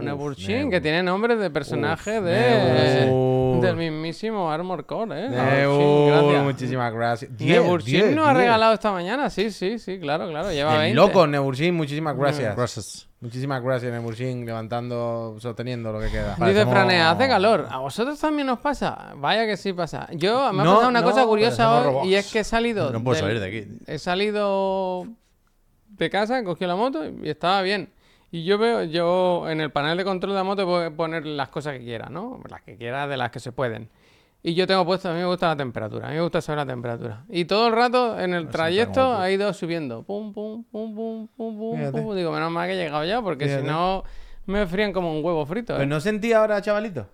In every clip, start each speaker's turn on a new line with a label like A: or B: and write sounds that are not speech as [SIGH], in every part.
A: Nebuchim, que tiene nombre de personaje
B: Uf,
A: de,
B: Nebur.
A: del mismísimo Armor Core, ¿eh? Nebuchim,
B: Nebur,
A: gracias.
B: muchísimas gracias. Diez, diez,
A: Nebuchim nos ha
B: diez.
A: regalado esta mañana, sí, sí, sí, claro, claro, lleva
B: El
A: 20.
B: loco, Nebuchim,
A: Mm.
B: muchísimas gracias.
C: Gracias.
B: Muchísimas gracias, Nebuchim, levantando, sosteniendo lo que queda.
C: Vale,
A: Dice
C: estamos-
A: Franea, hace calor. ¿A vosotros también os pasa? Vaya que sí pasa. Yo, me ha
B: No,
A: pasado una
B: no,
A: cosa
B: pero
A: curiosa
B: somos
A: hoy
B: robots.
A: y es que he salido...
C: No puedo
A: del-
C: salir de aquí.
A: He salido de casa, he cogido la moto y estaba bien. Y yo veo, yo en el panel de control de la moto puedo poner las cosas que quiera, ¿no? Las que quiera de las que se pueden. Y yo tengo puesto, a mí me gusta la temperatura, a mí me gusta saber la temperatura. Y todo el rato en el trayecto ha ido subiendo. Pum, pum, pum, pum, pum, pum,
B: Fíjate.
A: pum. Digo, menos mal que he llegado ya, porque si
B: Fíjate.
A: no me frían como un huevo frito.
B: Pero
A: ¿eh?
B: no sentí ahora, chavalito.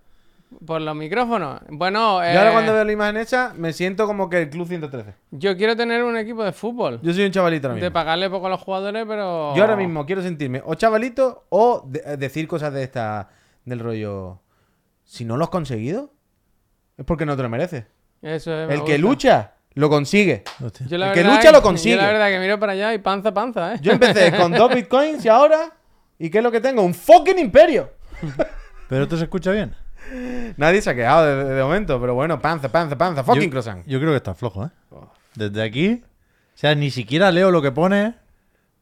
A: Por los micrófonos. Bueno, eh,
B: Yo
A: yo,
B: ahora cuando veo la imagen hecha, me siento como que el Club 113.
A: quiero tener un equipo de fútbol.
B: Yo soy un chavalito ahora
A: De
B: mismo.
A: pagarle poco a los jugadores, pero...
B: Yo ahora mismo quiero sentirme o chavalito o de- eh, decir cosas de esta del rollo. Si no lo has conseguido, es porque no te lo mereces.
A: Eso es, me
B: El que
A: gusta.
B: lucha, lo consigue.
C: Hostia.
A: Yo la
B: El que
A: verdad
B: lucha
A: es-
B: lo consigue.
A: Yo la verdad que miro para allá y panza, panza, ¿eh?
B: Yo empecé con dos bitcoins y ahora. ¿Y qué es lo que tengo? ¡Un fucking imperio!
C: ¿Pero esto se escucha bien?
B: Nadie se ha quejado de, de- de momento, pero bueno, panza, panza, panza, fucking
C: yo,
B: croissant.
C: Yo creo que está flojo, ¿eh? Desde aquí, o sea, ni siquiera leo lo que pone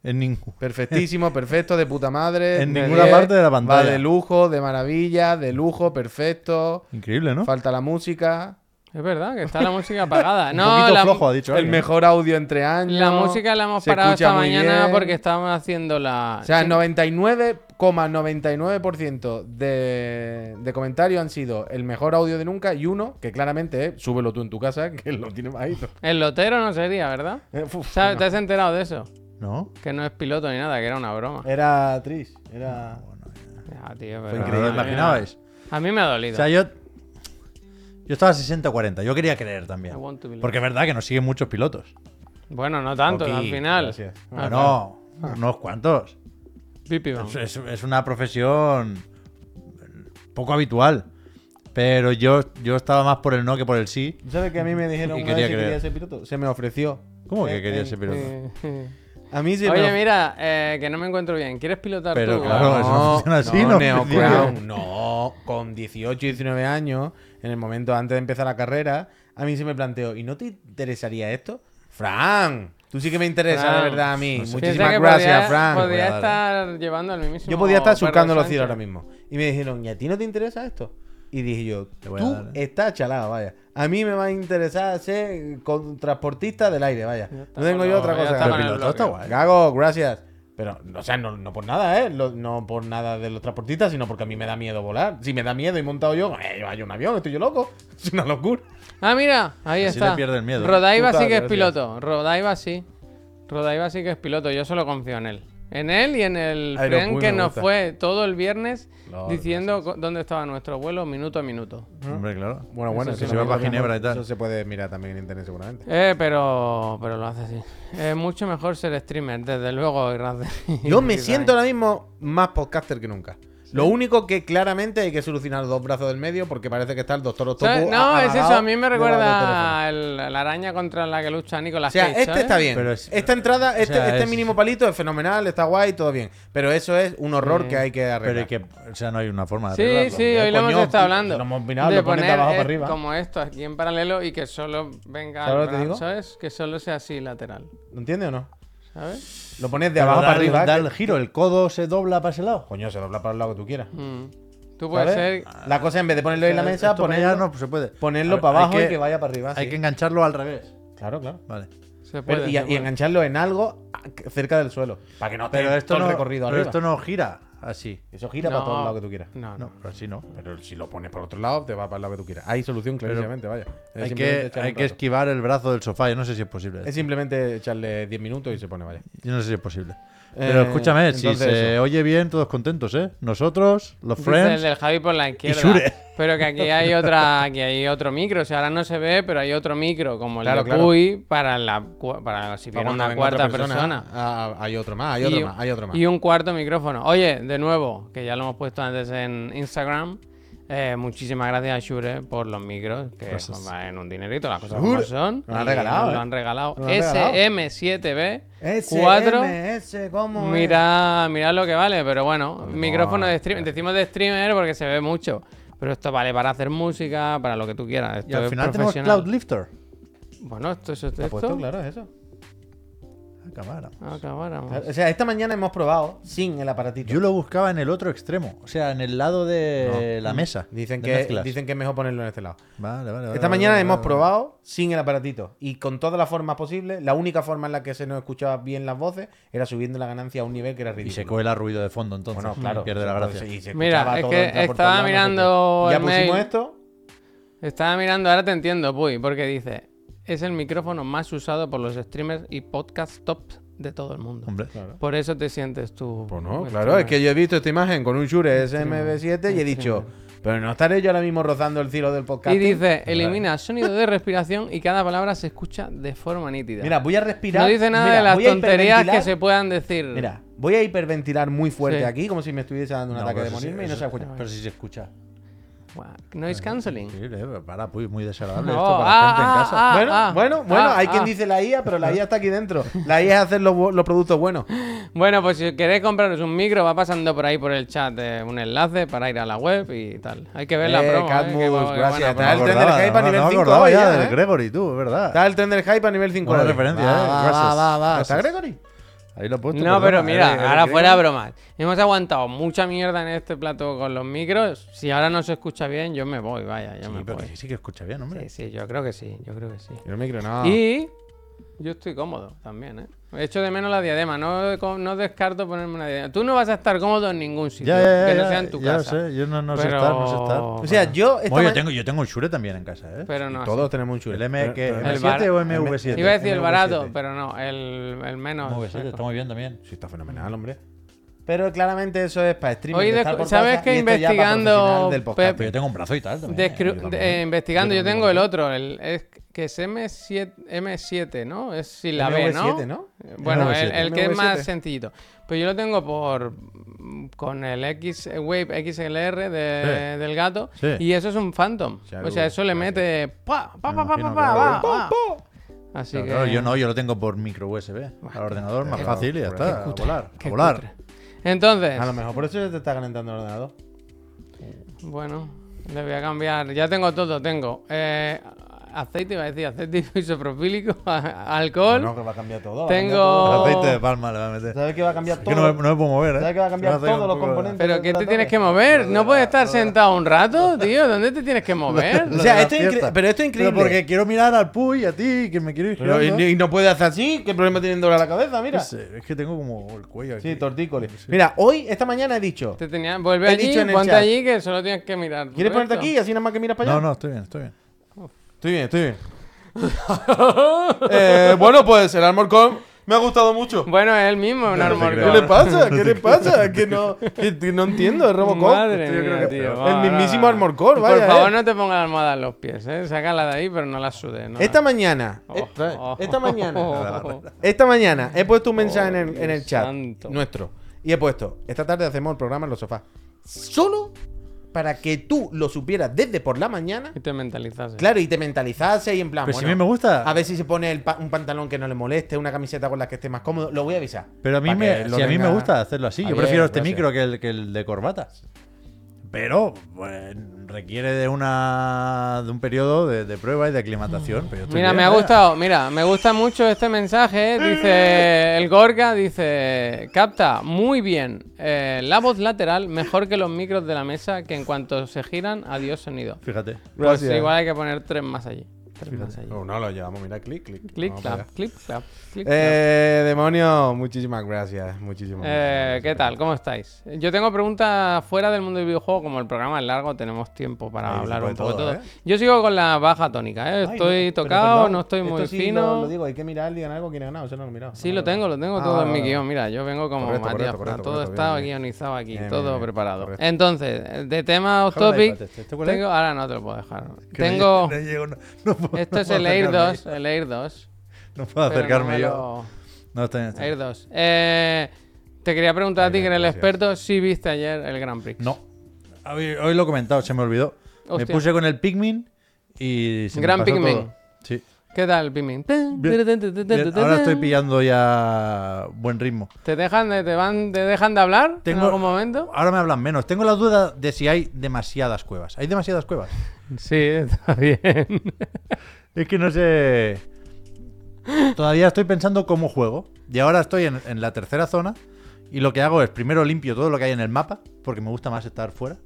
C: en ningún.
B: Perfectísimo, perfecto, de puta madre.
C: En
B: de
C: ninguna parte de la pantalla.
B: Va de lujo, de maravilla, de lujo, perfecto.
C: Increíble, ¿no?
B: Falta la música.
A: Es verdad que está la música
B: [LAUGHS]
A: apagada. No,
C: Un poquito
A: la,
C: flojo, ha dicho.
B: El
C: alguien.
B: mejor audio entre años.
A: la música la hemos
B: se
A: parado
B: escucha
A: esta
B: muy
A: mañana
B: bien.
A: porque estábamos haciendo la...
B: O sea,
A: Sí.
B: 99,99% de, de comentarios han sido el mejor audio de nunca y uno, que claramente es, súbelo tú en tu casa, [LAUGHS] que lo tiene bajito.
A: El lotero no sería, ¿verdad?
B: Eh, uf,
A: ¿Sabes?
B: no.
A: ¿Te has enterado de eso?
C: No.
A: Que no es piloto ni nada, que era una broma.
B: Eh, Era Trish, era...
A: Ya, tío, pero- a
C: Pero no lo
A: mí me-
C: imaginabais.
A: A mí me ha
C: O
A: dolido.
C: sea, yo. Yo estaba 60-40. Yo quería creer también.
A: I want to believe.
C: Porque es verdad que nos siguen muchos pilotos.
A: Bueno, no tanto,
B: Ok,
A: al final.
B: gracias.
A: Al final.
C: Bueno, unos cuantos.
A: Pipi, vamos.
C: Es, es- es una profesión poco habitual. Pero yo, yo estaba más por el no que por el sí.
B: ¿Sabes que a mí me dijeron
C: Y
B: una
C: quería
B: vez que
C: creer.
B: quería ser piloto? Se me ofreció.
C: ¿Cómo que
B: Eh,
C: quería
B: eh,
C: ser piloto?
B: A mí se me
A: Oye,
B: of-
A: mira, eh, que no me encuentro bien. ¿Quieres pilotar
C: Pero
A: tú?
C: claro, eso no funciona así,
B: no,
C: no, [LAUGHS]
B: Neo
C: tío.
B: Crown, no. Con 18, 19 años, en el momento antes de empezar la carrera, a mí se me planteó, ¿y no te interesaría esto? Fran, tú sí que me interesa
A: Fran.
B: de verdad a mí.
A: Piensa
C: Piensa
B: Muchísimas
A: que
B: gracias,
A: podía-
B: Fran.
A: Podía
C: Cuidado.
A: estar llevando al mismísimo.
B: Yo podía estar
A: Pedro
B: surcando los
A: Sánchez.
B: cielos ahora mismo. Y me dijeron, ¿y a ti no te interesa esto? Y dije yo,
C: Te
B: tú
C: voy a dar, eh".
B: estás chalado, vaya. A mí me va a interesar ser con- transportista del aire, vaya.
A: Ya está,
B: No tengo yo
A: no,
B: otra
A: ya
B: cosa.
A: está
B: que
C: Pero
A: con el
B: hacer.
C: piloto está
A: bloqueo.
C: guay.
B: Gago, gracias. Pero, o sea, no, no por nada, ¿eh? Lo- no por nada de los transportistas, sino porque a mí me da miedo volar. Si me da miedo y montado yo, eh, yo hay un avión, estoy yo loco. [LAUGHS] Es una locura.
A: Ah, mira, ahí
C: Así
A: está.
C: le pierde el miedo.
A: Rodaiva sí
B: Puta,
A: que es
B: gracias.
A: piloto. Rodaiva sí. Rodaiva sí que es piloto. Yo solo confío en él. En él y en el
B: Aeropuy
A: friend que
B: me
A: nos
B: gusta.
A: fue todo el viernes
B: Lord,
A: diciendo co- dónde estaba nuestro vuelo minuto a minuto.
C: Hombre, claro.
B: Bueno,
A: bueno, eso
C: se va para Ginebra y tal.
B: Eso se puede mirar también en internet seguramente.
A: Eh, pero, pero lo hace así. Es mucho mejor ser streamer, desde luego. gracias.
C: [LAUGHS]
B: Yo me siento ahora mismo más podcaster que nunca. Lo único que claramente hay que solucionar dos brazos del medio porque parece que está el doctor Octopus.
A: ¿Sabes? No,
B: a-
A: es eso.
B: agarrado
A: A mí me
B: debajo del teléfono.
A: recuerda el- la araña contra la que lucha Nicolas
B: O sea,
A: Cage,
B: este
A: ¿sabes?
B: está bien.
C: Pero es-
B: Esta entrada, este,
C: sea,
B: este
C: es-
B: mínimo palito es fenomenal, está guay, todo bien. Pero eso es un horror
A: Sí.
B: que hay que
C: Pero es
B: arreglar.
C: que, o sea, no hay una forma de
A: Sí,
C: arreglarlo.
A: sí, hoy lo
B: Coño,
A: hemos estado hablando.
B: lo hemos opinado, lo pones de abajo
A: eh,
B: para arriba.
A: Como esto, aquí en paralelo y que solo venga.
B: ¿Sabes lo
A: al
B: que te
A: brazo,
B: digo?
A: ¿Sabes? Que solo sea así lateral.
B: ¿Lo entiendes o no?
A: ¿Sabes?
B: Lo pones de
C: Pero
B: abajo
C: dar-
B: para arriba.
C: dar
B: que-
C: el giro, el codo se dobla para ese lado.
B: Coño, se dobla para el lado que tú quieras.
A: Mm. Tú puedes
B: ¿Sabes?
A: ser.
B: La cosa en vez de ponerlo en la mesa,
C: Esto para allá
B: ponerlo,
C: no se puede.
B: ponerlo
C: A ver,
B: para
C: hay
B: abajo y que vaya para arriba.
C: Hay
B: sí.
C: que engancharlo al revés.
B: Claro, claro.
C: Vale.
A: Se puede.
B: Pero- y,
A: se
B: y
A: puede.
B: engancharlo en algo a- cerca del suelo. Para que no
C: Pero
B: esté
C: esto
B: todo
C: no,
B: el recorrido
C: pero
B: arriba.
C: esto no gira así.
B: Eso gira para todo el lado que tú quieras.
A: No, no.
C: No, pero así no.
B: Pero si lo pones por otro lado, te va para el lado que tú quieras. Hay solución clarísimamente, vaya. Es
C: Hay
B: simplemente
C: que,
B: echar
C: hay
B: un
C: que
B: rato.
C: esquivar el brazo del sofá. Yo no sé si es posible.
B: Es simplemente echarle 10 minutos y se pone, vaya.
C: Yo no sé si es posible. Pero escúchame, si
B: Eh, entonces
C: se
B: eso.
C: oye bien, todos contentos, ¿eh? Nosotros, los
A: Dice el
C: friends.
A: del Javi por la izquierda.
C: Shure.
A: Pero que aquí hay otra, aquí hay otro micro. O sea, ahora no se ve, pero hay otro micro, como el
B: Claro,
A: de
B: claro.
A: Puy, para la cua- para si
B: Para
A: viene
B: cuando
A: una
B: venga otra
A: cuarta persona.
B: ah, ah, hay otro más, hay otro
A: y,
B: más, hay otro más.
A: y un cuarto micrófono. Oye, de nuevo, que ya lo hemos puesto antes en Instagram. Eh, muchísimas gracias a Shure por los micros, que
C: Gracias.
A: nos valen un dinerito, las cosas
B: Shure.
A: como son.
B: Nos lo han
A: y
B: regalado,
A: nos
B: eh.
A: lo han regalado.
B: Nos lo han regalado.
A: SM7B.
B: S,
A: 4.
B: M, S, ¿cómo es?
A: Mira, mira lo que vale, pero bueno, micrófono de
B: eh.
A: streamer. Decimos de streamer porque se ve mucho. Pero esto vale para hacer música, para lo que tú quieras. Esto
C: Y al
A: es
C: final tenemos
A: profesional.
C: Cloud Lifter.
A: Bueno, esto es esto.
B: ¿Lo has puesto? Claro, es eso.
C: Ah, cámara.
A: Acabáramos.
B: O sea, esta mañana hemos probado sin el aparatito.
C: Yo lo buscaba en el otro extremo, o sea, en el lado de la mesa.
B: Dicen
C: de
B: que,
C: mezclas.
B: dicen que es mejor ponerlo en este lado.
C: Vale, vale, vale,
B: Esta
C: vale,
B: mañana
C: vale,
B: hemos
C: vale.
B: probado sin el aparatito y con todas las formas posibles. La única forma en la que se nos escuchaba bien las voces era subiendo la ganancia a un nivel que era
C: Y
B: ridículo.
C: se cuela ruido de fondo, entonces. mm,
B: Bueno, claro.
C: Pierde la
B: entonces,
C: gracia.
B: y se
A: Mira,
B: escuchaba
A: es
B: todo
A: que
B: entrar por
A: estaba
B: todos lados, no sé
A: mirando
B: qué.
A: el
B: Ya pusimos
A: mail.
B: esto.
A: Estaba mirando, ahora te entiendo, Puy, porque dice: es el micrófono más usado por los streamers y podcast tops de todo el mundo.
C: Hombre,
A: Por eso te sientes tú.
B: Pues no,
A: el
B: claro, es que
A: streamer.
B: yo he visto esta imagen con un
A: Este
B: Shure
A: Streamer,
B: SMB7 y he dicho, pero no estaré yo ahora mismo rozando el cielo del podcast.
A: este Y dice: elimina sonido de respiración y cada palabra se escucha de forma nítida.
B: Mira, voy a respirar.
A: no dice nada
B: Mira,
A: de las
B: voy a
A: tonterías que
B: hiperventilar.
A: se puedan decir.
B: Mira, voy a hiperventilar muy fuerte
A: Sí.
B: aquí, como si me estuviese dando un
C: No,
B: ataque
C: pero
B: de
C: eso sí,
B: morirme y no
C: eso
B: se
C: sí.
B: escucha.
C: Pero si se escucha.
A: Buah, Noise canceling.
C: Increíble, eh, para, pues, muy desagradable
A: No,
C: esto para
A: ah,
C: gente en
A: ah,
C: casa.
A: ah.
B: bueno, bueno, bueno, hay
A: ah.
B: quien dice la IA, pero la IA está aquí dentro. La IA es hacer los, bu- los productos buenos.
A: Bueno, pues si queréis compraros un micro, va pasando por ahí por el chat eh, un enlace para ir a la web y tal. Hay que ver la
B: Eh,
A: promo. eh,
B: Cadmus,
A: que va- que
B: gracias,
A: buena
B: te
A: promo.
B: da el tren del hype a
C: no,
B: nivel
C: no
B: cinco
C: acordaba
B: hoy
C: ya
B: ya,
C: del
B: ¿eh?
C: Gregory, tú, es verdad.
B: Está el tren del hype a nivel Ah. 5.
C: Buena referencia,
B: va,
C: eh,
B: va,
C: gracias.
B: va, va. ¿Está
C: Gracias.
B: Gregory?
C: Ahí lo he puesto.
A: No,
C: perdona,
A: pero mira,
C: el- el
A: ahora
C: Gregory.
A: fuera bromas. Hemos aguantado mucha mierda en este plato con los micros. Si ahora no se escucha bien, yo me voy, vaya, yo me
C: Sí, pero
A: voy.
C: que sí que escucha bien, hombre.
A: Sí, sí, yo creo que sí, yo creo que
C: eh.
A: sí.
B: Yo no me creo nada.
A: Y yo estoy cómodo también, ¿eh? Echo de menos la diadema, no, no descarto ponerme una diadema. Tú no vas a estar cómodo en ningún sitio,
C: Ya, ya,
A: que
C: ya,
A: no
C: ya,
A: sea en tu
C: ya lo
A: casa.
C: sé, yo no, no sé
A: Pero-
C: estar, no sé estar.
B: O sea,
A: Bueno.
B: yo esta
C: Bueno, yo,
B: ma-
C: tengo, yo tengo el Shure también en casa, ¿eh?
A: Pero no.
B: Todos tenemos un Shure.
C: ¿El M,
B: Pero-
C: qué,
B: pero-
A: el
C: M7
A: bar-
C: o MV7?
A: Iba a decir el
C: MV7.
A: barato, pero no, el, el menos.
C: MV7 está muy bien también.
B: Sí, está fenomenal, hombre. Pero claramente eso es para streaming.
A: Oye,
B: de
A: de-
B: estar por
A: ¿sabes
B: casa,
A: qué?
B: y esto ya para
A: Investigando,
B: profesional del podcast.
A: Pep,
C: Pero yo tengo un brazo y tal también.
A: Descru-
C: ¿eh? Yo
A: de-
C: también.
A: eh, investigando, yo
C: también
A: tengo el
C: tengo.
A: otro, el, es que es M7, M7, ¿no? Es si la B, ¿no?
B: MV7, ¿no?
A: Eh, Bueno, el,
C: MV7.
A: el que es más
B: MV7.
A: sencillito. Pues yo lo tengo por con el X eh, Wave XLR de- del gato
C: Sí.
A: y eso es un Phantom. o
B: Saludos,
A: sea, eso le mete pa pa pa pa
C: Me
A: pa
C: imagino,
A: pa,
C: claro.
A: pa, pa. Así
C: Claro,
A: que
C: claro, yo no, yo lo tengo por micro USB. Al ordenador más
B: claro,
C: fácil y ya
B: qué
C: está. A
A: cutre,
C: volar, a
A: qué
C: volar.
A: cutre. Entonces,
B: A lo mejor por eso se te está calentando el ordenador.
A: Bueno, le voy a cambiar. Ya tengo todo, tengo. eh, aceite, iba a decir, aceite [LAUGHS] isopropílico, a- alcohol.
B: No, que va a cambiar todo. va a
A: Tengo-
B: cambiar todo.
C: El aceite de palma le va a meter.
B: ¿Sabes que va a cambiar
C: Es
B: todo?
C: que no me, no me puedo mover, ¿eh?
B: ¿Sabes que va a cambiar
C: Me hace un
B: todos los
C: poco-
B: componentes?
A: Pero
B: del
A: que te
B: ordenador?
A: tienes que mover, no puedes estar sentado un rato, tío. ¿Dónde te tienes que
C: [LAUGHS]
A: mover?
B: O sea,
C: Lo de la
B: esto es incre-
C: fiesta.
B: pero esto es increíble.
C: Pero porque quiero mirar al Puy y a ti, que me quiero ir
B: Pero,
C: girando.
B: y, y no puede hacer así. ¿Qué problema tienen doblar la cabeza?
C: No
B: Mira. Sí,
C: sé, es que tengo como el cuello aquí.
B: tortícolis. Mira, hoy, esta mañana he dicho.
A: Te tenía, vuelve
B: He
A: allí,
B: dicho en el
A: ponte
B: chat.
A: allí que solo tienes que mirar.
B: ¿Quieres ponerte
A: recto.
B: aquí y así nada más que miras para
C: No,
B: allá?
C: no, estoy bien, estoy bien.
B: Estoy
A: [LAUGHS]
B: bien, estoy bien. Eh, bueno, pues el Armor Core me ha gustado mucho.
A: Bueno, es el mismo, un
C: te
A: armor.
C: creo.
A: Core.
C: Yo le pa- [LAUGHS]
B: pasa? ¿Qué le pasa? Que no, que- que no entiendo, es
A: Madre
B: Esto yo creo
A: mía,
B: que-
A: tío, vamos, vamos.
B: Armor Core,
A: Por
B: eh.
A: favor, no te pongas la almohada en los pies, ¿eh? Sácala de ahí, pero no la sudes. ¿no?
B: Esta mañana,
A: Oh,
B: eh,
A: oh,
B: esta mañana,
A: oh, oh.
B: esta mañana he puesto un mensaje en el, en el
A: Dios
B: chat
A: santo.
B: nuestro y he puesto, esta tarde hacemos el programa en los sofás. Solo para que tú lo supieras desde por la mañana,
A: Y te mentalizas. ¿eh?
B: claro, y te mentalizase y en
A: Ah,
B: plan,
C: Pero si a
B: bueno,
C: mí me gusta.
B: a ver si se pone el pa- un pantalón que no le moleste, una camiseta con la que esté más cómodo, lo voy a avisar.
C: Pero a mí,
B: Para
C: me,
B: que lo
C: si a mí me
B: tenga-
C: gusta hacerlo así. Yo
B: Javier,
C: prefiero este
B: gracias.
C: micro que el, que el de corbatas. Pero pues, requiere de una de un periodo de, de prueba y de aclimatación. pero yo estoy
A: Mira,
C: bien, ¿eh?
A: me ha
C: vaya.
A: gustado, mira, me gusta mucho este mensaje. Dice el Gorka, dice, capta muy bien eh, la voz lateral, mejor que los micros de la mesa, que en cuanto se giran, adiós sonido.
C: Fíjate.
A: Pues
B: Gracias.
A: igual hay que poner tres más allí. Tres más allí.
B: No, no, lo llevamos, mira, clic, clic.
A: Clic,
B: Vamos para
A: clap,
B: allá.
A: clic, clap, clic, clap.
B: Eh, demonio, muchísimas gracias, muchísimas
A: Eh,
B: gracias.
A: ¿Qué tal? ¿Cómo estáis? Yo tengo preguntas fuera del mundo del videojuego, como el programa es largo, tenemos tiempo para
C: Ahí se
A: hablar
C: puede
A: un poco de
C: todo,
A: todo.
C: ¿eh?
A: Yo sigo con la baja tónica, ¿eh?
B: Ay,
A: estoy
B: no, pero
A: tocado,
B: perdón,
A: no estoy muy
B: esto sí
A: fino.
B: Lo, lo digo, hay que mirar, digan algo, quién ha ganado, eso no lo he mirado.
A: Sí,
B: No,
A: lo
B: no, no.
A: tengo, lo tengo
B: Ah,
A: todo
B: vale,
A: en mi
B: vale.
A: guión. Mira, yo vengo como
B: Correcto,
A: Matías
B: correcto,
A: Prats,
B: correcto,
A: todo
B: correcto,
A: está
B: bien, bien.
A: guionizado aquí,
B: Bien,
A: todo
B: bien, bien,
A: preparado.
B: correcto.
A: Entonces, de tema off
C: Déjalo en el
A: topic,
C: iPad este, ¿este cuál es?
A: tengo... ahora no te lo puedo dejar.
C: Que no
A: Tengo...
B: [LAUGHS]
C: llego- no llego, no- no puedo-
A: Esto
C: no
A: es
C: puedo
A: el Air
C: acercarme
A: 2,
C: ahí.
A: el Air 2.
C: No
A: pero
C: puedo
A: no
C: acercarme
A: me
C: yo.
A: lo-
C: No, está bien, está bien.
A: Air 2. Eh, te quería preguntar a ti, que eres el
B: gracias.
A: experto, si viste ayer el Grand Prix.
C: No. Hoy, hoy lo he comentado, se me olvidó. Me
A: Hostia.
C: puse con el Pikmin y se me
A: Gran
C: pasó
A: Pikmin.
C: todo. Sí.
A: ¿Qué tal, Pimin?
C: Bien, ahora estoy pillando ya buen ritmo.
A: ¿Te dejan de, te van, te dejan de hablar en
C: Tengo-
A: algún momento?
C: Ahora me hablan menos. Tengo la duda de si hay demasiadas cuevas. ¿Hay demasiadas cuevas?
A: Sí, está bien.
C: Es que no sé. Todavía estoy pensando cómo juego. Y ahora estoy en, en la tercera zona. Y lo que hago es primero limpio todo lo que hay en el mapa. Porque me gusta más estar fuera.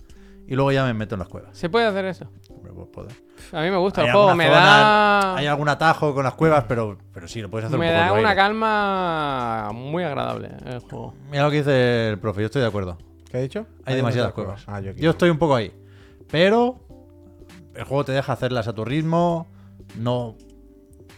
C: Y luego ya me meto en las cuevas.
A: Se puede hacer eso.
C: Hombre, pues puedo.
A: A mí me gusta el
C: Hay
A: juego,
C: alguna
A: me
C: zona-
A: da
C: Hay algún atajo con las cuevas, pero, pero sí, lo puedes hacer un
A: me
C: poco
A: da
C: al
A: una
C: aire.
A: calma muy agradable el juego.
C: Mira lo que dice el profe, yo estoy de acuerdo.
B: ¿Qué ha dicho?
C: Hay demasiadas cuevas.
B: Ah, yo, aquí
C: yo
B: no.
C: estoy un poco ahí. Pero el juego te deja hacerlas a tu ritmo. No,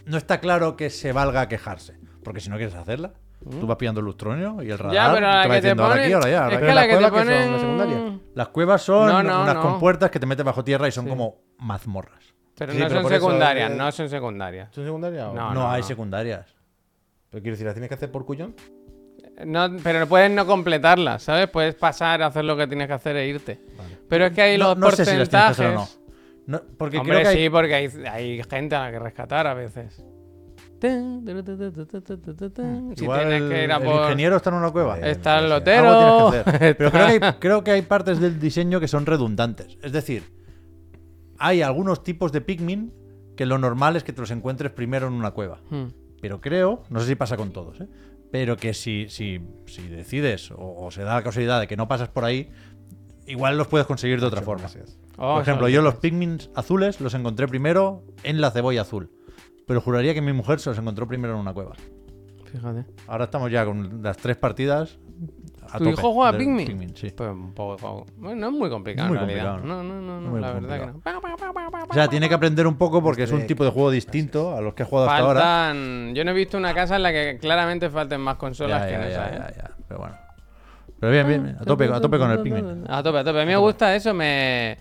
C: no está claro que se valga a quejarse. Porque si no quieres hacerla, tú vas pillando el lustronio y el
A: Mm.
C: radar.
A: Ya, pero
C: y
A: a la
C: te va
A: que te
C: diciendo, ahora
A: ponen
C: aquí, ahora allá, ahora
A: es
C: aquí.
A: que la que te
B: ¿Las cuevas que son?
A: ponen
B: ¿La secundaria?
C: Las cuevas son
A: No, no,
C: unas
A: no.
C: compuertas que te metes bajo tierra y son
A: Sí.
C: como mazmorras.
A: pero
B: Sí,
A: no
B: pero
A: son
B: por eso
A: secundarias,
B: es-
A: no son secundarias.
B: ¿Son secundaria o-
A: No.
C: No, hay secundarias.
B: Pero quiero decir, ¿las tienes que hacer por cuyón?
A: No, pero puedes no completarlas, ¿sabes? Puedes pasar, hacer lo que tienes que hacer e irte. Pero es que hay
C: no,
A: los
C: no sé si las tienes que
A: porcentajes.
C: hacer o no. No, porque
A: Hombre,
C: creo que
A: sí,
C: hay-
A: porque hay, hay gente a la que rescatar a veces. Si
C: igual
A: tienes que ir a
C: el
A: por.
C: ingeniero está en una cueva.
A: Está el
C: Algo
A: lotero.
C: tienes
A: [LAUGHS]
C: que hacer. Pero creo
A: está-
C: que, hay, creo que hay partes del diseño que son redundantes. Es decir, hay algunos tipos de Pikmin que lo normal es que te los encuentres primero en una cueva.
A: Hmm.
C: Pero creo, no sé si pasa con todos, ¿eh? pero que si, si, si decides o, o se da la casualidad de que no pasas por ahí, igual los puedes conseguir de otra forma.
B: Gracias.
A: Oh,
C: Por ejemplo,
A: eso-
C: yo los Pikmin azules los encontré primero en la cebolla azul. Pero juraría que mi mujer se los encontró primero en una cueva.
A: Fíjate.
C: Ahora estamos ya con las tres partidas. a
A: ¿Tu
C: tope
A: hijo juega a
C: del
A: Pikmin?
C: sí.
A: Pues un poco. Bueno, no es muy complicado
C: Muy
A: en realidad.
C: complicado.
A: No, no, no, no,
C: Muy
A: la verdad
C: complicado.
A: que no. Pa, pa, pa, pa, pa,
C: O sea,
A: pa,
C: tiene que
A: pa.
C: aprender un poco porque es
B: Este-
C: un tipo de juego distinto a los que he jugado hasta ahora.
A: Faltan. Yo no he visto una casa en la que claramente falten más consolas
C: Ya,
A: que
C: ya,
A: en
C: ya,
A: esa, ¿eh?
C: ya, ya. Pero bueno. Pero bien, bien, bien. A tope, a tope con el Pikmin.
A: A tope, a tope. A mí me gusta eso, me,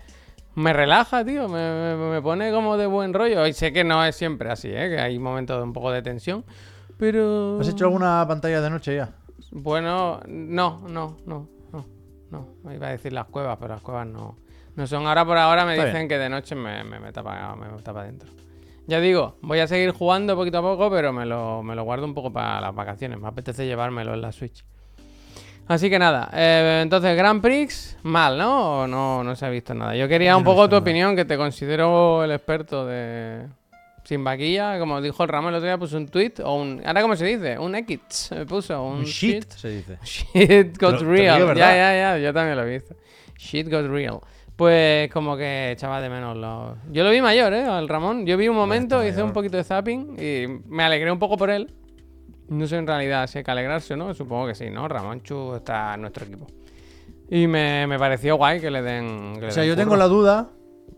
A: me relaja, tío. Me, me- me pone como de buen rollo. Y sé que no es siempre así, ¿eh? que hay momentos de un poco de tensión. Pero.
C: ¿Has hecho alguna pantalla de noche ya?
A: Bueno, no, no, no, no. No, me iba a decir las cuevas, pero las cuevas no. No son ahora por ahora, me
C: Está
A: dicen
C: bien.
A: que de noche me, me, me tapa, me, me tapa dentro. Ya digo, voy a seguir jugando poquito a poco, pero me lo, me lo guardo un poco para las vacaciones. Me apetece llevármelo en la Switch. Así que nada, eh, entonces Grand Prix, mal, ¿no? ¿O no, no se ha visto nada? Yo quería un
C: no he
A: poco
C: visto
A: tu
C: nada.
A: opinión, que te considero el experto de... Sin vaquilla, como dijo el Ramón el otro día, puso un tweet o un... ¿Ahora cómo se dice? Un X, eh, puso un,
C: Un shit, se dice.
A: [LAUGHS] Shit got
C: Te lo- te lo
A: real.
C: digo,
A: ya,
C: ¿verdad?
A: ya, ya, yo también lo he visto. Shit got real. Pues como que echaba de menos los... Yo lo vi mayor, ¿eh? Al Ramón. Yo vi un momento, hice un poquito de zapping y me alegré un poco por él. No sé en realidad si hay que alegrarse o no. Supongo que sí, ¿no? Ramón Chu está en nuestro equipo. Y me, me pareció guay que le den... que le
C: O sea,
A: den
C: yo tengo
A: curro.
C: la duda,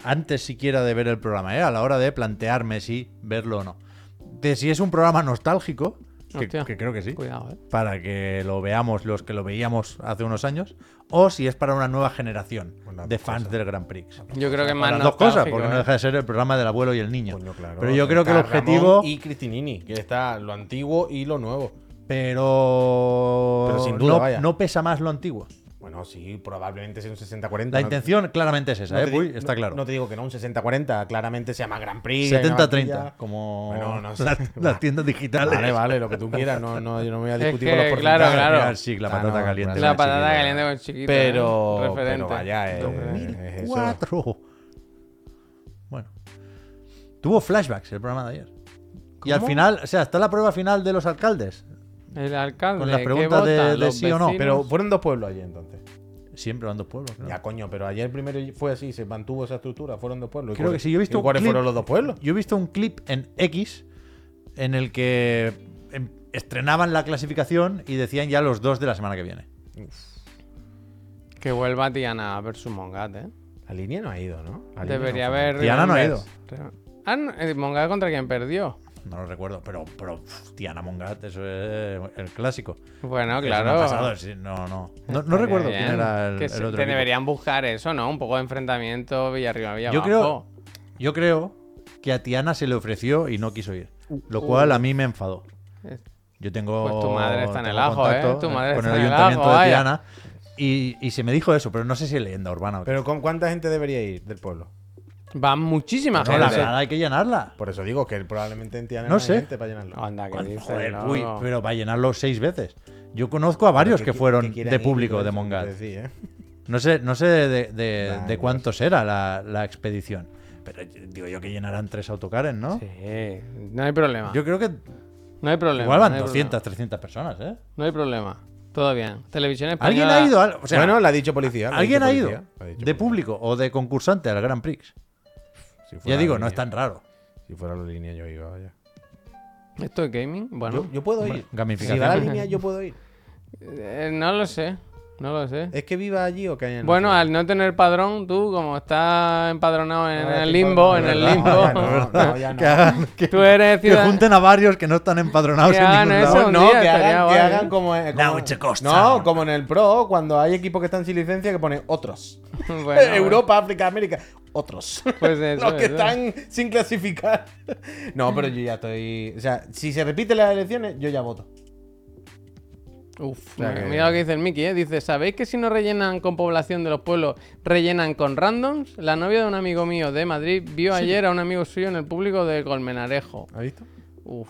C: antes siquiera de ver el programa, ¿eh? a la hora de plantearme si verlo o no, de si es un programa nostálgico, que,
A: Hostia.
C: que creo que sí,
A: Cuidado, ¿eh?
C: para que lo veamos los que lo veíamos hace unos años, o si es para una nueva generación
B: Una
C: de fans
B: cosa.
C: del Grand Prix.
A: Yo creo que es
C: O
A: más
C: las dos cosas,
A: nostálgico,
C: porque
A: ¿eh?
C: no deja de ser el programa del abuelo y el niño.
B: Coño, claro.
C: Pero yo creo que el
B: Está Ramón
C: objetivo...
B: Y Cristinini, que está lo antiguo y lo nuevo.
C: Pero,
B: Pero sin duda,
C: no,
B: vaya.
C: no pesa más lo antiguo.
B: Bueno, sí, probablemente sea un 60-40. no-
C: La intención claramente es esa,
B: no
C: ¿eh?
B: te di-
C: Puy? está
B: no-
C: claro.
B: No te digo que no, un 60-40. Claramente se llama Grand Prix. hay una
C: 70-30,
B: vaquilla.
C: como
B: Bueno,
C: [LAUGHS]
B: no sé.
C: las, las tiendas digitales.
B: Vale, vale, lo que tú quieras. No, no, yo no me voy a
A: Es
B: discutir
A: que,
B: con los
A: claro,
B: porcentajes.
A: claro.
C: Mirar, sí, la
B: Ah,
C: patata
B: no,
C: caliente.
A: eh. La
C: de
A: patata
C: chiquita.
A: caliente con chiquito. ¿eh?
B: Pero,
A: Referente.
B: pero vaya, eh, es eso. [LAUGHS]
C: 2004. Bueno. Tuvo flashbacks el programa de ayer. Y al
A: ¿Cómo?
C: final, o sea, está la prueba final de los alcaldes.
A: El alcalde.
C: Con las
A: ¿qué
C: preguntas de-
A: votan
C: de
A: los
C: sí o no,
A: vecinos?
B: Pero fueron dos pueblos allí entonces.
C: Siempre van dos pueblos. creo.
B: Ya, coño, pero ayer primero fue así, se mantuvo esa estructura, fueron dos pueblos. ¿Y
C: Creo
B: cuál-
C: que sí. Yo he visto
B: ¿Y
C: un
B: cuáles
C: clip-
B: fueron los dos pueblos?
C: Yo he visto un clip en X en el que em, estrenaban la clasificación y decían ya los dos de la semana que viene.
A: Que vuelva Tiana versus Mongat, ¿eh?
B: A línea no ha ido, ¿no? A Linia
A: Debería
B: no fue.
A: haber.
C: Tiana no ha
A: Remembers. Ah, no, eh, Mongat contra quien perdió.
C: No lo recuerdo, pero, pero pf, Tiana Mongat, eso es el clásico.
A: Bueno,
C: Eso no ha
A: claro.
C: pasado, sí, no, no. No, no
A: Estaría
C: recuerdo
A: bien
C: quién era el,
A: que
C: el
A: se-
C: otro.
A: Te
C: equipo.
A: deberían buscar eso, ¿no? Un poco de enfrentamiento Villa arriba, Villa
C: Yo creo,
A: abajo.
C: yo creo que a Tiana se le ofreció y no quiso ir. Lo cual a mí me enfadó.
A: Uh. Es-
C: Yo tengo.
A: Pues tu madre está en el
C: tengo
A: ajo, ¿eh?
C: contacto
A: Tu madre
C: con
A: está
C: el
A: en el
C: ayuntamiento
A: ajo,
C: de
A: vaya.
C: Tiana. Y, y se me dijo eso, pero no sé si es leyenda urbana o qué.
B: Pero ¿con cuánta gente debería ir del pueblo?
A: Va muchísima
C: No, la
A: gente.
C: grada hay que llenarla.
B: Por eso digo que probablemente en Tiana no
C: No
B: hay
C: sé.
B: gente para llenarlo.
A: Anda, que dices,
C: Joder,
A: no.
C: uy, pero para llenarlo seis veces. Yo conozco a varios
B: ¿Qué
C: que
B: qui-
C: fueron
B: qué quieren
C: de
B: ir?
C: público
B: Eso
C: de
B: te
C: Mongat.
B: decía, ¿eh?
C: No sé, no sé de, de-
B: Nah,
C: de
B: no
C: cuántos era la, la expedición. Pero digo yo que llenarán tres autocares, ¿no?
A: Sí, no hay problema.
C: Yo creo que
A: No hay problema.
C: igual
A: no
C: van
A: hay
C: 200, 300 personas, ¿eh?
A: problema. No hay problema. Todo bien. Televisión
C: ¿Alguien
A: española.
C: ha ido? al- O sea,
B: bueno, lo ha dicho policía. lo ha
C: ¿Alguien
B: dicho
C: ha ido
B: policía, lo ha dicho
C: de
B: policía.
C: público o de concursante al Grand Prix?
B: Si fuera
C: Ya
B: la
C: digo, no es
B: línea-
C: tan raro.
B: Si fuera la línea, yo iba. vaya.
A: ¿Esto es gaming? Bueno,
B: Yo, yo puedo
C: Hombre,
B: ir. Si
C: gamificación.
B: va la línea, yo puedo ir.
A: eh, no lo sé. No lo sé.
B: ¿Es que viva allí o que haya
A: Bueno, al no tener padrón, tú, como estás empadronado en
B: Ahora
A: el
B: estoy
A: limbo, en
B: padrón,
A: [LAUGHS] el
B: ¿verdad?
A: limbo, pues,
B: Ya no, no, ya no.
C: Que hagan-
A: [LAUGHS]
C: que-
A: tú eres
C: que
A: ciudadano.
C: junten a varios que no están empadronados
A: Que
C: en
A: hagan
C: ningún
A: eso.
C: lado.
B: No,
A: un día
B: no, que
A: estaría
B: hagan, que
A: guay.
B: hagan como, eh, como-
C: Now it's a ghost
B: No,
C: town.
B: como en el Pro, cuando hay equipos que están sin licencia que pone otros.
A: Bueno,
B: Eh,
A: bueno.
B: Europa, África, América. Otros.
A: Pues eso,
B: [LAUGHS] Los que
A: eso.
B: están sin clasificar. No, pero yo ya estoy. O sea, si se repiten las elecciones, yo ya voto.
A: Uf,
B: sea
A: mira-
B: que-
A: mira lo que dice el Mickey, ¿eh? Dice, ¿sabéis que si no rellenan con población de los pueblos, rellenan con randoms? La novia de un amigo mío de Madrid vio ayer a un amigo suyo en el público de Colmenarejo.
B: ¿Has visto?
A: Uf.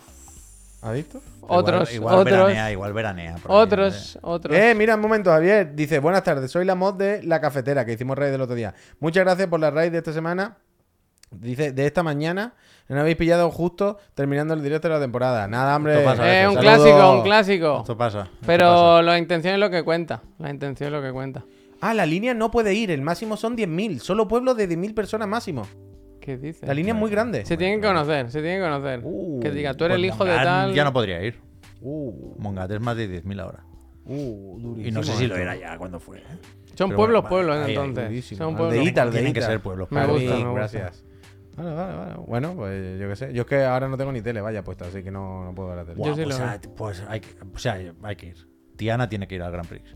B: ¿Has visto?
C: Igual-
A: Otros,
C: igual
A: otros,
C: veranea, igual veranea. por ahí, ¿eh?
A: otros, otros.
B: Eh, mira un momento, Javier. Dice, buenas tardes, soy la mod de La Cafetera, que hicimos raid del otro día. Muchas gracias por la raid de esta semana. Dice, de esta mañana. No habéis pillado justo terminando el directo de la temporada. Nada, hombre.
C: Esto pasa,
A: Eh,
C: veces,
A: un
B: Saludo.
A: clásico, un clásico.
C: Esto pasa. esto pasa.
A: Pero la intención es lo que cuenta. La intención es lo que cuenta.
B: Ah, la línea no puede ir. El máximo son 10.000. Solo pueblos de 10.000 personas máximo.
A: ¿Qué dices?
B: La línea es muy grande.
A: Se tienen que conocer, se tienen que conocer.
B: Uh,
A: que diga, tú eres el
C: Pues
A: hijo de
C: Mongat
A: tal.
C: Ya no podría ir.
B: Uh,
C: Mongat es más de 10.000 ahora.
B: uh, durísimo.
C: Y no sé si lo
B: esto.
C: era ya cuando fue. ¿eh?
A: Son
C: Pero
A: pueblos,
C: bueno,
A: pueblos,
C: ahí, ahí,
A: ¿eh? entonces.
B: durísimo.
A: Son
B: Al
A: pueblos.
B: dedito, al
C: Tienen que
B: dedito.
C: ser pueblos.
A: Me gusta,
B: Perfecto,
A: me gusta.
B: Gracias. Vale, vale, vale. Bueno, pues yo qué sé. Yo es que ahora no tengo ni tele, vaya puesta, así que no, no puedo ver la tele.
C: Buah,
A: sí
C: pues,
A: lo
C: ah, pues hay que, o sea, hay que ir. Tiana tiene que ir al Grand Prix.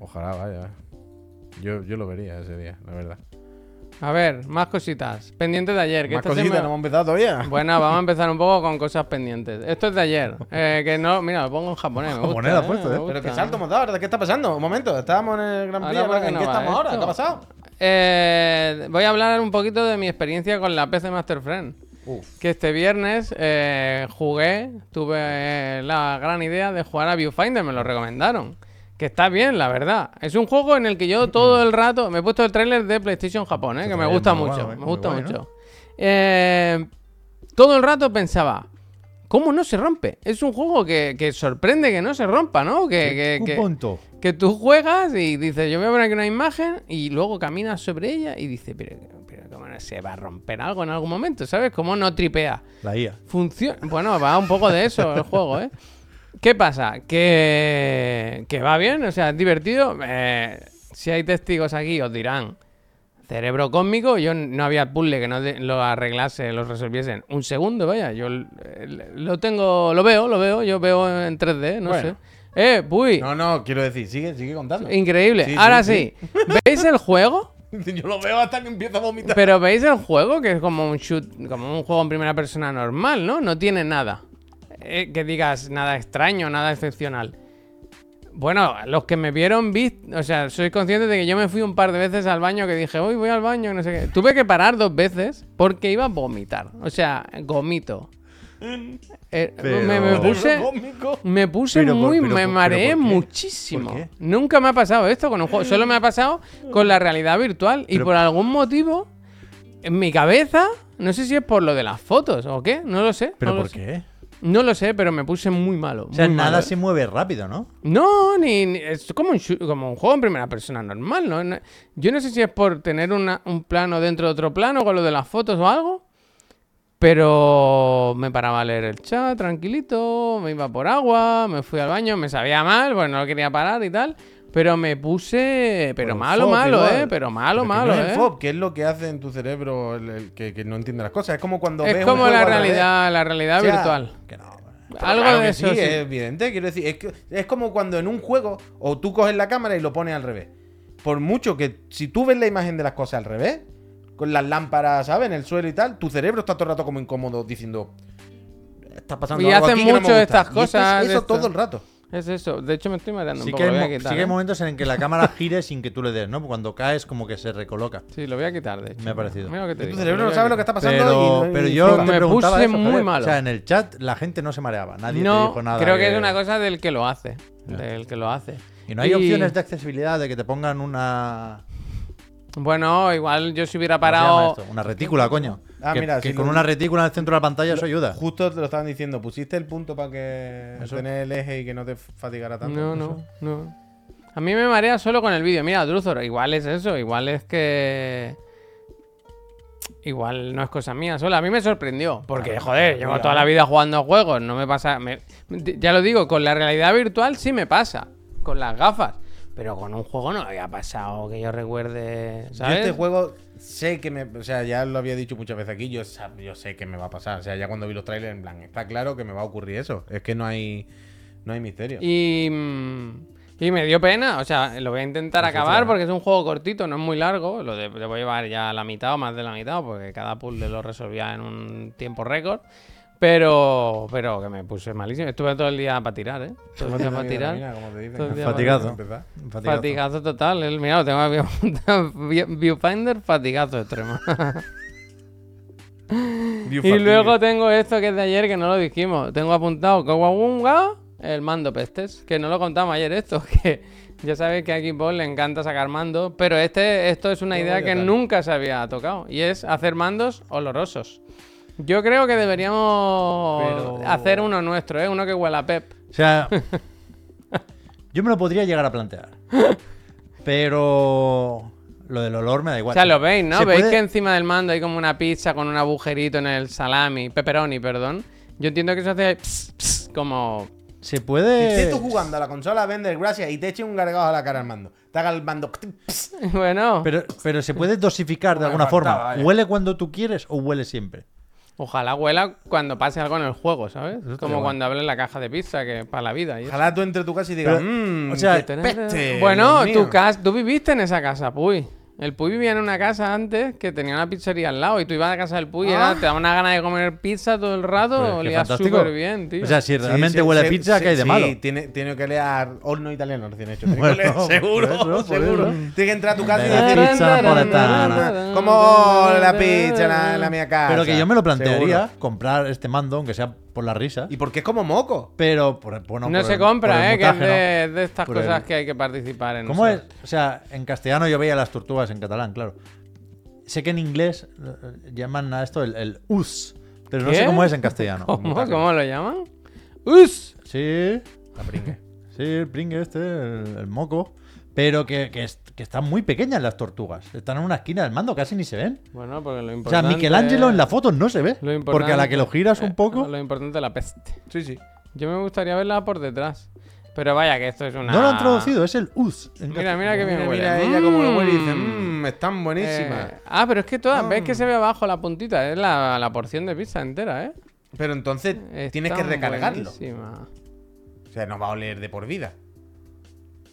B: Ojalá, vaya. Yo, yo lo vería ese día, la verdad.
A: A ver, más cositas. Pendiente de ayer. Que
B: Más
A: esta se me-
B: cositas, no hemos empezado todavía. [LAUGHS]
A: Bueno, vamos a empezar un poco con cosas pendientes. Esto es de ayer. eh, que no, mira, lo pongo en japonés. Me gusta,
C: Japonés lo has
A: eh,
C: puesto,
A: me
C: ¿eh?
B: Pero
A: gusta.
B: qué salto hemos dado, ¿verdad? ¿Qué está pasando? Un momento, estábamos en el Gran Prix,
A: Ahora, ¿por
B: ahora,
A: qué
B: ¿en
A: no
B: qué
A: va
B: estamos ahora? ¿Qué
A: esto?
B: ha pasado?
A: Eh, voy a hablar un poquito de mi experiencia con la PC Master Friend.
B: Uf.
A: Que este viernes eh, jugué, tuve eh, la gran idea de jugar a Viewfinder, me lo recomendaron. Que está bien, la verdad. Es un juego en el que yo todo
B: Mm.
A: el rato me he puesto el tráiler de PlayStation Japón, eh, que me
C: tráiler
A: gusta
C: muy
A: mucho, me
C: guay, muy
A: gusta
C: guay, ¿no?
A: mucho. Eh, todo el rato pensaba, ¿cómo no se rompe? Es un juego que, que sorprende que no se rompa, ¿no? Que, que-
C: Un
A: que-
C: punto.
A: que tú juegas y dices, yo voy a poner aquí una imagen y luego caminas sobre ella y dices, pero, pero ¿cómo no se va a romper algo en algún momento? ¿Sabes? ¿Cómo no tripea?
C: La IA.
A: Funciona. Bueno, va un poco de eso el juego, ¿eh? ¿Qué pasa? Que, que va bien, o sea, es divertido. Eh, si hay testigos aquí, os dirán. Cerebro cósmico, yo n- no había puzzle que no de- lo arreglase, lo resolviese en un segundo, vaya. Yo l- l- lo tengo, lo veo, lo veo, yo veo en 3D, no
B: Bueno.
A: sé. Eh, uy,
B: No, no, quiero decir, sigue, sigue contando.
A: increíble.
B: Sí, sí,
A: Ahora
B: sí.
A: sí, [LAUGHS] ¿veis el juego?
B: [LAUGHS] Yo lo veo hasta que empieza a vomitar.
A: Pero veis el juego que es como un shoot, como un juego en primera persona normal, ¿no? No tiene nada. Eh, que digas nada extraño, nada excepcional. Bueno, los que me vieron, vi, o sea, soy consciente de que yo me fui un par de veces al baño que dije, uy, voy al baño, no sé qué. Tuve que parar dos veces porque iba a vomitar. O sea, gomito. Eh, me, me
B: [LAUGHS]
C: Pero-
A: puse.
B: cómico.
A: Me puse
C: Pero por-
A: muy,
C: pero
A: me
C: por-
A: mareé
C: pero ¿por qué?
A: muchísimo.
C: ¿Por qué?
A: Nunca me ha pasado esto con un juego. Solo me ha pasado con la realidad virtual. Y
C: Pero-
A: por algún motivo, en mi cabeza, no sé si es por lo de las fotos o qué, no lo sé.
C: ¿Pero
A: no lo
C: por
A: sé.
C: qué?
A: No lo sé, pero me puse muy malo.
C: O sea,
A: muy
C: nada
A: malo.
C: se mueve rápido, ¿no?
A: No, ni, ni- es como un, shoo- como un juego en primera persona normal. ¿no? No- yo no sé si es por tener una- un plano dentro de otro plano con lo de las fotos o algo. Pero me paraba a leer el chat tranquilito, me iba por agua, me fui al baño, me sabía mal, bueno, no lo quería parar y tal. Pero me puse... Pero
B: Por
A: malo,
B: fob
A: malo,
B: igual.
A: ¿eh? Pero malo,
B: Pero que
A: malo,
B: no es
A: ¿eh?
B: el FOB, que es lo que hace en tu cerebro el, el que, que no entiende las cosas. Es como cuando ves
A: Es
B: un
A: como
B: juego
A: la
B: al revés.
A: realidad, la realidad
B: ¿eh? O sea,
A: virtual.
C: Que no.
B: Pero
A: Algo
B: claro
A: de
B: que
A: eso.
B: sí, eh.
A: sí.
B: es evidente. Quiero decir, es, que- es como cuando en un juego o tú coges la cámara y lo pones al revés. Por mucho que si tú ves la imagen de las cosas al revés, con las lámparas, ¿sabes? En el suelo y tal, tu cerebro está todo el rato como incómodo diciendo. Está pasando
A: Y
B: algo
A: hacen
B: aquí que no me
A: mucho
B: gusta".
A: estas
B: Y esto es-
A: cosas,
B: Eso
A: esto.
B: todo el rato.
A: Es eso. De hecho, me estoy mareando
C: Sí
A: un
C: que,
A: poco.
C: hay,
A: lo voy a
C: mo-
A: quitar.
C: sí que hay
A: ¿eh?
C: momentos en que
A: [LAUGHS]
C: la cámara gire sin que tú le des, ¿no? Cuando caes como que se recoloca.
A: Sí, lo voy a quitar, de hecho.
C: Me ha parecido.
A: Mira lo que te
B: Tu
A: digo,
B: cerebro
A: lo
B: no
A: voy a
B: sabe lo que
A: quitar.
B: está pasando.
C: Pero,
B: y-
C: pero
B: y-
C: yo
A: me
C: te preguntaba
A: puse
C: eso,
A: muy
C: Javier.
A: malo.
C: O sea, en el chat la gente no se mareaba, nadie te
A: No,
C: dijo nada.
A: creo que... es una cosa del que lo hace.
C: Ya.
A: Del que lo hace.
C: Y no hay opciones de accesibilidad de que te pongan una
A: Bueno, igual yo si hubiera
C: ¿cómo se llama
A: parado.
C: esto? una retícula, coño.
B: Ah,
C: que,
B: mira,
C: que
B: sí,
C: con
B: lo-
C: una retícula en el centro de la pantalla eso ayuda.
B: Justo te lo estaban diciendo. Pusiste el punto para que
C: Eso.
B: tener el eje y que no te fatigara tanto.
A: No, no, no. A mí me marea solo con el vídeo. Mira, Druzor, igual es eso, igual es que. Igual no es cosa mía sola. A mí me sorprendió, porque joder, llevo toda la
C: eh.
A: vida jugando a juegos, no me pasa. me- Ya lo digo, con la realidad virtual sí me pasa, con las gafas. Pero con un juego no me había pasado que yo recuerde. ¿sabes?
B: Yo este juego sé que me. O sea, ya lo había dicho muchas veces aquí. Yo, sab- yo sé que me va a pasar. O sea, ya cuando vi los trailers, en plan, está claro que me va a ocurrir eso. Es que no hay. No hay misterio. [LAUGHS]
A: Y, mm, y me dio pena, o sea, lo voy a intentar acabar porque es un juego cortito, no es muy largo, lo de- lo voy a llevar ya a la mitad o más de la mitad porque cada puzzle lo resolvía en un tiempo récord. Pero, pero que me puse malísimo. Estuve todo el día para tirar, ¿eh? Todo el día para tirar. Todo el día
C: Fatigado. Fatigado.
A: Fatigazo total. El, mira, lo tengo aquí apuntado. [LAUGHS] Viewfinder, fatigazo extremo. Y luego tengo esto que es de ayer que no lo dijimos. Tengo apuntado Kowabunga, el mando pestes, que no lo contamos ayer esto, [LAUGHS] que ya sabéis que a Xbox le encanta sacar mandos, pero este, esto es una idea que nunca se había tocado, y es hacer mandos olorosos. Yo creo que deberíamos
C: Pero-
A: hacer uno nuestro, ¿eh? uno que huela a pep.
C: O sea, [LAUGHS] yo me lo podría llegar a
A: [LAUGHS]
C: plantear. Pero lo del olor me da igual.
A: O sea, lo veis, ¿no?
C: Se
A: Veis
C: puede-
A: que encima del mando hay como una pizza con un agujerito en el salami, pepperoni, perdón. Yo entiendo que eso hace pss, pss, como... [LAUGHS]
C: Se
A: Eh.
B: Si estés
C: puede.
B: tú jugando a la consola a vender gracias y te eche un gargajo a la cara al mando. Te haga el mando. pss,
A: Bueno,
C: Pero, pero se puede dosificar de
B: Como me
C: alguna
B: faltaba,
C: forma.
B: vaya.
C: ¿Huele cuando tú quieres o huele siempre?
A: Ojalá huela cuando pase algo en el juego, ¿sabes?
C: estaría
A: Como
C: guay.
A: cuando hable en la caja de pizza, que para la vida. y eso.
B: Ojalá tú entre tu casa y digas.
C: Pero-
B: "Mm,
C: o sea,
B: qué peste,
A: bueno,
B: Dios
A: tu
B: mío".
A: casa, tú viviste en esa casa, Puy. El Puy vivía en una casa antes que tenía una pizzería al lado y tú ibas a casa del Puy y era- te daba una gana de comer pizza todo el rato,
C: Ah. Pero es que
A: olía
C: Pues, fantástico.
A: súper bien, tío.
C: O sea, si
B: Sí,
C: realmente
B: sí,
C: huele
B: sí,
C: a pizza,
B: sí,
C: ¿qué hay de
B: sí, [LAUGHS]
C: malo? [LAUGHS]
B: Tiene, tiene que leer horno italiano recién hecho.
C: Bueno,
B: Tiene que oler-
C: por
B: seguro,
C: pues eso, por
B: seguro.
C: eso.
B: Tiene que entrar a tu casa y
C: Venga.
B: decir.
C: pizza napolitana.
B: Como "Oh, la pizza, la, la mía casa.
C: Pero que yo me lo plantearía
B: Seguro.
C: comprar este mando, aunque sea por la risa.
B: Y porque es como moco.
C: Pero por, bueno,
A: no
C: por
A: se
C: el- por
A: compra,
C: el
A: ¿eh? Que es
C: montaje, ¿no?
A: de, de estas
C: Por
A: cosas
C: el-
A: que hay que participar en.
C: ¿Cómo
A: eso.
C: es? O sea, en castellano yo veía las tortugas en catalán, claro. Sé que en inglés eh, llaman a esto el, el us, pero no
A: ¿Qué?
C: sé cómo es en castellano.
A: [LAUGHS] [LAUGHS] ¿Cómo? ¿Cómo lo llaman? ¡Us!
C: Sí,
B: La pringue.
C: sí, el pringue este, el, el moco. Pero que, que, es- que están muy pequeñas las tortugas. Están en una esquina del mando, casi ni se ven.
A: Bueno, porque lo
C: O sea,
A: importante.
C: Michelangelo en la foto no se ve.
A: lo
C: Porque a la que lo
A: importante-
C: giras
A: eh,
C: un poco.
A: Lo importante es la peste.
B: Sí, sí.
A: Yo me gustaría verla por detrás. Pero vaya, que esto es una.
C: No lo han traducido, es el us. en
A: Mira,
C: castellano.
A: mira que bien
B: Mira,
A: huele.
B: mira ella como lo huele y dice, Mm.
A: Mm.
B: mmm, están buenísimas.
A: Eh, ah, pero es que todas. ¿Ves que se ve abajo la puntita? Es la, la porción de pizza entera, ¿eh?
B: Pero entonces tienes que
A: Están
B: recargarlo.
A: buenísimas.
B: O sea, no va a oler de por vida.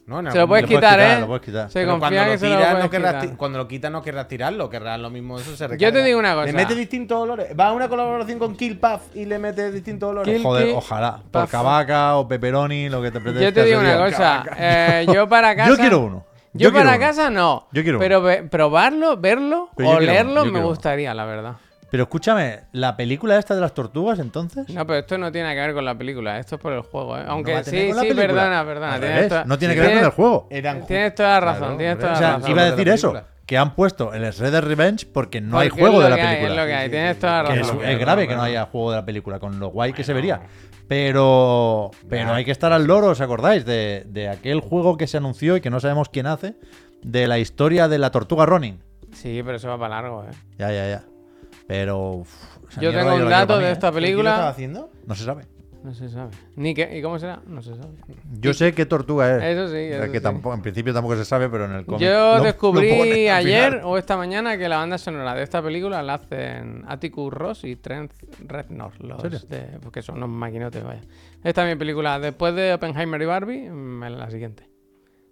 B: ¿No? En
A: Se lo
B: algún-
A: puedes
C: Lo Ah, puedes
A: quitar,
C: quitar,
A: ¿eh?
C: lo puedes quitar.
A: Se
B: Pero
A: confía
B: cuando
A: que
B: lo,
A: se lo
B: tiras,
A: puedes
B: no querrás ti-
A: quitar.
B: cuando lo quitas no querrás tirarlo, querrás lo mismo, eso se recarga.
A: Yo te digo una cosa.
B: Le mete distintos olores. Va a una colaboración con Kill Puff y le mete distintos olores.
A: Kill-
C: Joder,
A: Kilki,
C: ojalá.
A: paf.
C: Por cavaca o pepperoni, lo que te pretende.
A: Yo te digo una cosa. eh, yo para casa.
C: [LAUGHS] Yo quiero uno.
A: Yo,
C: quiero
A: para
C: uno.
A: casa no.
C: Yo quiero
A: Pero ve- probarlo, verlo,
C: Pero yo quiero uno,
A: olerlo
C: yo
A: me
C: quiero uno.
A: gustaría, la verdad.
C: Pero escúchame, ¿la película esta de las tortugas entonces?
A: No, pero esto no tiene que ver con la película, esto es por el juego, ¿eh? Aunque
C: va a tener
A: sí,
C: con la
A: sí,
C: película.
A: perdona, perdona.
C: Al
A: tienes
C: revés,
A: toda-
C: No tiene que ver con el juego.
B: Eran ju-
A: Tienes toda la razón,
B: Claro,
A: tienes toda
C: O
A: la
C: sea,
A: razón.
C: iba a
B: de la
C: decir eso,
B: película.
C: que han puesto el Red Dead Revenge porque no hay
A: Porque
C: juego
A: es lo
C: de la
A: que hay, es lo que
C: película.
A: hay, tienes toda la
C: Que
A: razón.
C: es,
B: Bueno,
C: es grave que
B: bueno.
C: no haya juego de la película, con lo guay que se vería. Pero, pero hay que estar al loro, ¿os acordáis? De, de aquel juego que se anunció y que no sabemos quién hace, de la historia de la tortuga Ronin.
A: Sí, pero eso va para largo, ¿eh?
C: Ya, ya, ya. Pero. uf, esa
A: Yo
C: mierda
A: tengo
C: la
A: un
C: quiero
A: dato
C: para mí,
A: de
C: ¿eh?
A: esta
B: ¿Pero quién lo estaba
A: película.
B: haciendo?
C: No se sabe.
A: No se sabe. ¿eh? Ni qué, ¿Y cómo será? No se sabe.
C: Yo sé qué tortuga es.
A: Eso sí,
C: Eh, O sea,
A: eso
C: que
A: sí.
C: tampoco, en principio tampoco se sabe, pero en el cómic. lo-
A: Yo
C: lo
A: descubrí
C: ponen al
A: ayer
C: final.
A: o esta mañana que la banda sonora de esta película la hacen Atticus Ross y Trent Reznor,
C: serio?
A: los de, porque son unos maquinotes, vaya. Esta es mi película. Después de Oppenheimer y Barbie, mm, la siguiente.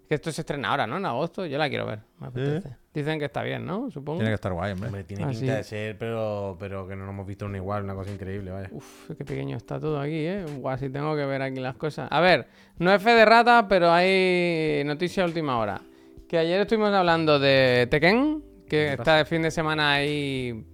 A: Que esto se estrena ahora, ¿no? En agosto. Yo la quiero ver. Me apetece. Dicen que está bien, ¿no? Supongo.
C: Tiene que estar guay, hombre.
B: Hombre, tiene
A: Ah,
B: pinta
A: sí.
B: de ser, pero, pero que no nos hemos visto una igual, una cosa increíble, vaya.
A: Uf, qué pequeño está todo aquí, ¿eh? Guau, si tengo que ver aquí las cosas. A ver, no es fe de rata, pero hay noticia a última hora. Que ayer estuvimos hablando de Tekken, que está el fin de semana ahí.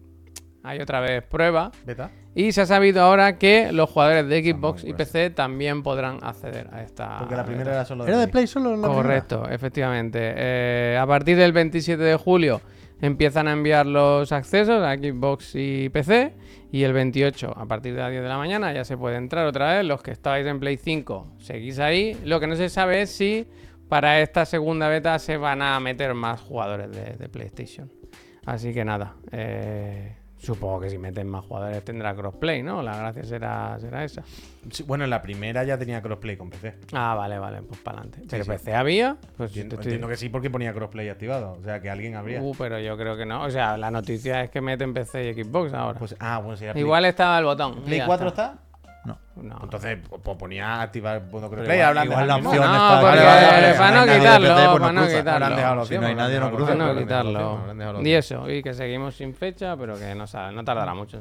A: Hay otra vez prueba.
B: ¿Beta?
A: Y se ha sabido ahora que los jugadores de Xbox y PC también podrán acceder a esta.
B: Porque la primera
A: beta.
B: era solo
C: ¿Era de
B: Play.
C: Play solo? la
A: Correcto, efectivamente. Eh, a partir del 27 de julio empiezan a enviar los accesos a Xbox y PC. Y el 28, a partir de las 10 de la mañana, ya se puede entrar otra vez. Los que estabais en Play 5, seguís ahí. Lo que no se sabe es si para esta segunda beta se van a meter más jugadores de, de PlayStation. Así que nada. eh, Supongo que si meten más jugadores tendrá crossplay, ¿no? La gracia será, será esa.
B: Sí, Bueno, la primera ya tenía crossplay con PC.
A: Ah, vale, vale, pues para adelante. ¿Pero
B: sí.
A: PC había? Pues yo te
B: Entiendo,
A: estoy-
B: entiendo que sí, porque ponía crossplay activado. O sea, que alguien habría.
A: Uh, pero yo creo que no. O sea, la noticia es que meten PC y Xbox ahora.
B: Pues, ah, bueno, sería Play-
A: Igual estaba el botón. y
B: ¿Play
A: ya
B: 4 está?
C: primera? No.
A: No.
B: Entonces, pues pues, ponía activar punto
C: Pero
B: crossplay.
C: igual-
B: Hablan de
C: igual
B: la
C: la
B: misma.
C: opción
A: No,
C: está
A: porque
C: activada,
A: para
C: que hay
A: no
C: nadie de
A: quitarlo,
C: PC, pues
A: para no
C: cruza.
A: quitarlo.
B: Habrán dejado la
C: Si
B: opción,
C: no hay
B: habrán
C: nadie, no
B: dejado la
C: cruza.
B: opción,
A: Para no
B: habrán dejado la opción,
A: quitarlo.
B: habrán dejado la
A: Y
B: opción.
A: eso, y que seguimos sin fecha, pero que no, sabe- no tardará mucho.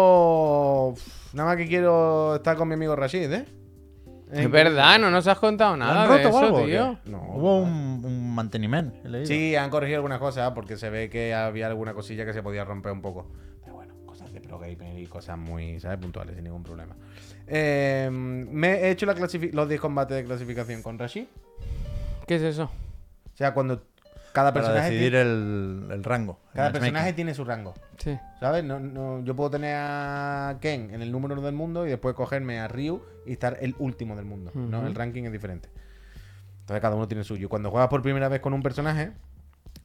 B: Yo. pf, Nada más que quiero estar con mi amigo Rashid, ¿eh?
A: Es verdad, no nos has contado nada
C: han
A: de
C: roto o
A: eso,
C: algo, o qué?
A: tío.
B: No.
C: Hubo un, un mantenimiento, he leído.
B: Sí, han corregido algunas cosas ah, porque se ve que había alguna cosilla que se podía romper un poco. Pero bueno, cosas de pro gamer y cosas muy, ¿sabes? Puntuales, sin ningún problema. Eh, me he hecho la clasifi- los 10 combates de clasificación con Rashid.
A: ¿Qué es eso?
B: O sea, cuando cada
C: Para
B: personaje,
C: decidir
B: tiene,
C: el, el rango. el
B: cada
C: matchmaking.
B: personaje tiene su rango.
A: Sí.
B: ¿Sabes? No, no, yo puedo tener a Ken en el número uno del mundo y después cogerme a Ryu y estar el último del mundo. ¿no?
A: Ujú.
B: El ranking es diferente. Entonces cada uno tiene el suyo. Cuando juegas por primera vez con un personaje,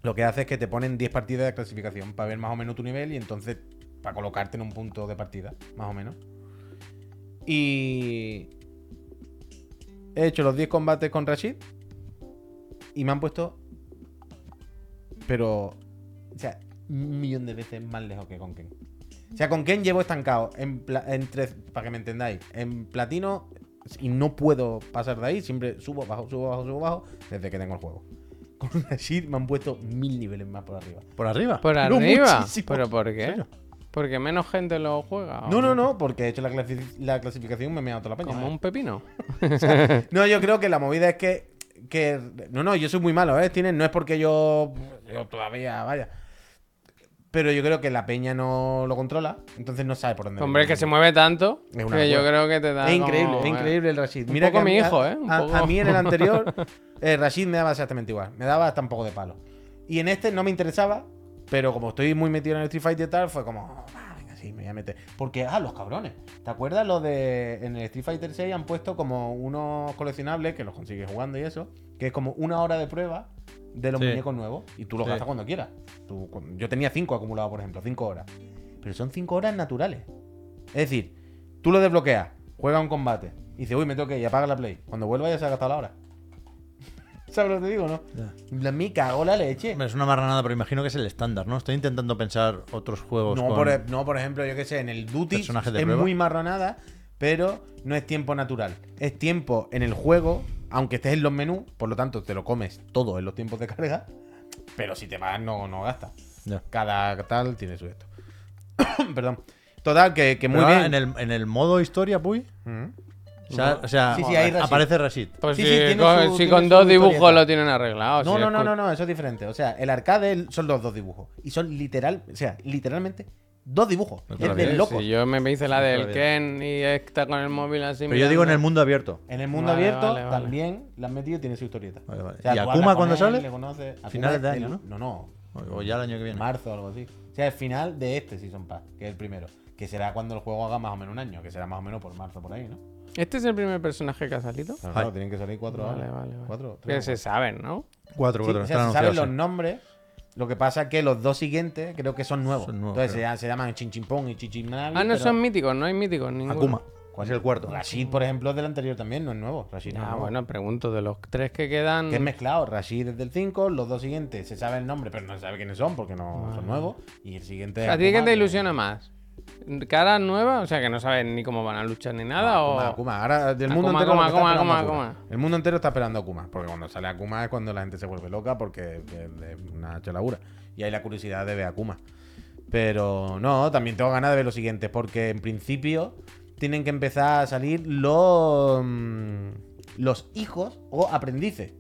B: lo que hace es que te ponen 10 partidas de clasificación para ver más o menos tu nivel y entonces para colocarte en un punto de partida, más o menos. Y he hecho los 10 combates con Rashid y me han puesto, pero, o sea, un millón de veces más lejos que con Ken. O sea, con Ken llevo estancado, en pla- entre, para que me entendáis, en platino y no puedo pasar de ahí, siempre subo, bajo, subo, bajo, subo, bajo, desde que tengo el juego. [LAUGHS] Con Rashid me han puesto mil niveles más por arriba.
C: Por arriba.
A: Por
B: Pero
A: arriba.
B: muchísimo.
A: ¿Pero por
B: ¿En
A: qué?
B: serio?
A: Porque menos gente lo juega. ¿o
B: No, no, no, porque he hecho la, clasi- la clasificación me me ha dado toda la
A: Como
B: peña.
A: un pepino.
B: [LAUGHS] No, yo creo que la movida es que, que- No, no, yo soy muy malo, ¿eh? Tienen- no es porque yo. Yo todavía, vaya. Pero yo creo que la peña no lo controla, entonces no sabe por dónde.
A: Hombre,
B: venir.
A: que se mueve tanto
B: Es una
A: que yo
B: locura.
A: creo que te da.
B: Es increíble,
A: como- eh,
B: es increíble el Rashid.
A: Un
B: Mira
A: poco
B: que a
A: mi
B: mí-
A: hijo,
B: a-
A: ¿eh? Un
B: a-
A: poco.
B: a mí en el anterior,
A: [LAUGHS]
B: eh, Rashid me daba exactamente igual. Me daba hasta un poco de palo. Y en este no me interesaba, pero como estoy muy metido en el Street Fighter y tal, fue como. "Ah, venga, Sí, me voy a meter. Porque, ah, los cabrones. ¿Te acuerdas lo de. En el Street Fighter 6 han puesto como unos coleccionables que los consigues jugando y eso, que es como una hora de prueba de los
C: Sí.
B: muñecos nuevos y tú los
C: Sí.
B: gastas cuando quieras. Tú- cu- yo tenía cinco acumulados, por ejemplo, cinco horas. Pero son cinco horas naturales. Es decir, tú lo desbloqueas, juega un combate y dices, uy, me toque y apaga la play. Cuando vuelva ya se ha gastado la hora. [LAUGHS] ¿Sabes lo que te digo, no?
C: Ya.
B: La- Me cago la leche.
C: Hombre, Es una marranada, pero imagino que es el estándar, ¿no? Estoy intentando pensar otros juegos.
B: No
C: pues con-
B: por, e- no, por ejemplo, yo que sé, en el Duty es
C: Personajes de prueba.
B: muy marronada, pero no es tiempo natural. Es tiempo en el juego, aunque estés en los menús, por lo tanto te lo comes todo en los tiempos de carga, pero si te vas no, no gastas.
C: Ya.
B: Cada tal tiene su esto. [COUGHS] Perdón. Total, que, que muy
C: Pero ahora
B: bien. Mm.
C: En el, en el modo historia, Puy.
B: Ujú.
C: O sea, o sea,
B: Sí, sí, hay Rashid.
C: aparece Rashid.
A: Pues
B: Sí,
A: si,
B: sí, tiene
A: con,
B: su-
A: si
B: tiene
A: con
B: su
A: dos dibujos
B: historieta.
A: lo tienen arreglado.
C: Ah,
B: No,
A: si
B: no,
A: es
B: no,
A: cu-
B: no, no, eso es diferente. O sea, el arcade son los dos dibujos. Y son literal, o sea, literalmente dos dibujos.
C: No te lo
B: es del
C: olvides,
B: loco.
A: Si yo me hice la
C: Está
A: del
C: bien.
A: Ken y está con el móvil así.
C: Pero yo digo en el
A: mirando.
C: mundo abierto.
B: En el mundo
A: Vale,
B: abierto
A: vale, vale.
B: también la han metido y tiene su historieta.
C: Vale, vale.
B: O sea,
C: ¿Y
B: tú
C: Akuma
B: hablas con
C: cuándo
B: él,
C: sale?
B: le conoces. Akuma
C: Finales de
B: es del-
C: año,
B: No, no.
C: O o ya el año que viene.
B: Marzo o algo así. O sea, el final de este Season Pass, que es el primero. Que será cuando el juego haga más o menos un año, que será más o menos por marzo por ahí, ¿no?
A: Este es el primer personaje que ha salido.
B: Pero
C: Ay.
B: claro, tienen que salir Ah, cuatro
A: Vale,
B: ahora.
A: vale, vale.
B: Cuatro,
A: Que
B: tres o
A: se saben, ¿no?
C: Cuatro,
B: Sí,
C: cuatro.
B: o sea,
C: están
B: se saben los
C: anunciados,
B: nombres. Lo que pasa es que los dos siguientes creo que son nuevos.
C: Son nuevos,
B: Entonces se
C: creo.
B: llaman- se llaman Chinchimpón y Chichimnavi.
A: Ah, no son míticos, no hay míticos
C: sí.
A: ninguno.
C: Akuma. ¿Cuál es el cuarto?
B: Rashid, por ejemplo, es del anterior también, no es nuevo. Rashid no es
A: Ah,
B: nuevo.
A: bueno, pregunto de los tres que quedan.
B: Que es mezclado. Rashid es del 5, los dos siguientes se sabe el nombre, pero no se sabe quiénes son porque no son nuevos. Y el siguiente. es
A: ¿A ti qué
B: Akuma,
A: te ilusiona más? Caras nuevas, o sea que no saben ni cómo van a luchar ni nada. o...
B: Akuma, Akuma. Ahora el
A: Akuma,
B: mundo entero. lo que
A: Akuma,
B: está esperando
A: Akuma,
B: a Akuma.
A: Akuma.
B: El mundo entero está esperando a Akuma. Porque cuando sale Akuma es cuando la gente se vuelve loca porque es es una chalabura. Y hay la curiosidad de ver a Akuma. Pero no, también tengo ganas de ver lo siguiente. Porque en principio tienen que empezar a salir los, mm, los hijos o aprendices.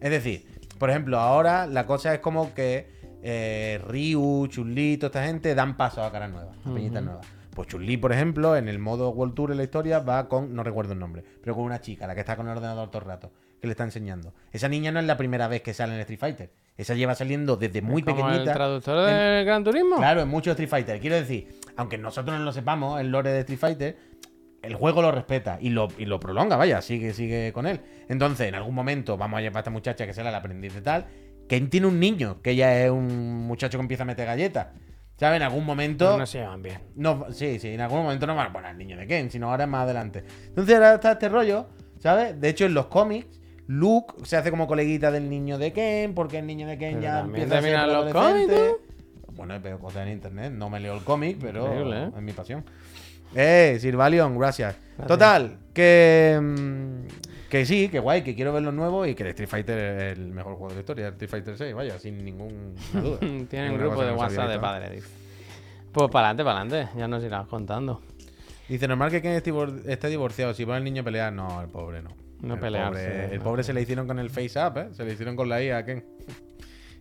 B: Es decir, por ejemplo, ahora la cosa es como que eh, Ryu, Chun-Li, toda esta gente dan paso a caras nuevas, a peñitas nuevas. Pues Chun-Li, por ejemplo, en el modo World Tour en la historia va con, no recuerdo el nombre, pero con una chica, la que está con el ordenador todo el rato, que le está enseñando. Esa niña no es la primera vez que sale en Street Fighter. Esa lleva saliendo desde muy
A: como
B: pequeñita.
A: el traductor
B: en-
A: del Gran Turismo.
B: Claro, en muchos Street Fighter. Quiero decir, aunque nosotros no lo sepamos, el lore de Street Fighter, el juego lo respeta y lo, y lo prolonga, vaya, sigue, sigue con él. Entonces, en algún momento vamos a llevar a esta muchacha que será la aprendiz de tal, que tiene un niño, que ella es un muchacho que empieza a meter galletas. ¿Sabes? En algún
A: Pues
B: momento...
A: No, no se llevan bien.
B: No, sí, sí, en algún momento no van a poner al niño de Ken, sino ahora es más adelante. Entonces ahora está este rollo, ¿sabes? De hecho, en los cómics, Luke se hace como coleguita del niño de Ken, porque el niño de Ken
A: Pero
B: ya
A: también
B: empieza a ser
A: terminan los
B: adolescente.
A: cómics,
B: Bueno, veo cosas en internet, no me leo el cómic, pero
A: Increíble, ¿eh?
B: es mi pasión. Eh, Sirvalion, gracias. Total, que. mm, Que sí, que guay, que quiero ver los nuevos y que el Street Fighter es el mejor juego de la historia, el Street Fighter 6, vaya, sin ninguna
A: [LAUGHS]
B: duda.
A: Tienen Mm, un
B: Ninguna
A: grupo
B: cosa
A: de
B: que no sabía
A: WhatsApp de
B: esto.
A: padres, dice. Pues para adelante, para adelante. Ya nos irás contando.
B: Dice, normal que Ken esté divor- esté divorciado. Si va el niño a pelear, no, el pobre no.
A: No
B: el
A: pelearse,
B: Pobre,
A: no.
B: El pobre se le hicieron con el face up, ¿eh? Se le hicieron con la IA a Ken.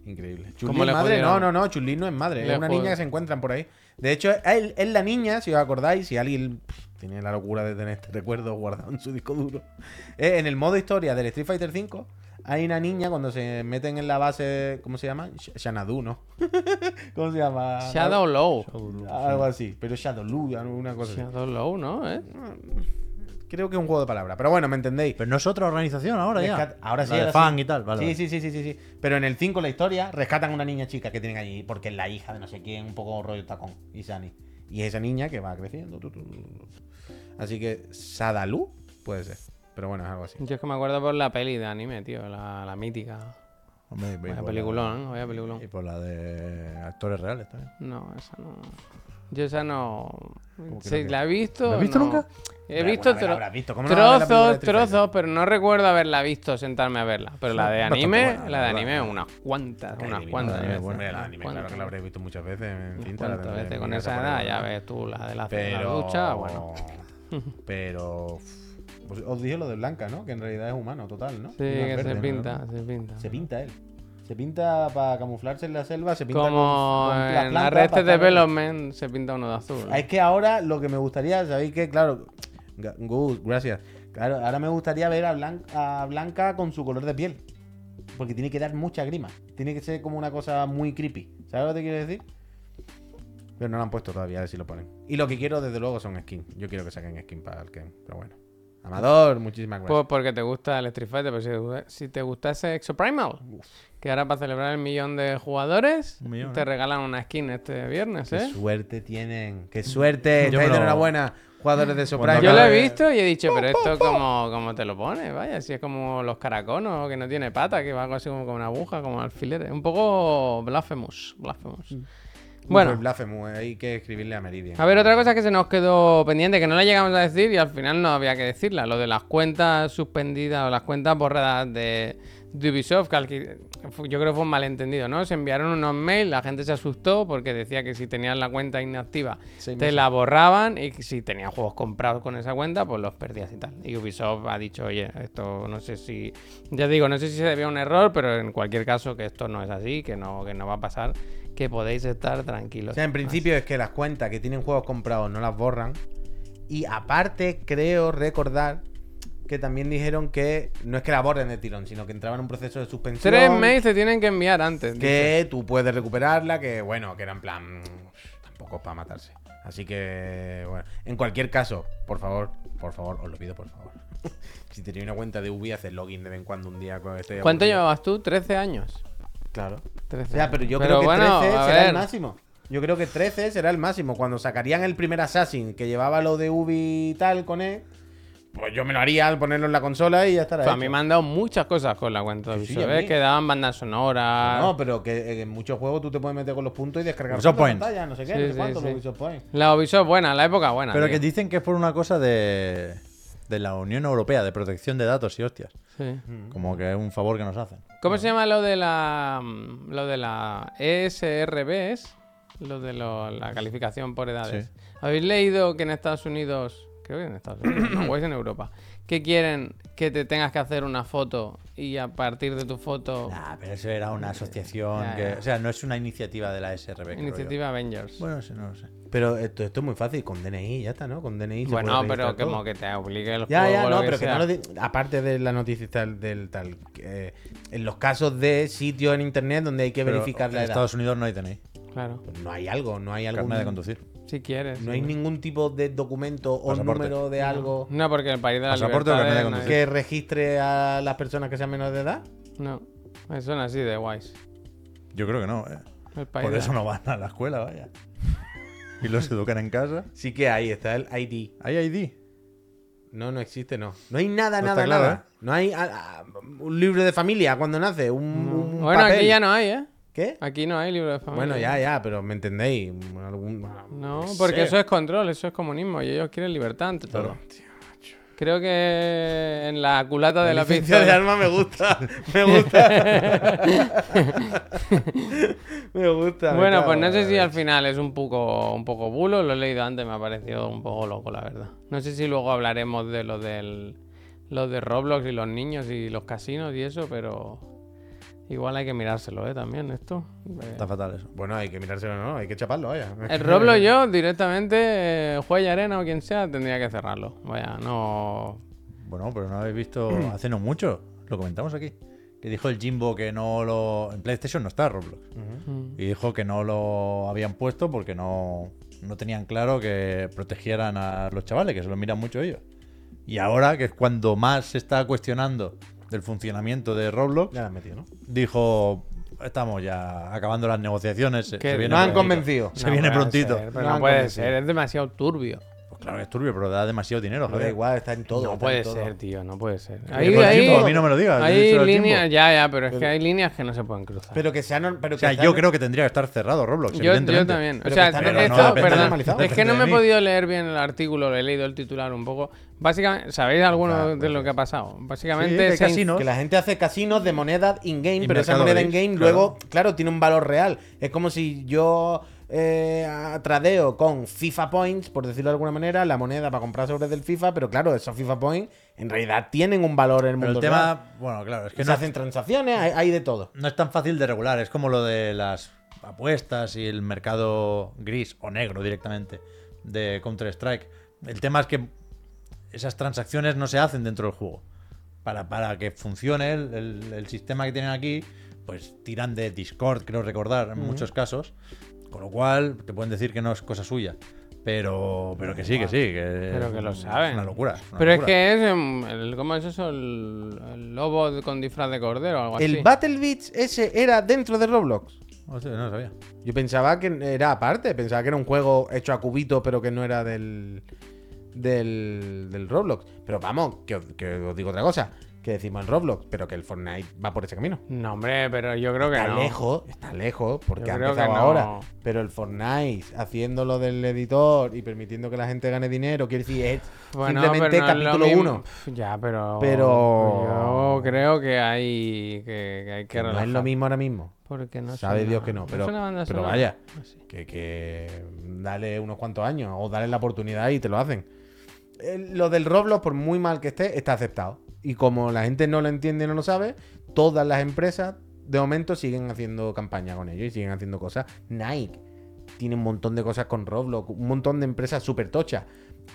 B: Increíble. Chulín
A: ¿Cómo le
B: es madre.
A: jodieron?
B: No, no, no, Chulín no es madre.
A: Le
B: es una
A: jod-
B: niña que se encuentran por ahí. De hecho, es es la niña, si os acordáis, si alguien pff, tiene la locura de tener este recuerdo guardado en su disco duro. Eh, en el modo historia del Street Fighter V hay una niña cuando se meten en la base, ¿cómo se llama? Sh- Xanadu, ¿no? [LAUGHS] ¿Cómo se llama?
A: Shadow Low.
B: Algo así, pero Shadow Lu, alguna cosa así.
A: Shadow Low, ¿no? ¿Eh?
B: Creo que es un juego de palabras, pero bueno, me entendéis.
C: Pero no es otra organización ahora ya.
B: Rescat- Ahora sí,
C: La de
B: ahora
C: fan
B: sí.
C: y tal, vale.
B: Sí,
C: vale.
B: sí, sí, sí, sí, sí. Pero en el 5 la historia rescatan a una niña chica que tienen allí porque es la hija de no sé quién, un poco rollo tacón, Isani. Y es esa niña que va creciendo. tu, tu, tu, tu. Así que Sadalu puede ser. Pero bueno, es algo así.
A: Yo es que me acuerdo por la peli de anime, tío. La, la mítica.
C: Hombre, y por
A: Vaya
C: la-
A: peliculón, ¿no? Vaya peliculón.
C: Y por la de actores reales también.
A: No, esa no. Yo esa no.
C: que
A: Sí,
C: no?
A: la he visto.
C: ¿La has visto
A: no.
C: nunca?
A: He
B: Pero
A: visto,
B: alguna vez la
A: tro-
B: habrás visto, ¿cómo no vas a ver la película de
A: trozos,
B: Street Fighter?
A: trozos, pero no recuerdo haberla visto, sentarme a verla. Pero la de
C: bastante
A: anime,
C: buena,
A: la de
C: la verdad.
A: anime, unas cuantas,
B: Ay,
A: unas
B: divino,
A: cuantas.
B: la
A: veces,
B: anime, hombre, la
A: unas
B: anime, claro que la
A: cuantas.
B: habréis visto muchas veces en cinta. la
A: Cuántas
B: tendré
A: veces
B: en
A: con
B: mi casa
A: esa
B: por
A: edad,
B: ahí.
A: ya ves tú, la de la, la
B: Pero.
A: ducha, bueno.
B: [LAUGHS] Pero. uf, pues os dije lo de Blanca, ¿no? Que en realidad es humano, total, ¿no?
A: Sí,
B: No es
A: que
B: verde,
A: se
B: ¿no?
A: pinta, se pinta.
B: Se pinta él. Se pinta para camuflarse en la selva, se pinta
A: Como
B: con- con las
A: en
B: plantas
A: Arrested
B: para estar-
A: Development se pinta uno de azul.
B: Ah, Es que ahora lo que me gustaría, sabéis que, claro, Ga- Gus, gracias. Claro, ahora me gustaría ver a, Blan- a Blanca con su color de piel. Porque tiene que dar mucha grima. Tiene que ser como una cosa muy creepy. ¿Sabes lo que te quiero decir? Pero no lo han puesto todavía, a ver si lo ponen. Y lo que quiero, desde luego, son skins. Yo quiero que saquen skin para el Ken, pero bueno. Amador, muchísimas gracias.
A: Pues porque te gusta el Street Fighter, pero si te, gu- si te gustase Exoprimal, que ahora para celebrar el millón de jugadores,
C: Un millón,
A: te
C: ¿eh?
A: regalan una skin este viernes,
B: ¡Qué
A: ¿eh?
B: suerte tienen! ¡Qué suerte!
C: Yo me
B: ¡Estáis de
C: lo-
B: enhorabuena, jugadores de Soprano!
C: Cuando
A: Yo lo
C: cada
A: he
C: vez-
A: visto y he dicho, pero esto como, como te lo pones, vaya, si es como los caraconos, que no tiene pata, que va algo así como con una aguja, como alfileres. Un poco blasphemous, blasphemous.
B: Mm. Bueno.
A: Bueno,
B: hay que escribirle a Meridian.
A: a ver, otra cosa que se nos quedó pendiente, que no la llegamos a decir y al final no había que decirla, lo de las cuentas suspendidas o las cuentas borradas de, de Ubisoft, que al que- fu- yo creo que fue un malentendido, ¿no? Se enviaron unos mails, la gente se asustó porque decía que si tenías la cuenta inactiva
B: Seis
A: te
B: meses.
A: la borraban y que si tenías juegos comprados con esa cuenta, pues los perdías y tal. Y Ubisoft ha dicho, oye, esto no sé si, ya digo, no sé si se debía a un error, pero en cualquier caso que esto no es así, que no, que no va a pasar, que podéis estar tranquilos.
B: O sea, en
A: Así
B: principio es que las cuentas que tienen juegos comprados no las borran. Y aparte, creo recordar que también dijeron que no es que la borren de tirón, sino que entraban en un proceso de suspensión.
A: Tres mails se tienen que enviar antes. dice.
B: Que tú puedes recuperarla, que bueno, que era en plan. Tampoco es para matarse. Así que, bueno. En cualquier caso, por favor, por favor, os lo pido, por favor. [LAUGHS] si tenéis una cuenta de Ubi, haced login de vez en cuando un día. Cuando estéis
A: ¿Cuánto
B: aburridos.
A: llevabas tú? 13 años.
B: Claro.
A: 13
B: O sea, pero yo creo que 13 será el máximo. Yo creo que 13 será el máximo. Cuando sacarían el primer Assassin que llevaba lo de Ubi y tal con él, pues yo me lo haría al ponerlo en la consola y ya estará.
A: O sea,
C: Pues
A: a
B: hecho.
A: mí me han dado muchas cosas con la cuenta de
B: Sí, sí,
A: Ubisoft,
B: a
A: ¿eh?
B: mí.
A: Que daban bandas sonoras.
B: No, pero que eh, en muchos juegos tú te puedes meter con los puntos y descargar
C: Ubisoft
B: puntos de
C: Points.
B: pantalla, no sé qué,
A: Sí,
B: no sé
A: sí,
B: cuánto,
A: sí.
B: los Ubisoft Points.
A: La Ubisoft buena, la época buena.
C: Pero
A: tío.
C: que dicen que es por una cosa de, de la Unión Europea, de protección de datos y hostias.
A: Sí.
B: Mm.
C: Como que es un favor que nos hacen.
A: ¿Cómo se llama lo de la mm, lo de la E ESRB? es? Lo de lo- la calificación por edades.
C: Sí.
A: ¿Habéis leído que en Estados Unidos, creo que en Estados Unidos, no, o es en Europa, que quieren que te tengas que hacer una foto y a partir de tu foto
C: Ah, pero eso era una asociación
A: Ya,
C: que.
A: ya.
C: O sea, no es una iniciativa de la SRB. creo yo.
A: iniciativa Avengers? Bueno,
C: Bueno, sí, no lo sé.
B: Pero esto, esto es muy fácil, con DNI, ya está, ¿no? Con DNI. se puede registrar
A: pero
B: todo.
A: como que te obligue el
B: Ya,
A: juego.
B: ya,
A: lo
B: no,
A: que
B: pero que
A: sea.
B: no lo di- Aparte de la noticia tal, del tal. que, eh, en los casos de sitios en internet donde hay que
C: Pero
B: verificar
C: en
B: la edad.
C: Estados Unidos no hay tenéis.
A: Claro,
B: pues no hay algo, no hay algún.
C: Carne de conducir.
A: si quieres.
B: No hay ningún tipo de documento o
C: Pasaporte.
B: número de algo
A: No, porque el país de la
C: Pasaporte o
A: libertad
C: carnet de conducir.
B: que registre a las personas que sean menores de edad.
A: No, me suena así de guays.
C: Yo creo que no, ¿eh?
A: El país
C: Por
A: de-
C: eso no van a la escuela, vaya. Y los educan en casa.
B: Sí que ahí está el ID.
C: Hay ID.
B: No, no existe, no. No hay nada,
C: No
B: nada,
C: está claro, ¿eh?
B: nada. No hay ah, ah, un libro de familia cuando nace, un, un
A: Bueno,
B: papel.
A: aquí ya no Ah, hay, ¿eh?
B: ¿Qué?
A: Aquí no hay libro de familia.
B: Bueno, ya, ya, pero me entendéis. Algún-
A: No,
B: sé.
A: porque eso es control, eso es comunismo y ellos quieren libertad ante todo. Creo que en la culata de la
B: licencia
A: pizza.
B: de alma me gusta, [LAUGHS] me
A: [LAUGHS]
B: gusta. me gusta. me
A: Bueno,
B: cago
A: pues no
B: en
A: sé
B: la
A: si al
B: leche.
A: final es un poco, un poco bulo, lo he leído antes, me ha parecido un poco loco, la verdad. No sé si luego hablaremos de lo del lo de Roblox y los niños y los casinos y eso, pero igual hay que mirárselo, ¿eh? También esto. Eh,
C: Está fatal eso.
B: Bueno, hay que mirárselo, ¿no? Hay que chaparlo, vaya.
A: El Roblox yo directamente, eh, juez y arena o quien sea, tendría que cerrarlo. Vaya, no...
C: Bueno, pero no
A: [CLEARS THROAT]
C: habéis visto hace no mucho. Lo comentamos aquí. Que dijo el Jimbo que no lo. En PlayStation no está Roblox.
A: Mm.
C: Y dijo que no lo habían puesto porque no, no tenían claro que protegieran a los chavales, que se lo miran mucho ellos. Y ahora, que es cuando más se está cuestionando del funcionamiento de
B: [LAUGHS]
C: Roblox,
B: Ya la has metido, ¿no?
C: dijo, estamos ya acabando las negociaciones. se-
A: Que
C: se viene
B: No han
C: prontito".
B: convencido.
C: Se
A: No
C: viene
A: puede
C: prontito.
A: ser,
B: No
A: pero no,
B: han
A: puede
B: convencido.
A: ser, es demasiado turbio.
C: Pues claro que es turbio, pero da demasiado dinero.
B: No da
C: joder.
B: igual, está en todo.
A: no
B: está en
A: puede
B: todo.
A: ser, tío, no puede ser.
C: por Jimbo, a mí no me lo digas, yo he
A: Hay
C: dicho al
A: líneas,
C: Jimbo.
A: ya, ya, pero es que hay líneas que no se pueden cruzar.
B: Pero que sea. no- Pero
C: O sea,
B: que
C: yo
B: sea-
C: creo que tendría que estar cerrado Roblox,
A: yo, yo
C: Pues evidentemente.
A: también. O
B: Pero
A: sea,
B: que está-
A: esto,
C: pero no, depende
A: perdón,
C: de normalizado,
A: es que no
C: depende
A: me
C: de
A: he
C: mí.
A: podido leer bien el artículo, lo he leído el titular un poco. Básicamente, ¿sabéis alguno
C: Ah,
A: de
C: pues
A: lo que ha pasado?
C: Sí,
A: Básicamente
C: que
A: se in-
C: casinos.
B: Que la gente hace casinos de moneda in-game,
C: Y
B: pero esa
C: mercado
B: moneda
C: gris,
B: in-game
C: claro.
B: luego, claro, tiene un valor real. Es como si yo eh, tradeo con FIFA Points, por decirlo de alguna manera, la moneda para comprar sobres del FIFA, pero claro, esos FIFA Points en realidad tienen un valor en el
C: Pero
B: mundo
C: el
B: real.
C: tema, bueno, claro, es que
B: Se
C: no,
B: hacen transacciones, hay, hay de todo.
C: no es tan fácil de regular. Es como lo de las apuestas y el mercado gris o negro directamente de Counter-Strike. El tema es que esas transacciones no se hacen dentro del juego. Para, para que funcione el, el- el sistema que tienen aquí, pues tiran de Discord, creo recordar, en muchos casos. Con lo cual, te pueden decir que no es cosa suya. Pero, pero que sí, que sí. Que
A: Pero que lo
C: es
A: saben.
C: Una locura. es una
A: Pero es
C: locura.
A: que es. em, el- ¿Cómo es eso? El, el lobo de- con disfraz de cordero o algo
B: El
A: así.
B: Battle Beats ese era dentro de Roblox.
C: O sea, no lo sabía.
B: Yo pensaba que era aparte, pensaba que era un juego hecho a cubito, pero que no era del. del. del Roblox. Pero vamos, que, os- que os digo otra cosa, que decimos en Roblox, pero que el Fortnite va por ese camino.
A: No, hombre, pero yo creo que
B: Está
A: no.
B: lejos, está lejos, porque
A: Yo
B: ha
A: creo que
B: empezado
A: no.
B: ahora. Pero el Fortnite, haciendo lo del editor y permitiendo que la gente gane dinero, quiere decir, eh, es
A: Bueno,
B: simplemente
A: pero no es lo
B: capítulo
A: mismo.
B: 1.
A: Pf, Ya, pero.
B: Pero-
A: Yo creo que hay que, que hay que
B: No es lo
A: relajar,
B: mismo ahora mismo.
A: Porque no
B: Sabe
A: suena-
B: Dios que no, pero-
A: suena banda
B: pero
A: sonora.
B: vaya.
A: Así.
B: Que, que dale unos cuantos años o dale la oportunidad y te lo hacen. Eh, Lo del Roblox, por muy mal que esté, está aceptado. Y como la gente no lo entiende y no lo sabe, todas las empresas de momento siguen haciendo campaña con ellos y siguen haciendo cosas. Nike tiene un montón de cosas con Roblox, un montón de empresas súper tochas.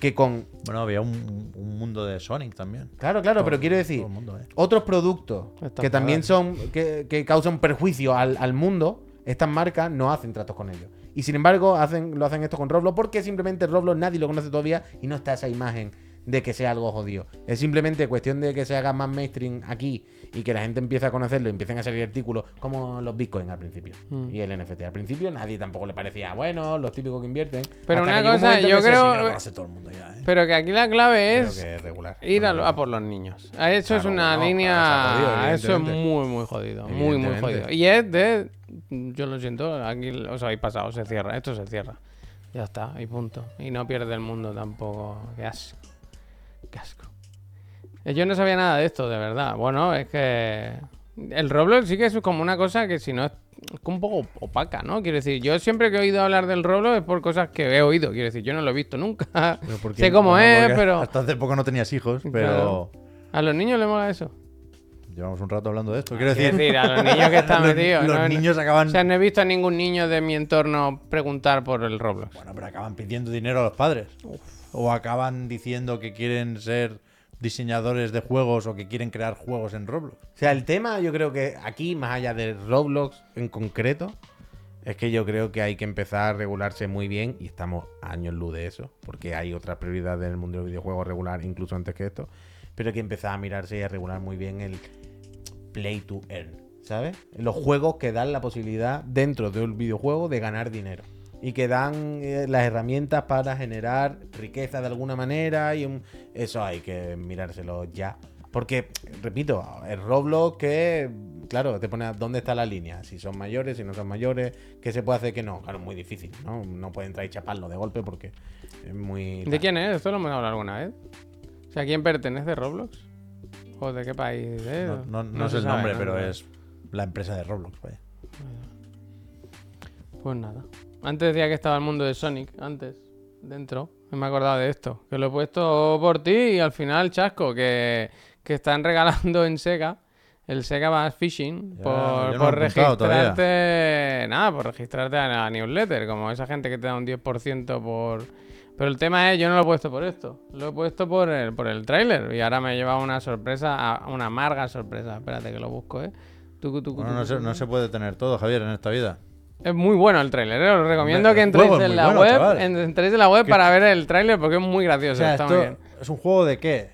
B: Que con.
C: Bueno, había un, un mundo de Sonic también.
B: Claro, claro,
C: Todo-
B: pero quiero decir,
C: todo el mundo, ¿eh?
B: otros productos
A: Estas
B: que también son que, que causan perjuicio al, al mundo, estas marcas no hacen tratos con ellos. Y sin embargo, hacen, lo hacen esto con Roblox porque simplemente Roblox nadie lo conoce todavía y no está esa imagen de que sea algo jodido. Es simplemente cuestión de que se haga más mainstream aquí y que la gente empiece a conocerlo, y empiecen a salir artículos como los bitcoins al principio
A: Hmm.
B: y el NFT. Al principio nadie tampoco le parecía bueno, los típicos que invierten.
A: Pero
B: hasta
A: una
B: que llegó un
A: cosa,
B: momento
A: yo
B: que se-
A: creo-
B: sí, lo conoce todo el mundo ya, ¿eh?
A: Pero que aquí la clave
B: Creo
A: es
B: que es regular.
A: ir a, lo- a por los niños. Ah, Eso es
B: Claro,
A: una
B: bueno,
A: línea. Ah,
B: claro, se ha jodido,
A: eso es
B: evidentemente.
A: muy, muy jodido. Muy, muy
B: Evidentemente.
A: jodido. Y es de. mm, Yo lo siento, aquí os habéis pasado, se cierra. Esto se cierra. Ya está, y punto. Y no pierde el mundo tampoco. Qué asco. Qué asco. Eh, Yo no sabía nada de esto, de verdad. Bueno, es que. El Roblox sí que es como una cosa que si no es es como un poco opaca, ¿no? Quiero decir, yo siempre que he oído hablar del Roblox es por cosas que he oído. Quiero decir, yo no lo he visto nunca.
C: Pero
A: [LAUGHS]
C: porque-
A: sé cómo
C: bueno,
A: es,
C: porque
A: pero.
C: Hasta hace poco no tenías hijos, pero.
A: Claro. A los niños les mola eso.
C: Llevamos un rato hablando de esto. Quiero
A: Es
C: decir,
A: Ah, decir, a los niños que están
C: [LAUGHS] los,
A: metidos.
C: los
A: ¿no?
C: niños acaban.
A: O sea, no he visto a ningún niño de mi entorno preguntar por el Roblox.
C: Bueno, pero acaban pidiendo dinero a los padres. O acaban diciendo que quieren ser diseñadores de juegos o que quieren crear juegos en Roblox.
B: O sea, el tema yo creo que aquí, más allá de Roblox en concreto, es que yo creo que hay que empezar a regularse muy bien y estamos años luz de eso, porque hay otras prioridades en el mundo del videojuego regular, incluso antes que esto, pero hay que empezar a mirarse y a regular muy bien el play to earn, ¿sabes? Los juegos que dan la posibilidad dentro de un videojuego de ganar dinero y que dan eh, las herramientas para generar riqueza de alguna manera y un- eso hay que mirárselo ya. Porque, repito, el Roblox que, claro, te pone a dónde está la línea, si son mayores, si no son mayores, qué se puede hacer, qué no. Claro, muy difícil, ¿no? No puede entrar y chaparlo de golpe porque es muy...
A: ¿De quién es? Esto lo hemos hablado alguna vez. O sea, ¿a quién pertenece Roblox? ¿O de qué país es?
C: No, no- no es
A: se
C: el
A: sabe,
C: nombre,
A: ¿no?
C: pero es la empresa de Roblox, vaya.
A: Pues nada. Antes decía que estaba el mundo de Sonic, antes, dentro. No me he acordado de esto. Que lo he puesto por ti y al final, chasco, que, que están regalando en Sega. El Sega Bass Fishing
C: Ya,
A: por,
C: yo no lo
A: por
C: he apuntado todavía.
A: registrarte. Nada, por registrarte a la newsletter. Como esa gente que te da un 10% por. Pero el tema es, yo no lo he puesto por esto. Lo he puesto por el, por el tráiler. Y ahora me he llevado una sorpresa, a- una amarga sorpresa. Espérate que lo busco, eh. Tucu, tucu,
C: Bueno,
A: tucu,
C: no, se,
A: tucu.
C: no se puede tener todo, Javier, en esta vida.
A: Es muy bueno el tráiler, ¿eh? os recomiendo
C: Hombre,
A: que
C: el
A: entréis
C: juego es
A: en
C: muy
A: la
C: bueno,
A: web,
C: chaval.
A: en- entréis en la web para ver el tráiler porque es muy gracioso,
C: O sea,
A: está
C: esto
A: muy bien.
C: es un juego de qué?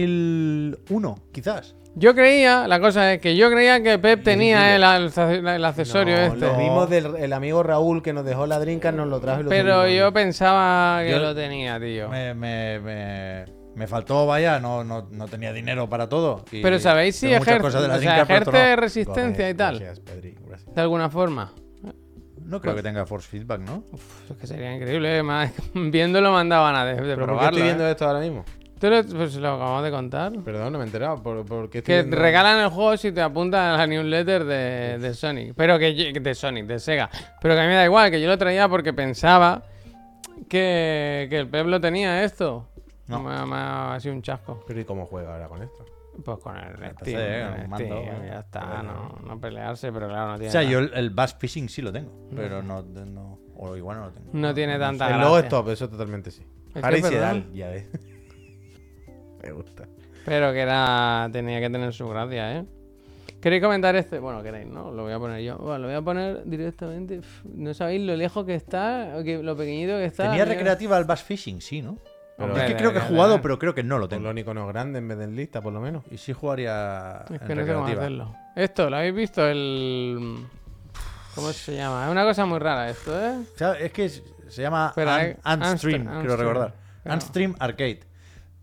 C: 2001, quizás.
A: Yo creía, la cosa es que yo creía que Pep tenía el, el- el accesorio
B: No,
A: este,
B: Lo vimos del el amigo Raúl que nos dejó la drinka, nos lo trajo y lo
A: pero
B: tuvimos.
A: yo pensaba que
C: Yo-
A: lo tenía, tío.
C: Me, me- me- me faltó, vaya, no, no, no tenía dinero para todo. y
A: Pero ¿sabéis si
C: tengo muchas
A: ejer-
C: cosas de la
A: o sea,
C: drinka, pero esto
A: ejerte
C: no.
A: resistencia y tal?
B: Gracias, Pedri, gracias.
A: De alguna forma.
C: No creo que tenga force feedback, ¿no?
A: Pues Uf, es que sería increíble, ¿eh? [LAUGHS] más- viéndolo mandaban a de, de
B: ¿Pero por qué
A: probarlo.
B: estoy
A: ¿eh?
B: viendo esto ahora mismo?
A: Tú lo, pues lo acabamos de contar.
B: Perdón, no me he enterado. ¿Por, por qué estoy
A: Que
B: viendo-
A: regalan el juego si te apuntas a la newsletter de, de Sonic. Pero que yo- de Sonic, de Sega. Pero que a mí me da igual, que yo lo traía porque pensaba que, que el pueblo tenía esto.
C: No.
A: Me, ha- me ha sido un chasco.
B: Pero ¿y cómo juega ahora con esto?
A: Pues con el Steam,
C: PC, eh,
A: con el
C: un mando,
A: Steam,
C: eh,
A: ya está,
C: pero
A: no, no pelearse, pero claro, no tiene,
C: O sea,
A: tan-
C: yo el, el bass fishing sí lo tengo, pero no, no- o igual no lo tengo.
A: no tiene tanta
B: el logo
A: gracia.
B: stop, eso totalmente sí.
A: que es
B: Harry
A: verdad.
B: Sedal, ya
C: [LAUGHS]
B: ves. me gusta.
A: Pero que era tenía que tener su gracia, ¿eh? ¿Queréis comentar este? Bueno, queréis, ¿no? Lo voy a poner yo. Bueno, lo voy a poner directamente. Uf, No sabéis lo lejos que está, o que- lo pequeñito que está.
C: Tenía
A: Mira.
C: recreativa el bass fishing, sí, ¿no?
A: Pero-
C: es que
A: Hombre,
C: creo que he
A: de- de-
C: jugado, pero creo que no lo
B: Con
C: tengo.
B: los iconos grandes en vez de en lista, por lo menos.
C: Y sí jugaría
A: Es que
C: en
A: no sé cómo
C: recreativa.
A: hacerlo. Esto, ¿lo habéis visto? El. ¿Cómo se llama? Es una cosa muy rara esto, ¿eh?
C: O sea, es que es- se llama
A: Espera, eh,
C: An- Antstream,
A: Anstr-
C: quiero
A: Anstream,
C: recordar.
A: claro.
C: Antstream Arcade.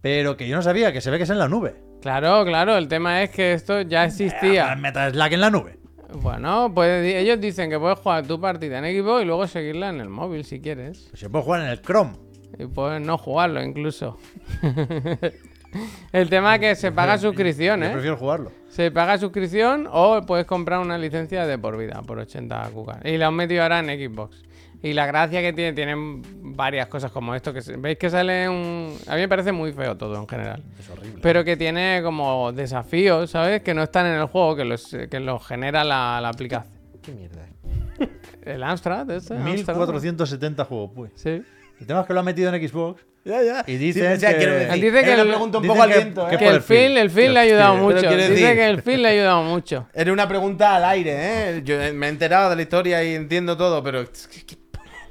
C: Pero que yo no sabía, que se ve que es en la nube.
A: Claro, claro, el tema es que esto ya
C: Ah,
A: existía.
C: Meta Slack en la nube.
A: Bueno, pues di- ellos dicen que puedes jugar tu partida en equipo y luego seguirla en el móvil si quieres.
C: Pues yo puedo jugar en el Chrome.
A: Y puedes no jugarlo incluso. [LAUGHS] el tema es que se paga suscripción,
C: Yo
A: ¿eh?
C: prefiero jugarlo.
A: Se paga suscripción o puedes comprar una licencia de por vida por 80 cucas. Y la han metido ahora en Xbox. Y la gracia que tiene, tienen varias cosas como esto. que se- ¿Veis que sale un...? A mí me parece muy feo todo en general.
C: Es horrible.
A: Pero que tiene como desafíos, ¿sabes? Que no están en el juego, que los, que los genera la, la aplicación.
B: ¿Qué mierda es?
A: ¿El Amstrad este? Amstrad.
C: 1470 juegos, pues.
A: Sí.
C: El tema es que lo han metido en Xbox.
B: Ya, ya.
C: Y dicen
B: o sea,
C: que-
B: quiero decir,
A: Dice
B: es
A: que
B: una
A: el-
B: pregunta un
C: dicen
B: poco al
C: que-
B: viento, ¿eh?
C: que-
A: Que
C: por
A: el
C: el feel.
A: Phil, el Phil le ha ayudado
B: Pero
A: mucho.
B: quiero
A: Dice
B: decir-
A: que el Phil le ha ayudado mucho.
C: [LAUGHS]
B: Era una pregunta al aire, ¿eh? Yo me he enterado de la historia y entiendo todo, pero... ¿Qué, qué-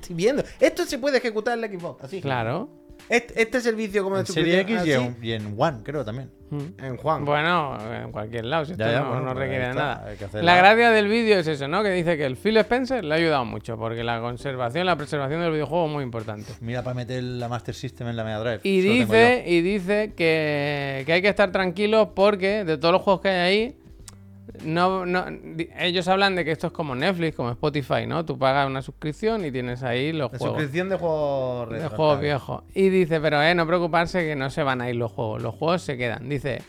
B: estoy viendo? Esto se puede ejecutar en la Xbox, así.
A: Claro.
B: Este, este servicio como de
C: En Serie X y
B: suscripción,
C: en, y en One, creo también.
A: Mm.
B: así, en Juan.
A: Bueno, en cualquier lado, si
C: Ya,
A: esto
C: ya,
A: no,
C: bueno,
A: no
C: pues ahí
A: requiere de
C: está,
A: nada.
C: hay que hacer
A: La
C: la-
A: gracia del vídeo es eso, ¿no? Que dice que el Phil Spencer le ha ayudado mucho, porque la conservación, la preservación del videojuego es muy importante.
C: Mira, para meter la Master System en la Mega Drive.
A: Y
C: Eso lo tengo
A: dice, y dice que, que hay que estar tranquilos porque de todos los juegos que hay ahí, no, no- di- ellos hablan de que esto es como Netflix, como Spotify, ¿no? Tú pagas una suscripción y tienes ahí los
B: La
A: juegos.
B: suscripción de juegos
A: De
B: retro,
A: juegos
B: claro.
A: viejos. Y dice, pero eh, no preocuparse que no se van a ir los juegos. Los juegos se quedan. Dice,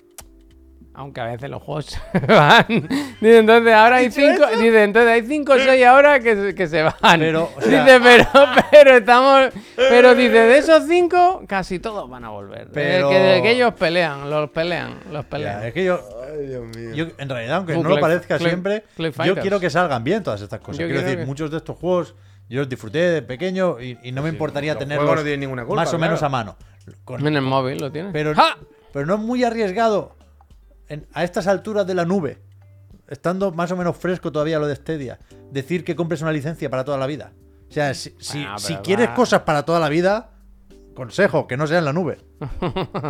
A: aunque a veces los juegos [LAUGHS] se van. Dice, entonces ahora hay cinco. Dice, entonces hay cinco o seis ahora que, se- que se van.
C: Pero, o sea- ah. Eh.
A: dice, pero, pero estamos. Pero dice, de esos cinco, casi todos van a volver. Pero...
C: Pero-
A: Que, de que ellos pelean, los pelean, los
C: yo.
A: pelean.
C: Ya, eh. es que yo,
B: Ay, Dios mío.
C: yo, en realidad, aunque
A: Tú,
C: no lo
A: Click-
C: parezca
A: Click-
C: siempre,
A: Click
C: yo
A: Fighters.
C: quiero que salgan bien todas estas cosas.
A: Yo
C: quiero
A: quiero
C: decir,
A: que-
C: muchos de estos juegos yo los disfruté de pequeño y, y no me importaría
B: los
C: tenerlos
B: juegos no tienen ninguna culpa,
C: más o menos
B: claro.
C: a mano. Con-
A: En el móvil lo tienes.
C: pero,
A: ¡Ja!
C: pero no es muy arriesgado en- a estas alturas de la nube, estando más o menos fresco todavía lo de Stadia, decir que compres una licencia para toda la vida. O sea, si, si-
A: Bueno,
C: si
A: pero
C: quieres
A: va.
C: cosas para toda la vida, consejo, que no sea en la nube.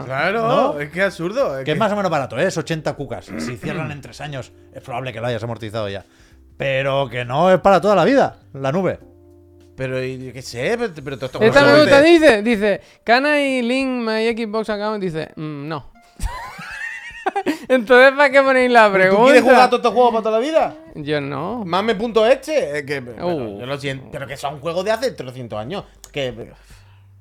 B: Claro,
C: ¿No?
B: es que es absurdo. es
C: Que
B: que-
C: es más o menos barato, ¿eh? es 80 cucas. Si cierran en tres años, es probable que lo hayas amortizado ya. Pero que no es para toda la vida, la nube.
B: Pero y- yo qué sé, pero, pero todo esto
A: Esta
B: como
A: me
B: son
A: gusta,
B: de-
A: dice, dice, can I link my Xbox account? Dice, mm, no. [LAUGHS] Entonces, ¿para qué ponéis la
B: ¿Tú
A: pregunta?
B: quieres jugar a todos estos juegos para toda la vida?
A: Yo no.
B: Mame punto este, eh, que, pero,
A: Uh.
B: yo lo siento, pero que son juegos de hace 300 años. Que, pero,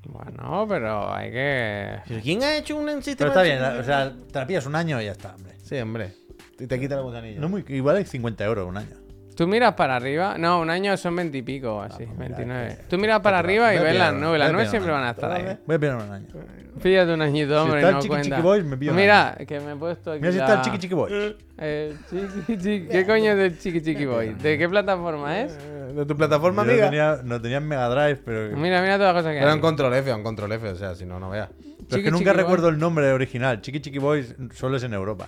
A: Bueno, pero hay que...
B: ¿pero ¿Quién ha hecho un
C: Pero
B: sistema?
C: está
B: de-
C: bien, o sea, te la pillas un año y ya está, hombre.
B: Sí, hombre. Y te quita la gusanilla.
C: No muy, igual hay 50 euros un año.
A: Tú miras para arriba. No, un año son 20 y
C: Ah,
A: pico, así,
C: pues
A: 29. Tú miras para arriba y
C: Voy a
A: ves las
C: pillar un-
A: nubes.
C: voy
A: Las
C: a
A: nubes
C: pillar
A: siempre
C: un
A: van a
C: año.
A: estar ahí.
C: Voy a pillar un año.
A: Píllate un añito, hombre,
C: está el
A: no
C: Chiqui
A: cuenta.
C: Chiqui Boys, me pillo un
A: Mira, que me he puesto aquí
C: Mira si está el
A: la- Eh,
C: Chiqui Chiqui Boy.
A: El chiqui chiqui. ¿Qué coño es el chiqui chiqui boy? ¿De qué plataforma es?
B: Eh, De tu plataforma,
C: Yo
B: amiga.
C: tenía- no tenía en Mega Drive, pero.
A: Mira, mira todas las cosas que
B: Era un
A: hay.
B: control F, un control F, o sea, si no, no veas.
C: pero es
A: Chiqui
C: que nunca
A: Chiqui Boy.
C: recuerdo el nombre original. Chiqui Chiqui Boys solo es en Europa.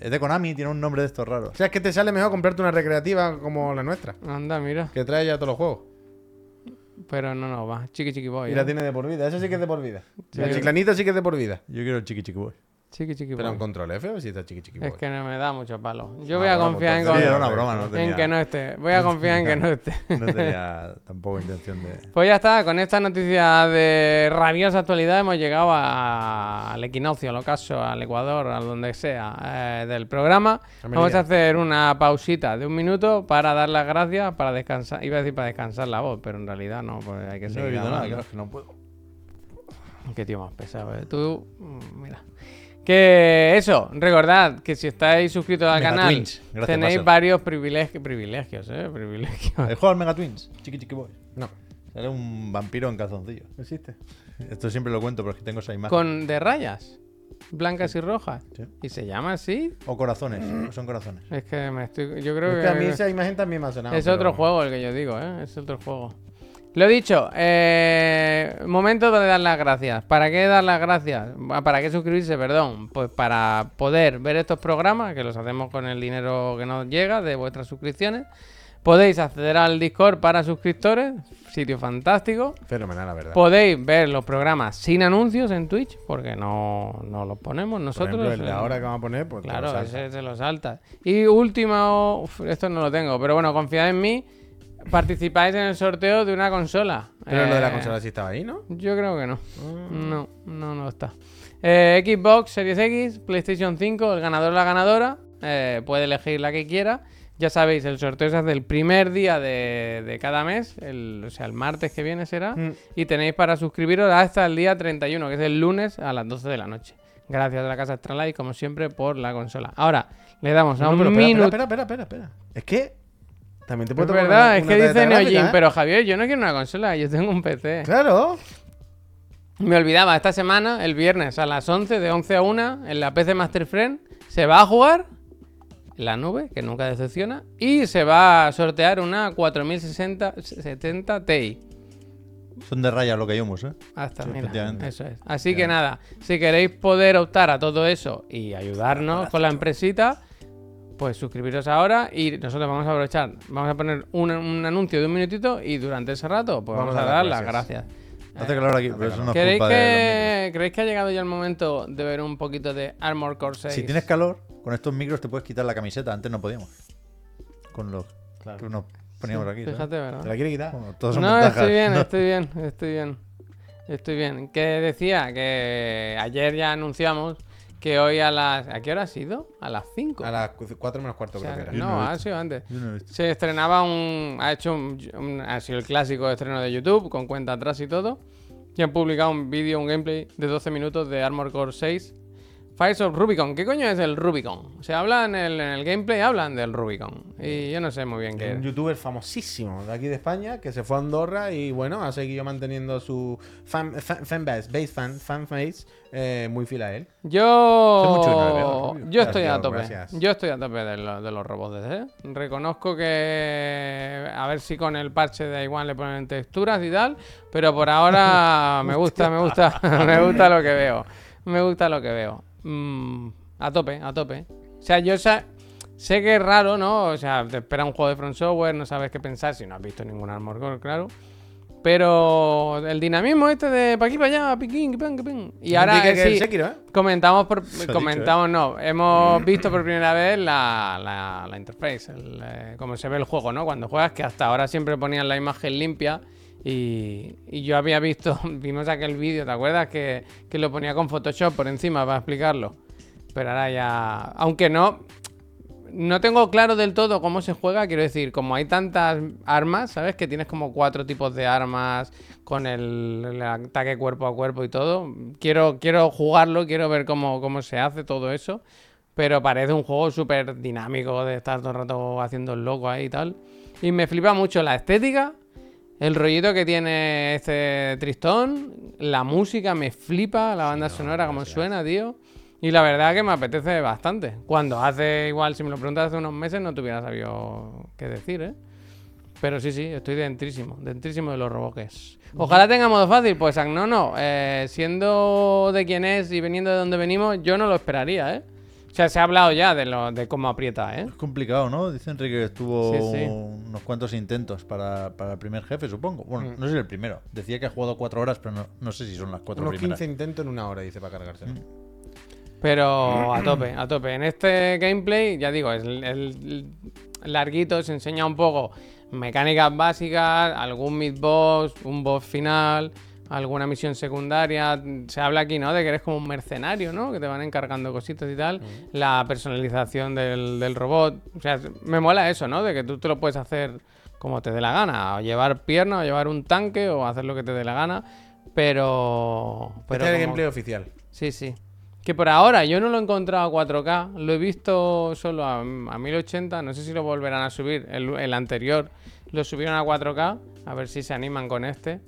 C: Es de Konami, tiene un nombre de estos raros.
B: O sea, es que te sale mejor comprarte una recreativa como la nuestra,
A: Anda, mira.
B: que trae ya todos los juegos.
A: Pero no, no, va. Chiqui chiqui boy.
B: Y
A: eh.
B: la tiene de por vida, eso sí que es de por vida.
A: Sí.
B: La chiclanita sí que es de por vida.
C: Yo quiero el Chiqui Chiqui Boy.
A: Chiqui chiqui
B: Pero
A: boy.
B: un control F, o si está chiqui chiqui.
A: Es
B: boy.
A: que no me da mucho palo. Yo
B: Ah,
A: voy a
B: bueno,
A: confiar en,
B: entonces-
C: era
A: con-
C: una broma, no tenía.
A: en que no esté. Voy
C: [LAUGHS]
A: a confiar en que no esté.
C: No tenía tampoco intención de.
A: Pues ya está, con esta noticia de rabiosa actualidad hemos llegado a- al equinoccio, al ocaso, al Ecuador, a donde sea eh, del programa.
B: América.
A: Vamos a hacer una pausita de un minuto para dar las gracias, para descansar, iba a decir para descansar la voz, pero en realidad no, porque hay que
C: No he
A: seguir.
C: visto nada,
A: hablando.
C: claro, es que no puedo.
A: Qué tío más pesado, ¿eh? Tú, mm, mira. Que eso, recordad que si estáis suscritos al
C: Mega
A: canal,
C: Twins. Gracias,
A: tenéis
C: Marcel.
A: varios privilegios, privilegios, ¿eh? Privilegios.
C: El juego al Mega Twins, Chiqui Chiqui Boy.
B: No,
C: Era un vampiro en calzoncillo.
B: existe.
C: Esto siempre lo cuento, pero es que tengo esa imagen.
A: Con de rayas, blancas y rojas.
C: Sí.
A: Y se llama así.
C: O corazones, son corazones.
A: Es que me estoy. Yo
B: Es
A: creo
B: que a mí
A: que.
B: esa imagen también me ha sonado.
A: es
B: pero-
A: otro juego el que yo digo, ¿eh? Es otro juego. Lo dicho, eh, momento de dar las gracias. ¿Para qué dar las gracias? Ah, ¿Para qué suscribirse, perdón? Pues para poder ver estos programas, que los hacemos con el dinero que nos llega de vuestras suscripciones. Podéis acceder al Discord para suscriptores, sitio fantástico.
B: Fenomenal, la verdad.
A: Podéis ver los programas sin anuncios en Twitch, porque no, no los ponemos
B: Por
A: nosotros.
B: ejemplo, el de
A: eh,
B: ahora que vamos a poner, pues. te lo
A: Claro,
B: saltas.
A: ese es de los altas. Y último, uf, esto no lo tengo, pero bueno, confiad en mí. Participáis en el sorteo de una consola.
B: Pero lo de la
A: Eh,
B: consola sí estaba ahí, ¿no?
A: Yo creo que no.
B: Ah.
A: No, no, no está. Eh, Xbox Series X, PlayStation 5, el ganador o la ganadora eh, puede elegir la que quiera. Ya sabéis, el sorteo se hace el primer día de, de cada mes, el, o sea, el martes que viene será.
B: Mm.
A: Y tenéis para suscribiros hasta el día 31, que es el lunes a las 12 de la noche. Gracias a la casa Astralight, como siempre, por la consola. Ahora, le damos a
B: No,
A: un
B: pero espera,
A: minuto.
B: espera, espera, espera, espera. Es que. También te
A: Es
B: puedo tocar
A: verdad,
B: una-
A: es
B: una
A: que
B: tarjeta
A: dice Neo
B: gráfica,
A: Geo,
B: ¿eh?
A: pero Javier, yo no quiero una consola, yo tengo un PC.
B: Claro.
A: Me olvidaba, esta semana, el viernes a las 11, de 11 a 1, en la PC Master Friend, se va a jugar la nube, que nunca decepciona, y se va a sortear una 4060 70 Ti.
C: Son de raya lo que hayamos, ¿eh?
A: Hasta
C: Sí,
A: mira,
C: efectivamente.
A: eso es. Así que nada, si queréis poder optar a todo eso y ayudarnos con la empresita, pues suscribiros ahora y nosotros vamos a aprovechar, vamos a poner un, un anuncio de un minutito y durante ese rato pues vamos, a dar las gracias.
C: Hace calor aquí, pero eso no es
A: ¿Creéis
C: culpa de
A: que,
C: los
A: ¿Creéis que ha llegado ya el momento de ver un poquito de Armor Core 6?
C: micros. Si tienes calor, con estos micros te puedes quitar la camiseta. Antes no podíamos. Con los que nos poníamos aquí. ¿sabes?
A: Fíjate, ¿verdad?
B: ¿Te la quiere quitar?
C: Bueno, todos son
A: No,
C: ventajas,
A: estoy bien,
C: ¿no?
A: estoy bien, estoy bien. Estoy bien. Que decía que ayer ya anunciamos que hoy a las. ¿A qué hora ha sido? A las 5.
B: A las 4 menos cuarto, creo que era.
A: no, ha sido antes.
C: Yo no he visto.
A: Se estrenaba un. Ha hecho un, un- Ha sido el clásico estreno de YouTube, con cuenta atrás y todo. Y han publicado un vídeo, un gameplay de 12 minutos de Armor Core 6. Fires of Rubicon. ¿Qué coño es el Rubicon? Se habla en el, en el gameplay, hablan del Rubicon. Y yo no sé muy bien qué
B: Un
A: es.
B: youtuber famosísimo de aquí de España que se fue a Andorra y bueno, ha seguido manteniendo su fan, fan, fanbase, base fan, fanbase, eh, muy fiel a él.
A: Yo.
C: mucho que no le veo, Rubio.
A: yo estoy
B: eh, Gracias,
A: a tope.
B: gracias.
A: Yo estoy a tope de, lo- de los robots de DC. Reconozco que. A ver si con el parche de igual le ponen texturas y tal. Pero por
B: [LAUGHS]
A: ahora me gusta, me gusta. [LAUGHS] me gusta lo que veo. Me gusta lo que veo. Mm, a tope, a tope. O sea, yo sa- Sé que es raro, ¿no? O sea, te espera un juego de Front Software, no sabes qué pensar si no has visto ningún Armor Core, claro. Pero el dinamismo este de pa' aquí, pa' allá, piquín, piquín, piquín. Y ahora
B: Enrique, que
A: sí,
B: el Sekiro, ¿eh?
A: Comentamos, por,
C: Eso ha dicho, ¿eh? Mm.
A: comentamos no, hemos visto por primera vez la, la, la interface, el, eh, cómo se ve el juego, ¿no? Cuando juegas, que hasta ahora siempre ponían la imagen limpia y, y yo había visto, [LAUGHS] vimos aquel vídeo, ¿te acuerdas? Que, que lo ponía con Photoshop por encima para explicarlo. Pero ahora ya, aunque no, no tengo claro del todo cómo se juega, quiero decir, como hay tantas armas, ¿sabes? Que tienes como cuatro tipos de armas con el, el ataque cuerpo a cuerpo y todo. Quiero, quiero jugarlo, quiero ver cómo, cómo se hace todo eso. Pero parece un juego súper dinámico de estar todo el rato haciendo el loco ahí y tal. Y me flipa mucho la estética, el rollito que tiene este Tristón, la música me flipa, la banda sonora como suena, tío. Y la verdad que me apetece bastante. Cuando hace igual, si me lo preguntas hace unos meses, no te hubiera sabido qué decir, ¿eh? Pero sí, sí, estoy dentrísimo, dentrísimo de los roboques. Ojalá tenga modo fácil, pues no, no. eh, siendo de quien es y viniendo de donde venimos, yo no lo esperaría, ¿eh? O sea, se ha hablado ya de, lo, de cómo aprieta, ¿eh?
C: Es complicado, ¿no? Dice Enrique que estuvo
A: Sí, sí.
C: unos cuantos intentos para, para el primer jefe, supongo. Bueno,
A: Mm.
C: no sé si el primero. Decía que ha jugado cuatro horas, pero no, no sé si son las cuatro
B: Unos
C: primeras.
B: 15 intentos en una hora, dice, para
A: Mm.
B: Este cargárselo. Mm.
A: Pero a tope, a tope. En este gameplay, ya digo, es el, el- larguito, se enseña un poco mecánicas básicas, algún mid-boss, un boss final, alguna misión secundaria. Se habla aquí, ¿no? De que eres como un mercenario, ¿no? Que te van encargando cositas y
B: Mm.
A: tal. La personalización del, del robot. O sea, me mola eso, ¿no? De que tú te lo puedes hacer como te dé la gana. O llevar pierna, o llevar un tanque, o hacer lo que te dé la gana. Pero... pero
B: este es el
A: como-
B: gameplay oficial.
A: Sí, sí. Que por ahora yo no lo he encontrado a 4K, lo he visto solo a, a 1080, no sé si lo volverán a subir. El, el anterior lo subieron a 4K, a ver si se animan con este.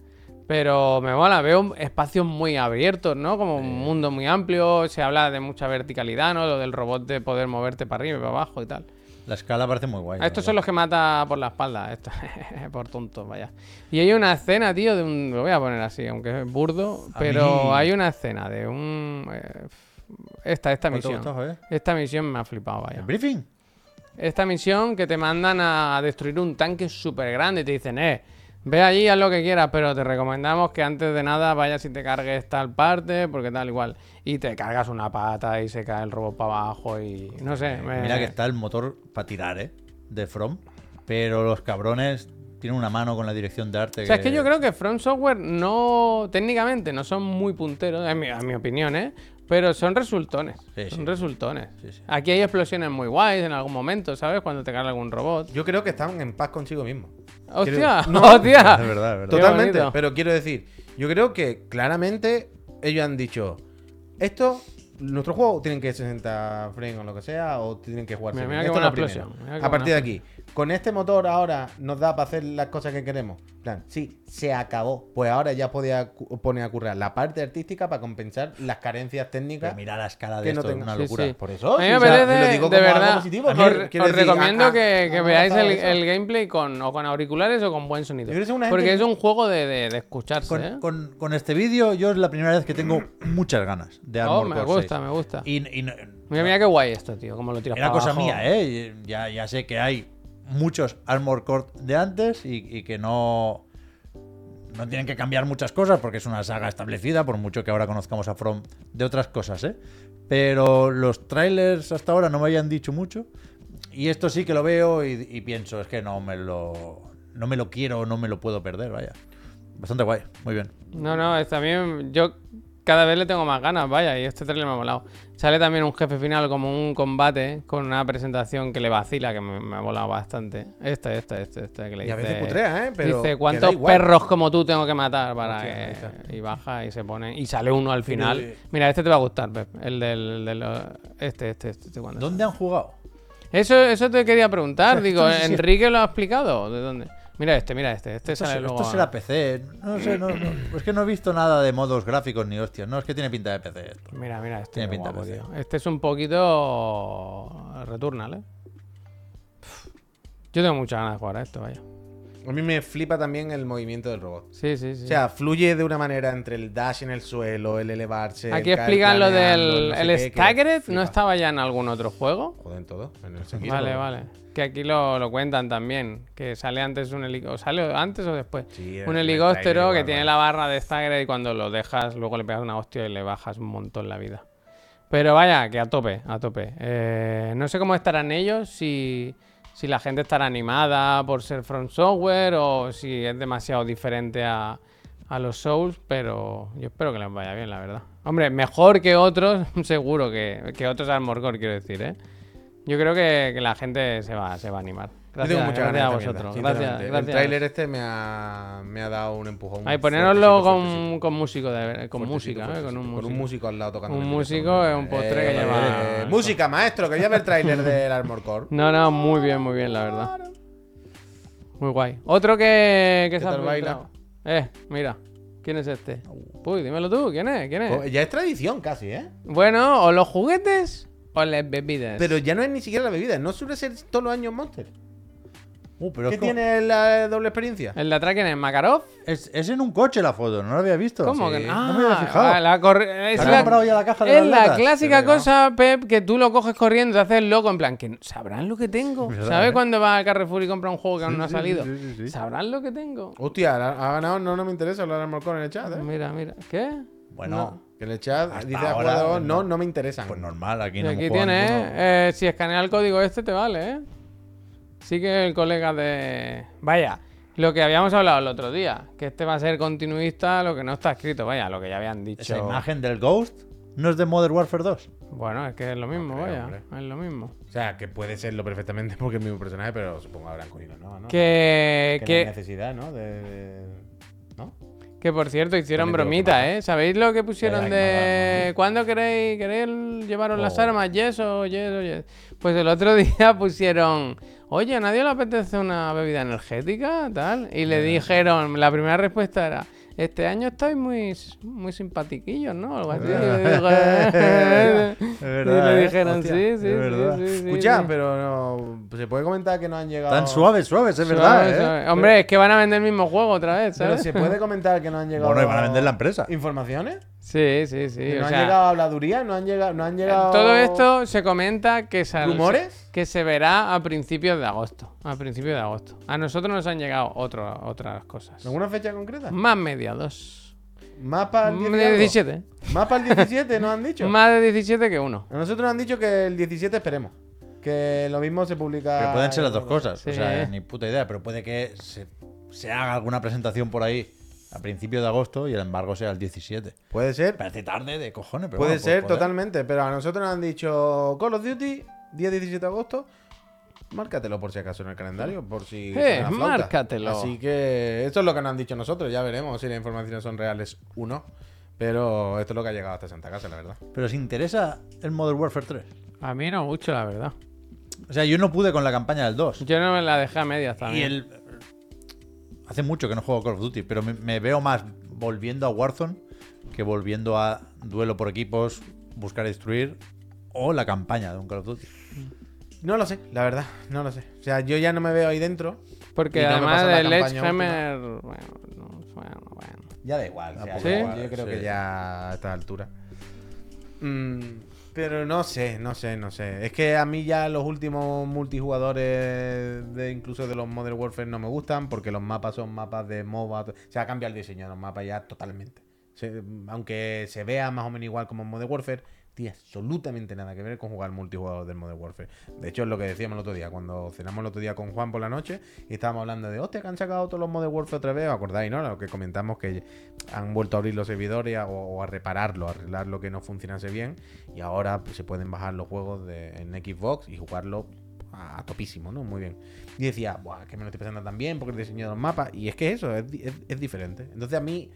A: Pero me mola, veo espacios muy abiertos, ¿no? Como un mundo muy amplio, se habla de mucha verticalidad, ¿no? Lo del robot de poder moverte para arriba y para abajo y tal.
C: La escala parece muy guay.
A: Ah,
C: la
A: Estos
C: verdad.
A: son los que mata por la espalda, esto. [LAUGHS] por tonto, vaya. Y hay una escena, tío, de un. Lo voy a poner así, aunque es burdo,
C: A
A: pero
C: mí-
A: hay una escena de un. eh, esta, esta
C: ¿Cuánto
A: misión.
C: gustaba, eh?
A: Esta misión me ha flipado,
C: ¿El
A: vaya.
C: briefing?
A: Esta misión que te mandan a destruir un tanque súper grande y te dicen, eh, ve allí, haz lo que quieras, pero te recomendamos que antes de nada vayas y te cargues tal parte, porque tal igual. Y te cargas una pata y se cae el robot para abajo y. No sé. me-
C: Mira que está el motor para tirar, ¿eh? De From. Pero los cabrones tienen una mano con la dirección de arte.
A: O sea, es que yo creo que From Software no, técnicamente, no son muy punteros, en mi, a mi opinión, ¿eh? Pero son resultones.
C: Sí,
A: son
C: sí.
A: resultones.
C: Sí, sí.
A: Aquí hay explosiones muy guays en algún momento, ¿sabes? Cuando te carga algún robot.
B: Yo creo que están en paz consigo mismo.
A: ¡Hostia!
B: Quiero-
A: [LAUGHS]
B: No,
A: ¡Hostia!
C: Es verdad, es verdad.
A: Qué
B: Totalmente,
A: bonito.
B: pero quiero decir, yo creo que claramente ellos han dicho, esto, nuestro juego tienen que 60 frames o lo que sea, o tienen que jugarse
A: Mira,
B: bien.
A: mira qué
B: Esto es lo
A: buena
B: primero.
A: explosión, mira qué
B: A partir de
A: buena
B: aquí, con este motor ahora nos da para hacer las cosas que queremos. En plan, sí, se acabó. Pues ahora ya podía cu- poner a currar la parte artística para compensar las carencias técnicas.
C: Pero mira la escala de
B: Que no
C: esto, es
B: tengo-
C: una
A: Sí,
C: locura.
A: sí.
B: Por eso,
A: a mí
B: sí,
A: me
B: o sea,
A: apetece,
B: lo digo
A: de
B: como algo
A: verdad,
B: positivo,
A: os,
B: quiero- quiero
A: os
B: decir,
A: recomiendo
B: ah,
A: que,
B: ah,
A: que
B: ah,
A: veáis
B: ah,
A: el,
B: eso.
A: el gameplay con, o con auriculares o con buen sonido.
B: Yo creo que es una gente
A: Porque
B: que-
A: es un juego de, de- de escucharse,
C: Con,
A: ¿eh?
C: con- con este vídeo, yo es la primera vez que tengo muchas ganas de
A: Oh,
C: Armor
A: me
C: Core 6.
A: gusta, me gusta.
C: Y, y no-
A: Mira, mira qué guay esto, tío, cómo lo tiras
C: Era
A: para
C: cosa
A: abajo.
C: mía, ¿eh? Y Ya, ya sé que hay muchos Armor Core de antes y, y que no. no tienen que cambiar muchas cosas porque es una saga establecida, por mucho que ahora conozcamos a From de otras cosas, ¿eh? Pero los trailers hasta ahora no me habían dicho mucho. Y esto sí que lo veo y, y pienso, es que no me lo. No me lo quiero, no me lo puedo perder, vaya. Bastante guay, muy bien.
A: No, no, es también. Yo cada vez le tengo más ganas, vaya, y este trailer me ha molado. Sale también un jefe final como un combate con una presentación que le vacila, que me, me ha molado bastante. Este, este, este, este, que le
B: Y a
A: dice-
B: veces putrea, ¿eh? Pero que
A: dice,
B: da
A: ¿cuántos
B: igual.
A: perros como tú tengo que matar para
B: Hostia, ahí
A: que...? Y baja y se pone... Y sale uno al final. Mira, este te va a gustar, Pep. El del... del- este, este, este. este, ¿cuándo?
C: ¿Dónde han jugado?
A: Eso, eso te quería
B: [LAUGHS]
A: preguntar. Digo,
C: no sé si-
A: ¿Enrique lo ha explicado? ¿De dónde? Mira este, mira este. Este
C: Esto,
A: sale
C: se-
A: luego...
C: esto
A: a-
C: será PC. No sé, no, no. es que no he visto nada de modos gráficos ni hostias. No, es que tiene pinta de PC. esto.
A: Mira, mira este.
C: Tiene
A: qué
C: pinta de
A: guapo,
C: PC.
A: tío. Este es un poquito... Returnal, ¿eh? Pff. Yo tengo muchas ganas de jugar a esto, vaya.
B: A mí me flipa también el movimiento del robot.
A: Sí, sí, sí.
B: O sea, fluye de una manera entre el dash en el suelo, el elevarse. eh, el
A: Aquí
B: caer
A: explican lo
B: planeando,
A: del...
B: no sé
A: el
B: qué, que
A: Staggered no
B: flipa.
A: estaba ya en algún otro juego.
B: Joder, en todo. En el Sekiro.
A: Vale, vale. Que aquí lo, lo cuentan también. Que sale antes un helicóptero. ¿Sale antes o después?
B: Sí, en
A: un
B: el
A: helicóptero que
B: trailer, bárbaro.
A: tiene la barra de stagger y cuando lo dejas, luego le pegas una hostia y le bajas un montón la vida. Pero vaya, que a tope, a tope. Eh, no sé cómo estarán ellos, si, si la gente estará animada por ser From Software o si es demasiado diferente a, a los Souls, pero yo espero que les vaya bien, la verdad. Hombre, mejor que otros, [LAUGHS] seguro que, que otros Armor Core, quiero decir, ¿eh? Yo creo que, que la gente se va, se va a animar.
B: Yo
A: Gracias,
B: tengo muchas
A: gracias a
B: ganas de esta mierda,
A: vosotros.
B: sinceramente.
A: Gracias,
B: El
A: gracias.
B: tráiler este me ha, me ha dado un empujón.
A: Ay,
B: fuertecito,
A: ponéroslo con,
B: fuertecito,
A: con músico, de ver- con
B: fuertecito,
A: música, ¿eh? Con
B: fuertecito,
A: un músico.
B: Con un músico al lado tocando.
A: Un
B: el micrófono.
A: músico es un postre que lleva-
B: eh, música, maestro, que voy a ver el tráiler [LAUGHS] del Armor Core.
A: No, no, muy bien, muy bien, la verdad. Muy guay. Otro que, que se ha
B: tal
A: filtrado. Eh, mira. ¿Quién es este?
C: Uh.
A: Uy, dímelo tú, ¿quién es? ¿Quién
B: Oh,
C: Pues, eh.
A: es?
B: Ya es tradición casi, ¿eh?
A: Bueno, o los juguetes o las bebidas.
B: Pero ya no es ni siquiera la bebida, no suele ser todos los años Monster.
C: Uh, pero
B: ¿Qué
C: es, como-
B: tiene la doble experiencia?
A: ¿El de atrás quién es? ¿Makarov?
C: es- es en un coche la foto, no la había visto.
A: ¿Cómo que
C: Sí.
A: no?
C: no me había fijado.
A: Ah, la corre- es
C: ¿Te has comprado ya la caja de
A: es
C: las
A: la
C: latas?
A: clásica
B: Sí, ¿no?
A: cosa, Pep, que tú lo coges corriendo, te haces loco, en plan, que no- sabrán lo que tengo.
C: Verdad,
A: ¿Sabes
C: ¿eh?
A: cuando vas al Carrefour y compras un juego que aún no ha
C: sí, sí,
A: salido?
C: sí, sí, sí.
A: ¿Sabrán lo que tengo?
B: Hostia, la- ha ganado, no, no me interesa hablar de Armor Core en el chat, ¿eh?
A: Mira, mira. ¿Qué?
C: Bueno,
B: Que en el chat
C: Hasta
B: dice ha
C: ahora,
B: jugado,
C: no.
B: no, no me interesan.
C: pues normal, aquí
A: Y
C: no
A: aquí
C: hemos jugado
A: tienes,
C: ninguno.
A: ¿eh? Eh, si escanea el código este te vale, ¿eh? Sí que el colega de... Vaya, lo que habíamos hablado el otro día, que este va a ser continuista, lo que no está escrito, vaya, lo que ya habían dicho.
C: Esa imagen del Ghost no es de Modern Warfare 2.
A: Bueno, es que es lo mismo,
B: creo,
A: vaya,
B: hombre.
A: es lo mismo.
B: O sea, que puede serlo perfectamente [LAUGHS] porque es el mismo personaje, pero supongo habrán cogido, ¿no? ¿no?
A: Que,
B: Que no hay
A: que,
B: necesidad, ¿no? De, de- ¿No?
A: que, por cierto, hicieron
B: También tengo que
A: bromita, ¿eh? ¿Sabéis lo que
C: Ya,
A: pusieron
C: ya,
A: de... ¿Cuándo queréis, queréis llevaros las
C: Oh.
A: armas? Yes o yes o yes. Pues el otro [LAUGHS] día pusieron... Oye, ¿a nadie le apetece una bebida energética? Tal. Y le dijeron... La primera respuesta era... Este año estáis muy, muy simpatiquillos, ¿no? Algo así. Y le digo,
C: Es
A: [LAUGHS]
C: verdad,
A: y le
C: ¿eh?
A: dijeron,
C: Hostia,
A: sí,
C: es
A: sí,
C: verdad.
A: sí, sí, sí,
B: Escucha,
A: sí".
B: pero no, se puede comentar que no han llegado.
C: Tan suaves, suaves, es
A: Suave,
C: verdad, ¿eh?
A: suave. Hombre, es que van a vender el mismo juego otra vez,
B: Pero
A: ¿sabes?
B: se puede comentar que no han llegado.
C: Bueno, y van a vender la empresa.
B: ¿Informaciones?
A: Sí, sí, sí.
B: Que
A: o
B: no
A: sea,
B: han llegado a habladuría, no han llegado. No han llegado
A: Todo esto se comenta que se,
B: ¿Rumores?
A: que se verá a principios de agosto. A principios de agosto. A nosotros nos han llegado otro- otras cosas.
B: ¿Alguna fecha concreta?
A: Más media dos.
B: Mapa el
A: Mm,
B: 10 y algo.
A: 17.
B: Mapa el 17, nos han
A: [LAUGHS]
B: dicho.
A: Más de 17 que uno.
B: A nosotros nos han dicho que el 17 esperemos. Que lo mismo se publica.
C: Que pueden ser las dos cosas.
A: Sí.
C: O sea, ni puta idea, pero puede que se, se haga alguna presentación por ahí a principios de agosto y el embargo sea el 17.
B: Puede ser.
C: Parece tarde de cojones, pero.
B: puede
C: bueno,
B: ser,
C: pues, joder.
B: totalmente. Pero a nosotros nos han dicho Call of Duty, día 17 de agosto. Márcatelo por si acaso en el calendario, por si.
A: Eh,
B: suena la flauta.
A: márcatelo.
B: Así que esto es lo que nos han dicho nosotros. Ya veremos si las informaciones son reales o no. Pero esto es lo que ha llegado hasta Santa Casa, la verdad.
C: Pero os interesa el Modern Warfare 3.
A: A mí no mucho, la verdad.
C: O sea, yo no pude con la campaña del 2.
A: Yo no me la dejé a medias
C: Y
A: también.
C: el. Hace mucho que no juego a Call of Duty, pero me, me veo más volviendo a Warzone que volviendo a duelo por equipos, buscar y destruir o la campaña de un Call of Duty.
B: No lo sé, la verdad, no lo sé. O sea, yo ya no me veo ahí dentro. y
A: Porque
B: tengo que
A: además
B: pasar la
A: el
B: campaña
A: Edgehammer. Bueno, no, bueno, bueno.
C: Ya da igual.
B: Ah, pues
A: ¿Sí?
B: igual, Yo creo
C: sí.
B: que ya a esta altura. Mm, Pero no sé, no sé, no sé. Es que a mí ya los últimos multijugadores, de, incluso de los Modern Warfare, no me gustan porque los mapas son mapas de MOBA. to- Se ha cambiado el diseño de los mapas ya totalmente. Se- aunque se vea más o menos igual como en Modern Warfare, tiene absolutamente nada que ver con jugar multijugador del Modern Warfare. De hecho, es lo que decíamos el otro día, cuando cenamos el otro día con Juan por la noche y estábamos hablando de, hostia, que han sacado todos los Modern Warfare otra vez, ¿os acordáis, no? Lo que comentamos que han vuelto a abrir los servidores a- o, o a repararlo, a arreglar lo que no funcionase bien y ahora pues, se pueden bajar los juegos de, en Xbox y jugarlo a, a topísimo, ¿no? Muy bien. Y decía, Buah, que me lo estoy pensando tan bien porque el diseño de los mapas. Y es que eso, es, di- es- es diferente. Entonces a mí,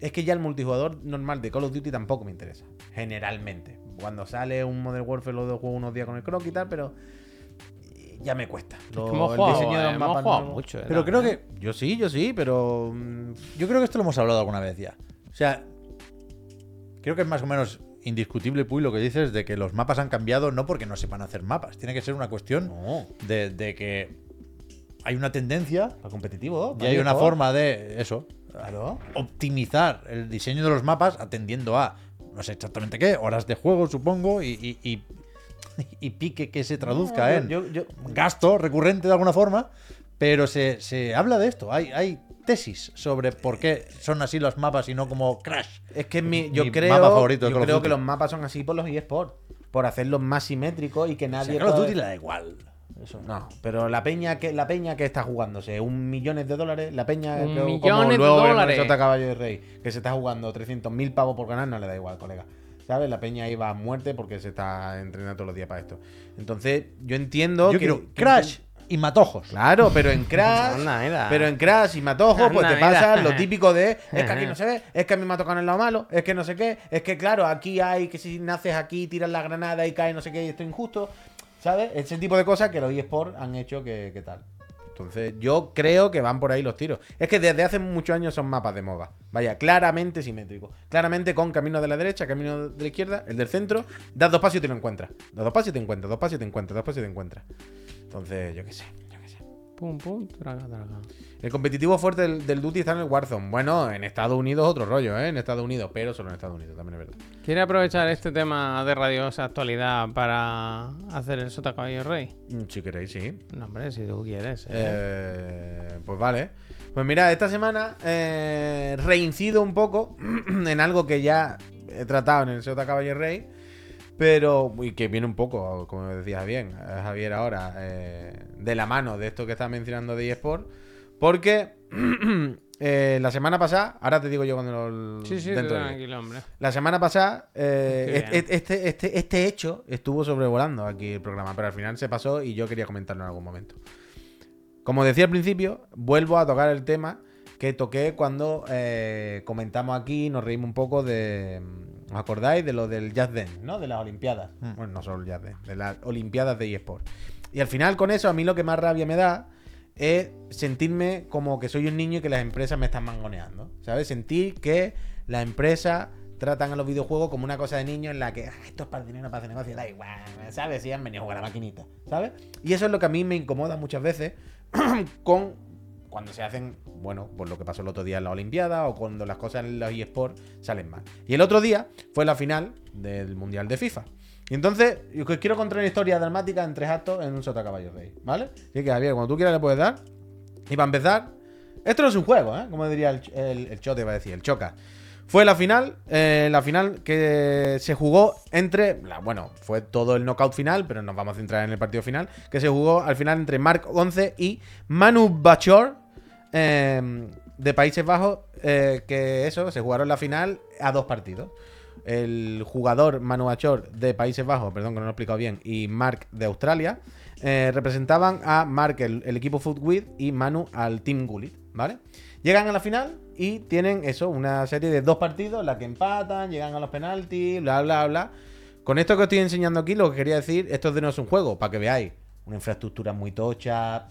B: es que ya el multijugador normal de Call of Duty tampoco me interesa, generalmente. Cuando sale un Modern Warfare lo juego unos días con el croc y tal, pero eh, ya me cuesta. Lo-
A: que hemos
B: el
A: jugado,
B: diseño de
A: eh,
B: los
A: hemos
B: mapas
A: jugado
B: nuevos-
A: mucho, eh,
C: Pero creo que
B: Yo sí, yo sí, pero... mm,
C: Yo creo que esto lo hemos hablado alguna vez ya. O sea, creo que es más o menos indiscutible, Puy, lo que dices de que los mapas han cambiado no porque no sepan hacer mapas. Tiene que ser una cuestión
B: No,
C: de, de que hay una tendencia
B: para competitivo.
C: y hay
B: para
C: una
B: eso.
C: forma de eso,
B: Claro.
C: optimizar el diseño de los mapas atendiendo a, no sé exactamente qué, horas de juego, supongo, y, y- y- [LAUGHS] y pique que se traduzca en
B: Yo- yo-
C: gasto recurrente de alguna forma, pero se, se habla de esto. Hay, hay tesis sobre por qué son así los mapas y no como Crash.
B: Es que
C: Mi
B: mi, yo creo,
C: mapa favorito de
B: yo
C: Call of
B: creo
C: Duty.
B: que los mapas son así por los eSports. Por hacerlos más simétricos y que
C: O sea,
B: nadie.
C: Call of
B: pueda-
C: Duty le da igual. Eso.
B: No, pero la peña que la peña que está jugándose un millones de dólares, la peña
A: Un
B: que como
A: millones de
B: luego vemos en
A: dólares.
B: Sota Caballo de Rey, que se está jugando 300 mil pavos por ganar, no le da igual, colega. ¿Sabes? La peña iba a muerte porque se está entrenando todos los días para esto. Entonces, yo entiendo
C: Yo
B: que-
C: quiero
B: que-
C: Crash y Matojos.
B: Claro,
A: [LAUGHS]
B: pero en Crash.
A: Anda, mira.
B: pero en Crash y Matojo, pues
A: Anda,
B: te pasa
A: mira.
B: lo típico de es que aquí no se ve, es que a mí me ha tocado en el lado malo, es que no sé qué, es que claro, aquí hay que si naces aquí, tiras la granada y cae no sé qué y esto es injusto. ¿Sabes? Ese tipo de cosas que los eSports han hecho que, que tal. Entonces, yo creo que van por ahí los tiros. Es que desde hace muchos años son mapas de MOBA. Vaya, claramente simétricos. Claramente con camino de la derecha, camino de la izquierda, el del centro. Das dos pasos y te lo encuentras. Das dos pasos y te encuentras, dos pasos y te encuentras, dos pasos y te encuentras. Entonces, yo qué sé, yo qué sé.
A: Pum, pum, traga, traga.
B: El competitivo fuerte del, del Duty está en el Warzone. Bueno, en Estados Unidos otro rollo, ¿eh? En Estados Unidos, pero solo en Estados Unidos, también es verdad.
A: ¿Quiere aprovechar este tema de radiosa actualidad para hacer el Sota Caballo Rey?
B: Mm, Si queréis, sí.
A: No, hombre, si tú quieres. ¿eh?
B: Eh, pues vale. Pues mira, esta semana eh, reincido un poco [CLEARS THROAT] en algo que ya he tratado en el Sota Caballer Rey, pero y que viene un poco, como decías bien, eh, Javier, ahora, eh, de la mano de esto que estás mencionando de eSport, porque [CLEARS THROAT] eh, la semana pasada, ahora te digo yo cuando lo.
A: sí, sí,
B: dentro del-
A: tranquilo, hombre.
B: La semana pasada, eh,
A: Qué bien.
B: est- este, este- este hecho estuvo sobrevolando aquí el programa, pero al final se pasó y yo quería comentarlo en algún momento. Como decía al principio, vuelvo a tocar el tema que toqué cuando eh, comentamos aquí, nos reímos un poco de... mm, ¿Os acordáis? De lo del Jazz Den, ¿no? De las Olimpiadas.
C: Mm.
B: Bueno, no solo el Jazz Den, de las Olimpiadas de eSport. Y al final con eso, a mí lo que más rabia me da es sentirme como que soy un niño y que las empresas me están mangoneando. ¿Sabes? Sentir que las empresas tratan a los videojuegos como una cosa de niño en la que "Ah, esto es para el dinero, para hacer negocio, da igual, ¿sabes? Si han venido a jugar a la maquinita, ¿sabes? Y eso es lo que a mí me incomoda muchas veces [CLEARS THROAT] con cuando se hacen, bueno, por lo que pasó el otro día en la Olimpiada o cuando las cosas en los eSports salen mal. Y el otro día fue la final del Mundial de FIFA. Y entonces, yo que quiero contar una historia dramática en tres actos en un sota caballo rey, ¿vale? Así que, Javier, cuando tú quieras le puedes dar. Y para empezar, esto no es un juego, ¿eh? Como diría el, ch- el, el chote, iba a decir, el choca. Fue la final, eh, la final que se jugó entre, la- bueno, fue todo el knockout final, pero nos vamos a centrar en el partido final, que se jugó al final entre Mark 11 y Manu Bachor eh, de Países Bajos, eh, que eso, se jugaron la final a dos partidos. El jugador Manu Bachor de Países Bajos, perdón que no lo he explicado bien, y Mark de Australia, eh, representaban a Mark, el, el equipo Footwith, y Manu al Team Gullit, ¿vale? Llegan a la final y tienen eso, una serie de dos partidos, la que empatan, llegan a los penaltis, bla, bla, bla. Con esto que os estoy enseñando aquí, lo que quería decir, esto de no es un juego, para que veáis. Una infraestructura muy tocha,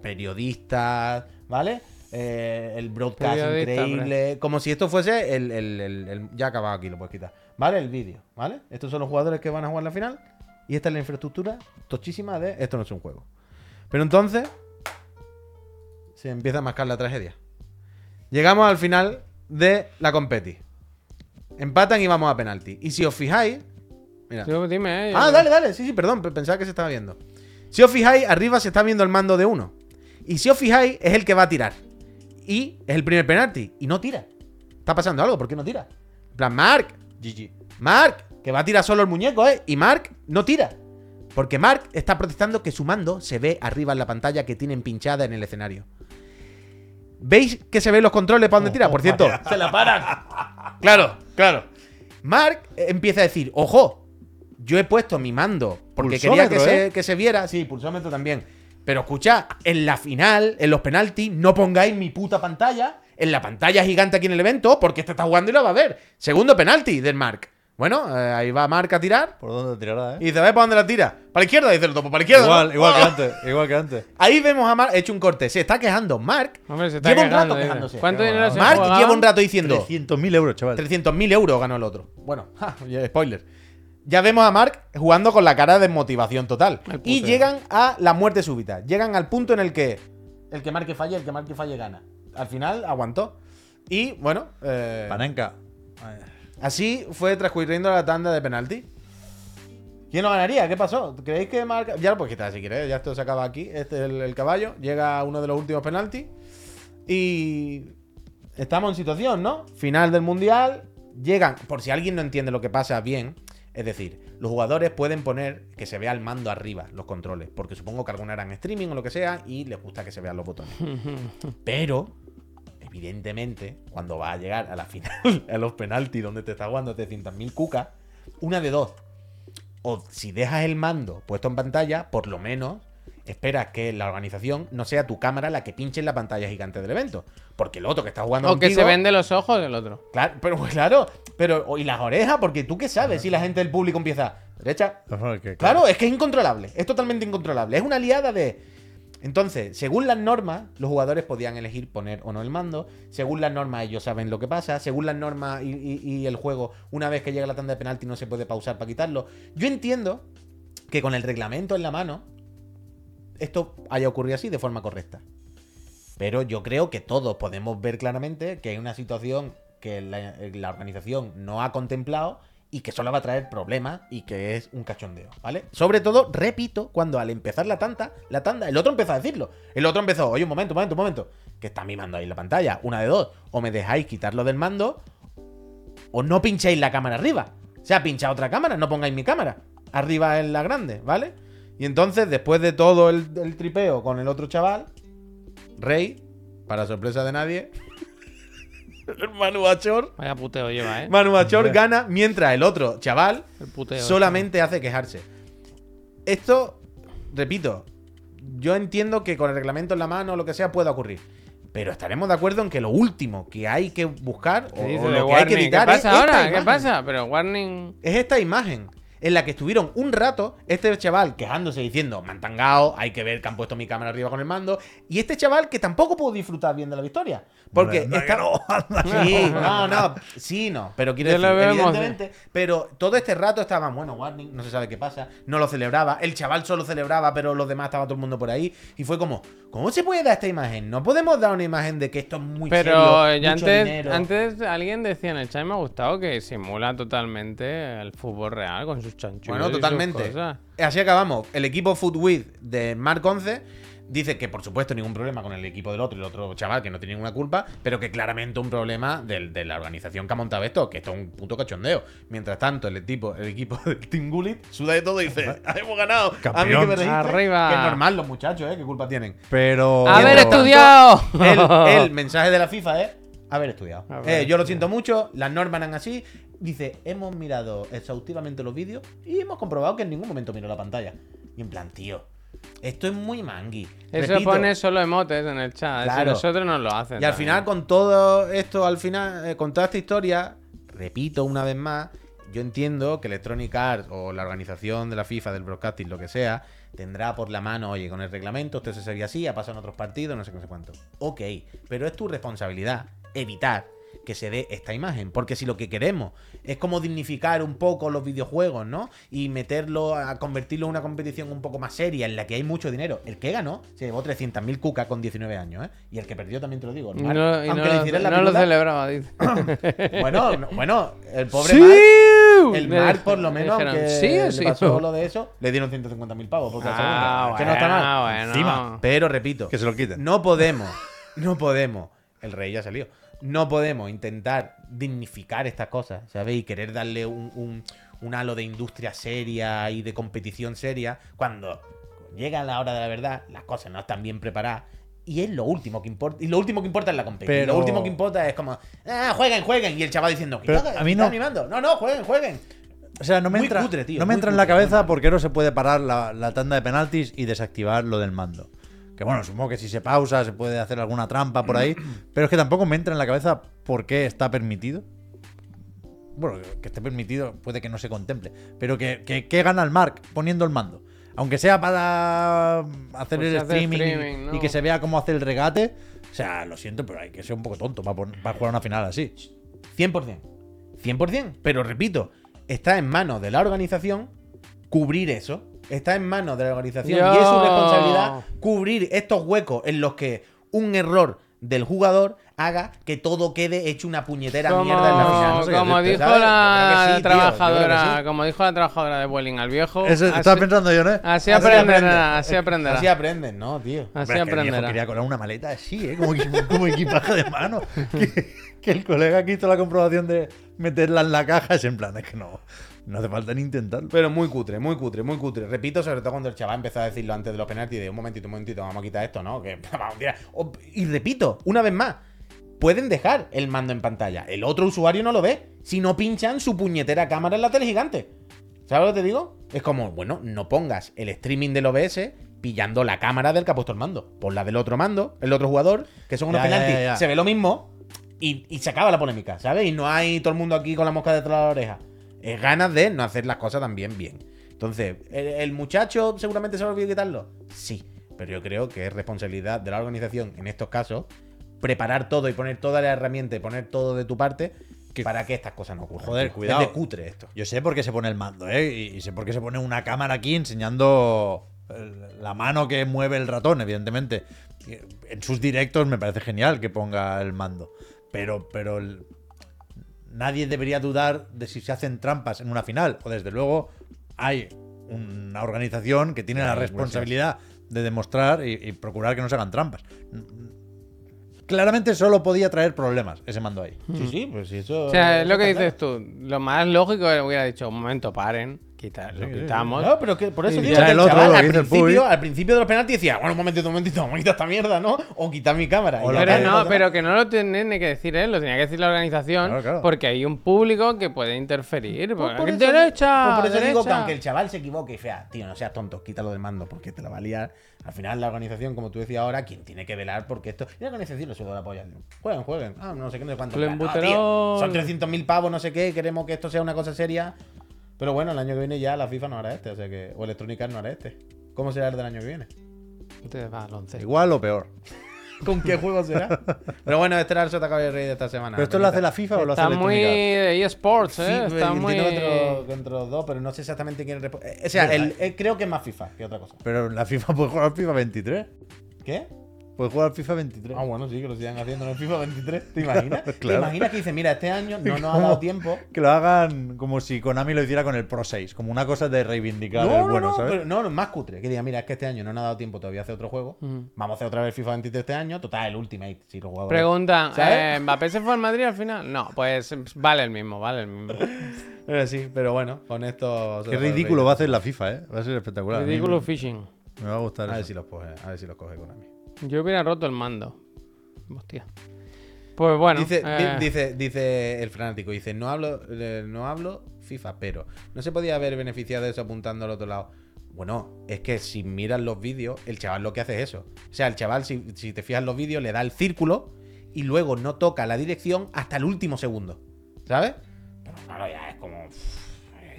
B: periodistas, ¿vale? Eh, el broadcast
A: Periodista,
B: increíble, como si esto fuese el, el- el- el- Ya acabado aquí, lo puedes quitar. ¿Vale? El vídeo, ¿vale? Estos son los jugadores que van a jugar la final. Y esta es la infraestructura tochísima de esto no es un juego. Pero entonces se empieza a mascar la tragedia. Llegamos al final de la competi. Empatan y vamos a penalti. Y si os fijáis, Mira.
A: Yo, dime, eh.
B: Ah,
A: yo-
B: dale, dale. Sí, sí, perdón. pe- Pensaba que se estaba viendo. Si os fijáis, arriba se está viendo el mando de uno. Y si os fijáis, es el que va a tirar. Y es el primer penalti. Y no tira. Está pasando algo, ¿por qué no tira? En plan, Mark. GG. Mark, que va a tirar solo el muñeco, ¿eh? Y Mark no tira. Porque Mark está protestando que su mando se ve arriba en la pantalla que tienen pinchada en el escenario. ¿Veis que se ven los controles para dónde tira? Por cierto,
D: [LAUGHS] Se la paran.
B: Claro, claro. Mark empieza a decir, ojo, yo he puesto mi mando porque quería que,
C: Pulsómetro,
D: ¿eh?
B: se, que se viera. Sí, pulsómetro también. Pero escucha, en la final, en los penaltis, no pongáis mi puta pantalla en la pantalla gigante aquí en el evento porque este está jugando y lo va a ver. Segundo penalti del Mark. Bueno, eh, ahí va Mark a tirar
C: ¿Por dónde tirará,
B: y
C: eh?
B: dice, a ver para dónde la tira. Para la izquierda, dice el topo, para la izquierda.
C: Igual,
B: ¿no?
C: igual que
B: ¡Ah!
C: antes. Igual que antes.
B: Ahí vemos a Mark, he hecho un corte, se está quejando. Mark
A: Hombre, se está
B: lleva un
A: quejando,
B: rato
A: dice.
B: quejándose.
A: ¿Cuánto
C: Qué
A: dinero se
C: bueno.
B: Mark
A: juega?
B: lleva un rato diciendo,
C: 300.000 euros, chaval.
B: 300.000 euros ganó el otro. Bueno, [LAUGHS] ja, ya, spoiler. Ya vemos a Mark jugando con la cara de desmotivación total.
A: Ay, puta.
B: Y llegan a la muerte súbita. Llegan al punto en el que el que marque falle, el que marque falle gana. Al final aguantó. Y bueno, eh,
C: Panenka.
B: así fue transcurriendo la tanda de penalti. ¿Quién lo ganaría? ¿Qué pasó? ¿Creéis que marca.? Ya lo puedes quitar si quieres, ya esto se acaba aquí. Este es el, el caballo. Llega uno de los últimos penaltis. Y. Estamos en situación, ¿no? Final del mundial. Llegan. Por si alguien no entiende lo que pasa bien. Es decir, los jugadores pueden poner que se vea el mando arriba, los controles. Porque supongo que algunos harán streaming o lo que sea. Y les gusta que se vean los botones. Pero. Evidentemente, cuando va a llegar a la final, [LAUGHS] a los penaltis, donde te está jugando 300.000 cucas, una de dos o si dejas el mando puesto en pantalla, por lo menos esperas que la organización no sea tu cámara la que pinche en la pantalla gigante del evento. Porque el otro que está jugando
A: O que se
B: contigo-
A: vende los ojos del otro.
B: Claro, pero [LAUGHS] claro, pero o- y las orejas, porque tú qué sabes si la gente del público empieza derecha. Claro, es que es incontrolable, es totalmente incontrolable, es una liada de entonces, según las normas, los jugadores podían elegir poner o no el mando. Según las normas, ellos saben lo que pasa. Según las normas y, y- y el juego, una vez que llega la tanda de penalti, no se puede pausar para quitarlo. Yo entiendo que con el reglamento en la mano esto haya ocurrido así de forma correcta. Pero yo creo que todos podemos ver claramente que hay una situación que la, la organización no ha contemplado y que solo va a traer problemas y que es un cachondeo, ¿vale? Sobre todo, repito, cuando al empezar la tanda, la tanda, el otro empezó a decirlo. El otro empezó, oye, un momento, un momento, un momento, que está mi mando ahí en la pantalla. Una de dos, o me dejáis quitarlo del mando o no pinchéis la cámara arriba. O sea, pincha otra cámara, no pongáis mi cámara. Arriba en la grande, ¿vale? Y entonces, después de todo el, el tripeo con el otro chaval, Rey, para sorpresa de nadie, [LAUGHS] Manu Achor,
A: Vaya puteo lleva, eh.
B: Manu Achor gana mientras el otro chaval
A: El puteo. este.
B: solamente hace quejarse. Esto, repito, yo entiendo que con el reglamento en la mano o lo que sea pueda ocurrir. Pero estaremos de acuerdo en que lo último que hay que buscar o,
A: ¿Qué dice
B: o
A: de
B: lo que hay que
A: warning? ¿Qué
B: evitar es
A: pasa
B: este, esta
A: ahora? ¿Qué
B: imagen
A: pasa? Pero warning.
B: es esta imagen en la que estuvieron un rato este chaval quejándose diciendo, mantangao, hay que ver que han puesto mi cámara arriba con el mando, y este chaval que tampoco pudo disfrutar bien de la victoria, porque
C: Anda que
B: está-
C: no, [LAUGHS] anda
B: [LAUGHS]
C: que
B: Sí,
A: no. [LAUGHS]
B: no, no, sí, no, pero quiero
A: Ya
B: decir,
A: lo vemos, ¿eh?
B: evidentemente, pero todo este rato estaban, bueno, warning, no se sabe qué pasa, no lo celebraba, el chaval solo celebraba, pero los demás estaba todo el mundo por ahí, y fue como, ¿cómo se puede dar esta imagen? No podemos dar una imagen de que esto es muy
A: Pero
B: serio,
A: eh, ya
B: mucho
A: antes,
B: dinero".
A: antes alguien decía en el chat, me ha gustado que simula totalmente el fútbol real con sus chanchullos.
B: Bueno,
A: y sus
B: totalmente.
A: cosas.
B: Así acabamos. El equipo Foodwith de Mark 11 dice que, por supuesto, ningún problema con el equipo del otro, el otro chaval que no tiene ninguna culpa, pero que claramente un problema del- de la organización que ha montado esto, que esto es un puto cachondeo. Mientras tanto, el equipo, el equipo [LAUGHS] del Team Gullit suda de todo y dice: "Ah, ¡Hemos ganado! A mí que me
C: Campeón.
B: registre".
A: Arriba.
B: Que es normal, los muchachos, ¿eh? ¿Qué culpa tienen?
C: Pero.
A: ¡Haber
B: Mientras tanto,
A: estudiado! [LAUGHS]
B: El, el mensaje de la FIFA es haber estudiado.
A: Haber
B: Eh, yo
A: estudiado.
B: lo siento mucho, las normas eran así. Dice, hemos mirado exhaustivamente los vídeos y hemos comprobado que en ningún momento miró la pantalla. Y en plan, tío, esto es muy mangui.
A: Eso
B: Repito,
A: pone solo emotes en el chat. eso
B: Claro.
A: nosotros no lo hacen.
B: y al
A: también.
B: final, con todo esto, al final, eh, con toda esta historia, repito una vez más, yo entiendo que Electronic Arts o la organización de la FIFA, del broadcasting, lo que sea, tendrá por la mano, oye, con el reglamento, usted se sería así, ha pasado en otros partidos, no sé qué, no sé cuánto. Ok, pero es tu responsabilidad evitar que se dé esta imagen, porque si lo que queremos es como dignificar un poco los videojuegos, ¿no? Y meterlo, a convertirlo en una competición un poco más seria, en la que hay mucho dinero. El que ganó se llevó 300.000 cucas con 19 años, ¿eh? Y el que perdió también te lo digo,
A: Y
B: Mark,
A: No, y no
B: aunque le
A: lo,
B: hicieran la
A: no lo
B: pelota- [LAUGHS]
A: celebraba, dice.
B: bueno, no- bueno, el pobre
C: ¡Sí!
B: Mark,
A: ¡Wow!
B: El
A: Le
B: mar,
A: dije-
B: por lo
A: le
B: menos,
A: dijeron,
B: que
A: "Sí,
B: le
A: sí".
B: pasó lo de eso, le dieron 150.000 pavos por cada
A: Ah,
B: segunda. que no está mal.
A: bueno,
B: Encima.
A: bueno.
B: Pero repito,
C: Que se lo quiten.
B: no podemos, no podemos. El rey ya salió. No podemos intentar dignificar estas cosas, ¿sabes? Y querer darle un, un- un halo de industria seria y de competición seria cuando llega la hora de la verdad, las cosas no están bien preparadas. Y es lo último que importa. Y lo último que importa es la competición.
C: Pero-
B: Lo último que importa es como, ah, jueguen, jueguen. Y el chaval diciendo,
C: Pero
B: "Quitad,
C: a mí
B: quitad
C: no-
B: mi mando". No, no, jueguen, jueguen.
C: O sea, no me
B: Muy
C: entra,
B: cutre, tío,
C: no me
B: muy
C: entra en la
B: cutre, muy
C: cabeza porque no se puede parar la, la tanda de penaltis y desactivar lo del mando. Que bueno, supongo que si se pausa se puede hacer alguna trampa
B: [CLEARS THROAT]
C: por ahí. Pero es que tampoco me entra en la cabeza por qué está permitido. Bueno, que esté permitido puede que no se contemple. Pero que, que- que gana el Mark poniendo el mando. Aunque sea para hacer
A: Pues
C: el
A: hacer
C: streaming, y-
A: streaming,
C: y,
A: ¿no?
C: que se vea cómo hace el regate. O sea, lo siento, pero hay que ser un poco tonto para, pon- para jugar una final así.
B: 100%. 100%. Pero repito, está en manos de la organización cubrir eso. Está en manos de la organización y es su
A: Yo.
B: responsabilidad cubrir estos huecos en los que un error del jugador haga que todo quede hecho una puñetera
A: Como,
B: mierda en la final. No sé qué
A: como
B: decirte,
A: dijo
B: ¿sabes? Yo creo
A: la
B: que sí, tío, yo creo que
A: trabajadora,
B: sí.
A: como dijo la trabajadora de Vueling al viejo.
C: Eso
A: Oh, así-
C: estaba pensando yo, ¿no?
A: Así
B: Así aprenden.
A: aprenderá, así aprenderá.
B: Así aprenden, ¿no, tío?
A: Así
C: Hombre, es que el viejo
A: aprenderá.
C: quería colar una maleta así, ¿eh? Como, equi- [LAUGHS] como equipaje
A: [LAUGHS]
C: de mano. Que, que el colega que hizo la comprobación de meterla en la caja es en plan, es que no, no hace falta ni intentarlo.
B: Pero muy cutre, muy cutre, muy cutre. Repito, sobre todo cuando el chaval empezó a decirlo antes de los penaltis, de un momentito, un momentito, vamos a quitar esto, ¿no? Que [LAUGHS] vamos a tirar. O- Y repito, una vez más, pueden dejar el mando en pantalla. El otro usuario no lo ve si no pinchan su puñetera cámara en la tele gigante. ¿Sabes lo que te digo? Es como, bueno, no pongas el streaming del OBS pillando la cámara del que ha puesto el mando. Pon la del otro mando, el otro jugador, que son unos
C: Ya, ya,
B: penaltis.
C: ya, ya.
B: Se ve lo mismo y, y se acaba la polémica, ¿sabes? Y no hay todo el mundo aquí con la mosca detrás de la oreja. Es ganas de no hacer las cosas tan bien, bien. Entonces, ¿el, el muchacho seguramente se lo olvidó quitarlo? Sí. Pero yo creo que es responsabilidad de la organización en estos casos preparar todo y poner toda la herramienta y poner todo de tu parte para que estas cosas no ocurran.
C: Joder,
B: tío.
C: cuidado.
B: Es de cutre esto.
C: Yo sé por qué se pone el mando, ¿eh? Y- Y sé por qué se pone una cámara aquí enseñando el- la mano que mueve el ratón, evidentemente. En sus directos me parece genial que ponga el mando. Pero, pero el- nadie debería dudar de si se hacen trampas en una final. O desde luego hay una organización que tiene la responsabilidad de demostrar y, y procurar que no se hagan trampas. Claramente solo podía traer problemas ese mando ahí.
B: Sí, sí, pues sí, eso.
A: Mm. O sea, es lo que dices tú. Lo más lógico hubiera dicho, un momento, paren, quita- lo quitamos.
B: No, pero que por eso
C: Y
B: digo
C: ya
B: que el
C: el otro,
B: chaval
C: lo que
B: al
C: dice el
B: principio,
C: Puy.
B: al principio de los penaltis decía, bueno, un momentito, un momentito, vamos a quitar esta mierda, ¿no? O quitar mi cámara.
C: O
B: Y ya
C: lo
A: Pero
C: que-
B: está,
A: no,
B: pasa
A: pero
B: nada.
A: que no lo tiene ni que decir él, lo tenía que decir la organización,
C: Claro, claro.
A: porque hay un público que puede interferir.
B: Pues
A: porque-
B: por eso digo-
A: derecha,
B: pues por eso digo que
A: derecha!
B: aunque el chaval se equivoque y fea, tío, no seas tonto, quítalo del mando porque te la va a liar. Al final, la organización, como tú decías ahora, quien tiene que velar porque esto. Y la organización lo suelta la polla. tío. Jueguen, jueguen. Ah, no sé qué, no sé cuánto.
A: Lo
B: En plan,
A: embuterón.
B: tío, son 300.000 pavos, no sé qué, queremos que esto sea una cosa seria. Pero bueno, el año que viene ya la FIFA no hará este, o sea que. O Electronic Arts no hará este. ¿Cómo será el del año que viene? [LAUGHS]
A: Entonces va, al once.
C: Igual o peor.
B: ¿Con qué juego
A: [LAUGHS]
B: será? Pero bueno, este era el Sota Caballo Rey de esta semana.
C: ¿Pero esto lo hace la FIFA o lo hace
A: Ah, Está muy
C: Electronic Arts?
A: de eSports, ¿eh?
B: Sí,
A: Está
B: entiendo
A: muy...
B: que entre, que entre los dos, pero no sé exactamente quién es el respo- eh, O sea, el- eh, creo que es más FIFA que otra cosa.
C: Pero la FIFA [LAUGHS] puede jugar al FIFA 23.
B: ¿Qué?
C: Puede jugar al FIFA 23.
B: Ah, bueno, sí, que lo sigan haciendo en el FIFA 23. [LAUGHS] ¿Te imaginas? ¿Te
C: claro.
B: imaginas que dice, mira, este año no nos ha dado [LAUGHS] tiempo?
C: Que lo hagan como si Konami lo hiciera con el Pro 6. Como una cosa de reivindicar
B: No,
C: el
B: no,
C: bueno,
B: no,
C: ¿sabes?
B: pero no, no, más cutre. Que diga, mira, es que este año no nos ha dado tiempo todavía a hacer otro juego.
A: Ujú.
B: Vamos a hacer otra vez FIFA 23 este año. Total, el Ultimate, si lo jugaba.
A: Pregunta, eh,
B: ¿Sabes?
A: ¿Mbappé se fue al Madrid al final? No, pues vale el mismo, vale el mismo.
B: Pero Eh, sí, pero bueno, con esto...
C: Qué ridículo va a hacer la FIFA, ¿eh? Va a ser espectacular. A mí
A: Ridículo Ah, fishing.
C: Me va a gustar
B: A ver
C: eso.
B: si los coge, a ver si los coge Konami.
A: Yo hubiera roto el mando. Hostia. Pues bueno.
B: Dice, di-
A: eh,
B: dice, dice el fanático, dice, no hablo, eh, no hablo FIFA, pero no se podía haber beneficiado de eso apuntando al otro lado. Bueno, es que si miras los vídeos, el chaval lo que hace es eso. O sea, el chaval, si, si te fijas en los vídeos, le da el círculo y luego no toca la dirección hasta el último segundo. ¿Sabes? Pero claro, ya es como...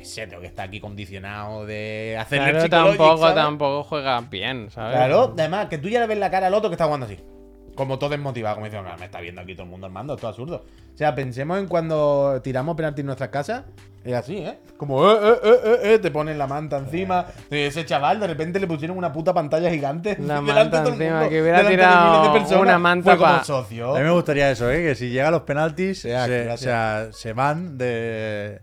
B: Sé, que está aquí condicionado de hacer
A: claro, tampoco, tampoco juega bien, ¿sabes?
B: Claro, además, que tú ya le ves la cara al otro que está jugando así. Como todo desmotivado, como diciendo, "Ah, me está viendo aquí todo el mundo al mando, esto es absurdo. O sea, pensemos en cuando tiramos penalti en nuestras casas, es así, ¿eh? Como, eh, eh, eh, eh, eh, te ponen la manta encima. Ese chaval, de repente le pusieron una puta pantalla gigante.
A: La
B: [LAUGHS] delante
A: manta
B: de todo el
A: encima,
B: mundo,
A: que hubiera
B: delante de
A: tirado
B: miles de personas.
A: una manta
B: Fue como
A: pa-
B: socio.
C: A
A: ah,
C: mí me gustaría eso, ¿eh? Que si llega a los penaltis,
B: Sea,
C: se,
B: gracias.
C: o sea, se van de,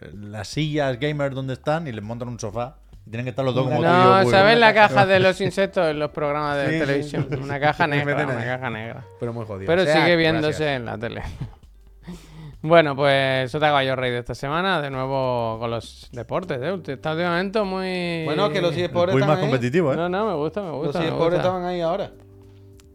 C: eh, las sillas gamer donde están y les montan un sofá. Y tienen que estar los dos como tú y yo, pues,
A: No,
B: pues,
C: muy
A: ¿sabes
C: bien. [LAUGHS]
A: la caja de los insectos en los programas de
B: Sí, sí,
A: televisión? Una caja
B: Y meten
A: negra, una
B: ahí.
A: caja negra.
B: Pero muy jodido.
A: Pero
B: O sea,
A: sigue viéndose
B: gracias.
A: en la tele. [LAUGHS] Bueno, pues eso te hago yo rey de esta semana, de nuevo con los deportes, ¿eh? Usted Está últimamente muy...
D: Bueno, que los eSports
C: Muy más
D: estaban ahí.
C: competitivo, ¿eh?
A: No, no, me gusta, me
D: Los
A: gusta. me
D: eSports
A: gusta.
D: estaban ahí ahora.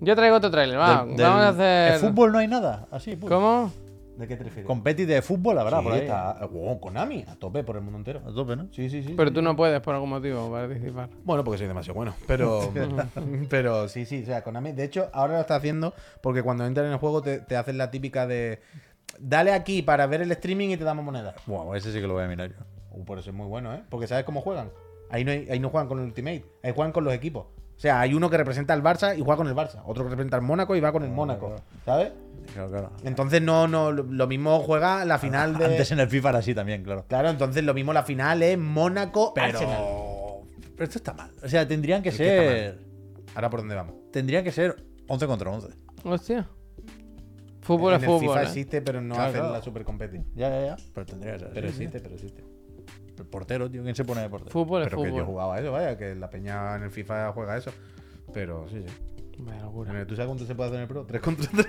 A: Yo traigo otro trailer, va.
C: Del-
A: vamos a
C: del-
A: hacer...
C: ¿De fútbol no hay nada? Así, pues.
A: ¿Cómo?
D: ¿De qué te refieres?
C: Competi de fútbol habrá
D: Sí,
C: por ahí.
D: está- wow, Konami, a tope por el mundo entero.
C: A tope, ¿no?
D: Sí, sí, sí.
A: Pero tú no puedes por algún motivo participar.
B: Bueno, porque soy demasiado bueno.
C: [LAUGHS]
B: Pero, [LAUGHS] pero sí, sí. O sea, Konami, de hecho, ahora lo está haciendo porque cuando entras en el juego te, te hacen la típica de. Dale aquí para ver el streaming y te damos moneda.
C: Wow, pues ese sí que lo voy a mirar yo.
B: Uh, por eso es muy bueno, ¿eh? Porque sabes cómo juegan. Ahí no, hay- ahí no juegan con el Ultimate, ahí juegan con los equipos. O sea, hay uno que representa al Barça y juega con el Barça. Otro que representa al Mónaco y va con el Mónaco. ¿Sabes?
C: Claro, claro.
B: Entonces, no, no. Lo lo mismo juega la final de.
C: Antes en el FIFA era así también, claro.
B: Claro, entonces lo mismo la final es Mónaco
C: Pero.
B: Arsenal.
C: Pero esto está mal. O sea, tendrían que
B: Es que está
C: ser.
B: Ahora por dónde vamos.
C: Tendrían que ser 11 contra 11.
A: Hostia. Fútbol es
B: en el
A: fútbol.
B: FIFA
A: ¿eh?
B: existe, pero no
C: Claro,
B: hacen
C: claro.
B: la Super Competitive.
C: Ya, ya, ya. Pero tendría que ser.
B: Pero
C: sí, sí.
B: existe, pero existe.
C: El portero, tío. ¿Quién se pone de portero?
A: Fútbol es
B: pero que yo
A: fútbol.
B: jugaba a eso, vaya, que la peña en el FIFA juega a eso. Pero sí, sí.
A: Vaya locura.
B: En el- ¿Tú sabes cuánto se puede hacer en el Pro? 3 contra 3.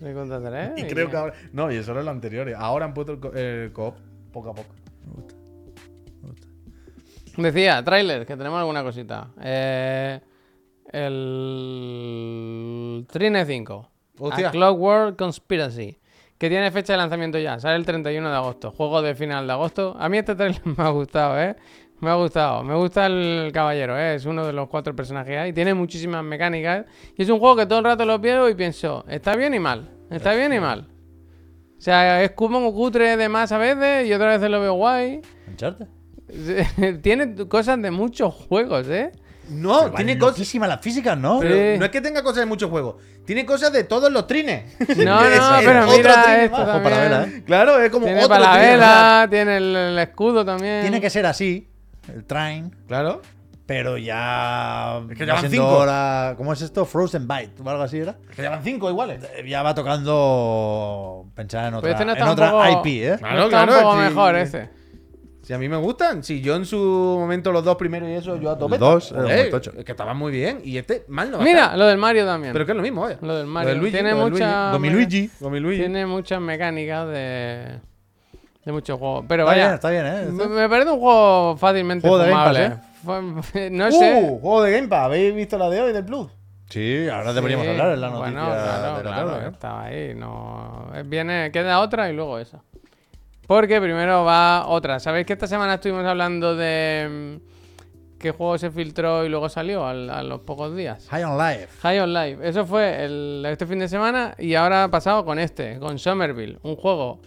A: Tres contra tres,
B: [LAUGHS] Y creo que ahora. No, y eso era lo anterior. Ahora han puesto el co- el co-op poco a poco.
A: Decía, tráiler, que tenemos alguna cosita. Eh, el Trine 5.
B: Hostia.
A: A Clockwork Conspiracy. Que tiene fecha de lanzamiento ya. Sale el 31 de agosto. Juego de final de agosto. A mí este trailer [LAUGHS] me ha gustado, ¿eh? Me ha gustado. Me gusta el caballero, ¿eh? Es uno de los cuatro personajes que hay. Tiene muchísimas mecánicas. Y es un juego que todo el rato lo veo y pienso, está bien y mal. Está bien y mal. O sea, es como cutre de más a veces y otras veces lo veo guay.
C: ¿Ancharte?
A: [LAUGHS] Tiene tu- cosas de muchos juegos, ¿eh?
B: No, tiene cosas.
C: cosísimas las físicas, ¿no?
A: Pero- Sí.
B: No es que tenga cosas de muchos juegos. Tiene cosas de todos los trines.
A: [LAUGHS]
B: [LAUGHS]
A: No,
B: Es-
A: no,
B: es
A: pero
B: otro
A: mira
B: trine
A: esto
B: más.
C: Ojo para la
A: también.
C: vela, ¿eh?
B: Claro, es como
A: Tiene
B: otro
A: para la
B: trine más.
A: vela, tiene el, el escudo también.
C: Tiene que ser así. El train.
B: Claro.
C: Pero ya.
B: Es que ya
C: va
B: van
C: siendo
B: cinco.
C: hora- ¿Cómo es esto? Frozen Bite o algo así era.
B: Que llevan cinco iguales.
C: Eh, Ya va tocando pensar en otra,
A: este no está
C: en
A: un
C: otra
A: poco-
C: IP, ¿eh?
A: No
B: Claro,
A: está
B: claro,
A: un poco
B: sí.
A: mejor ese.
B: Si a mí me gustan. Si yo en su momento los dos primeros y eso, yo a tope.
C: El dos era
B: Joder,
C: muy tocho.
B: Es que estaban muy bien. Y este, mal no. va a estar.
A: Mira, lo del Mario también.
B: Pero que es lo mismo, vaya.
A: Lo del Mario.
B: de Luigi,
A: tiene
B: lo de Luigi.
A: mucha-
C: Domiluigi.
B: Gomiluigi.
A: Tiene muchas mecánicas de, de muchos juegos. Pero
C: Está bien,
A: vaya,
C: está bien, ¿eh?
A: me, me parece un juego fácilmente
C: Juego de Game Pass,
A: fumable.
C: ¿eh?
A: Fue- [LAUGHS] no
B: Uh,
A: sé.
B: juego de Game Pass. ¿Habéis visto la de hoy del Plus?
C: Sí, ahora deberíamos
A: Sí,
C: hablar en la noticia
A: bueno, claro,
C: de la
A: claro,
C: tarde. ¿eh?
A: Estaba ahí, no. eh, Viene, queda otra y luego esa. Porque primero va otra. ¿Sabéis que esta semana estuvimos hablando de mm, qué juego se filtró y luego salió al- a los pocos
B: ¿eh?
A: días?
C: High on Life.
A: High on Life. Eso fue el- este fin de semana y ahora ha pasado con este, con Somerville. Un juego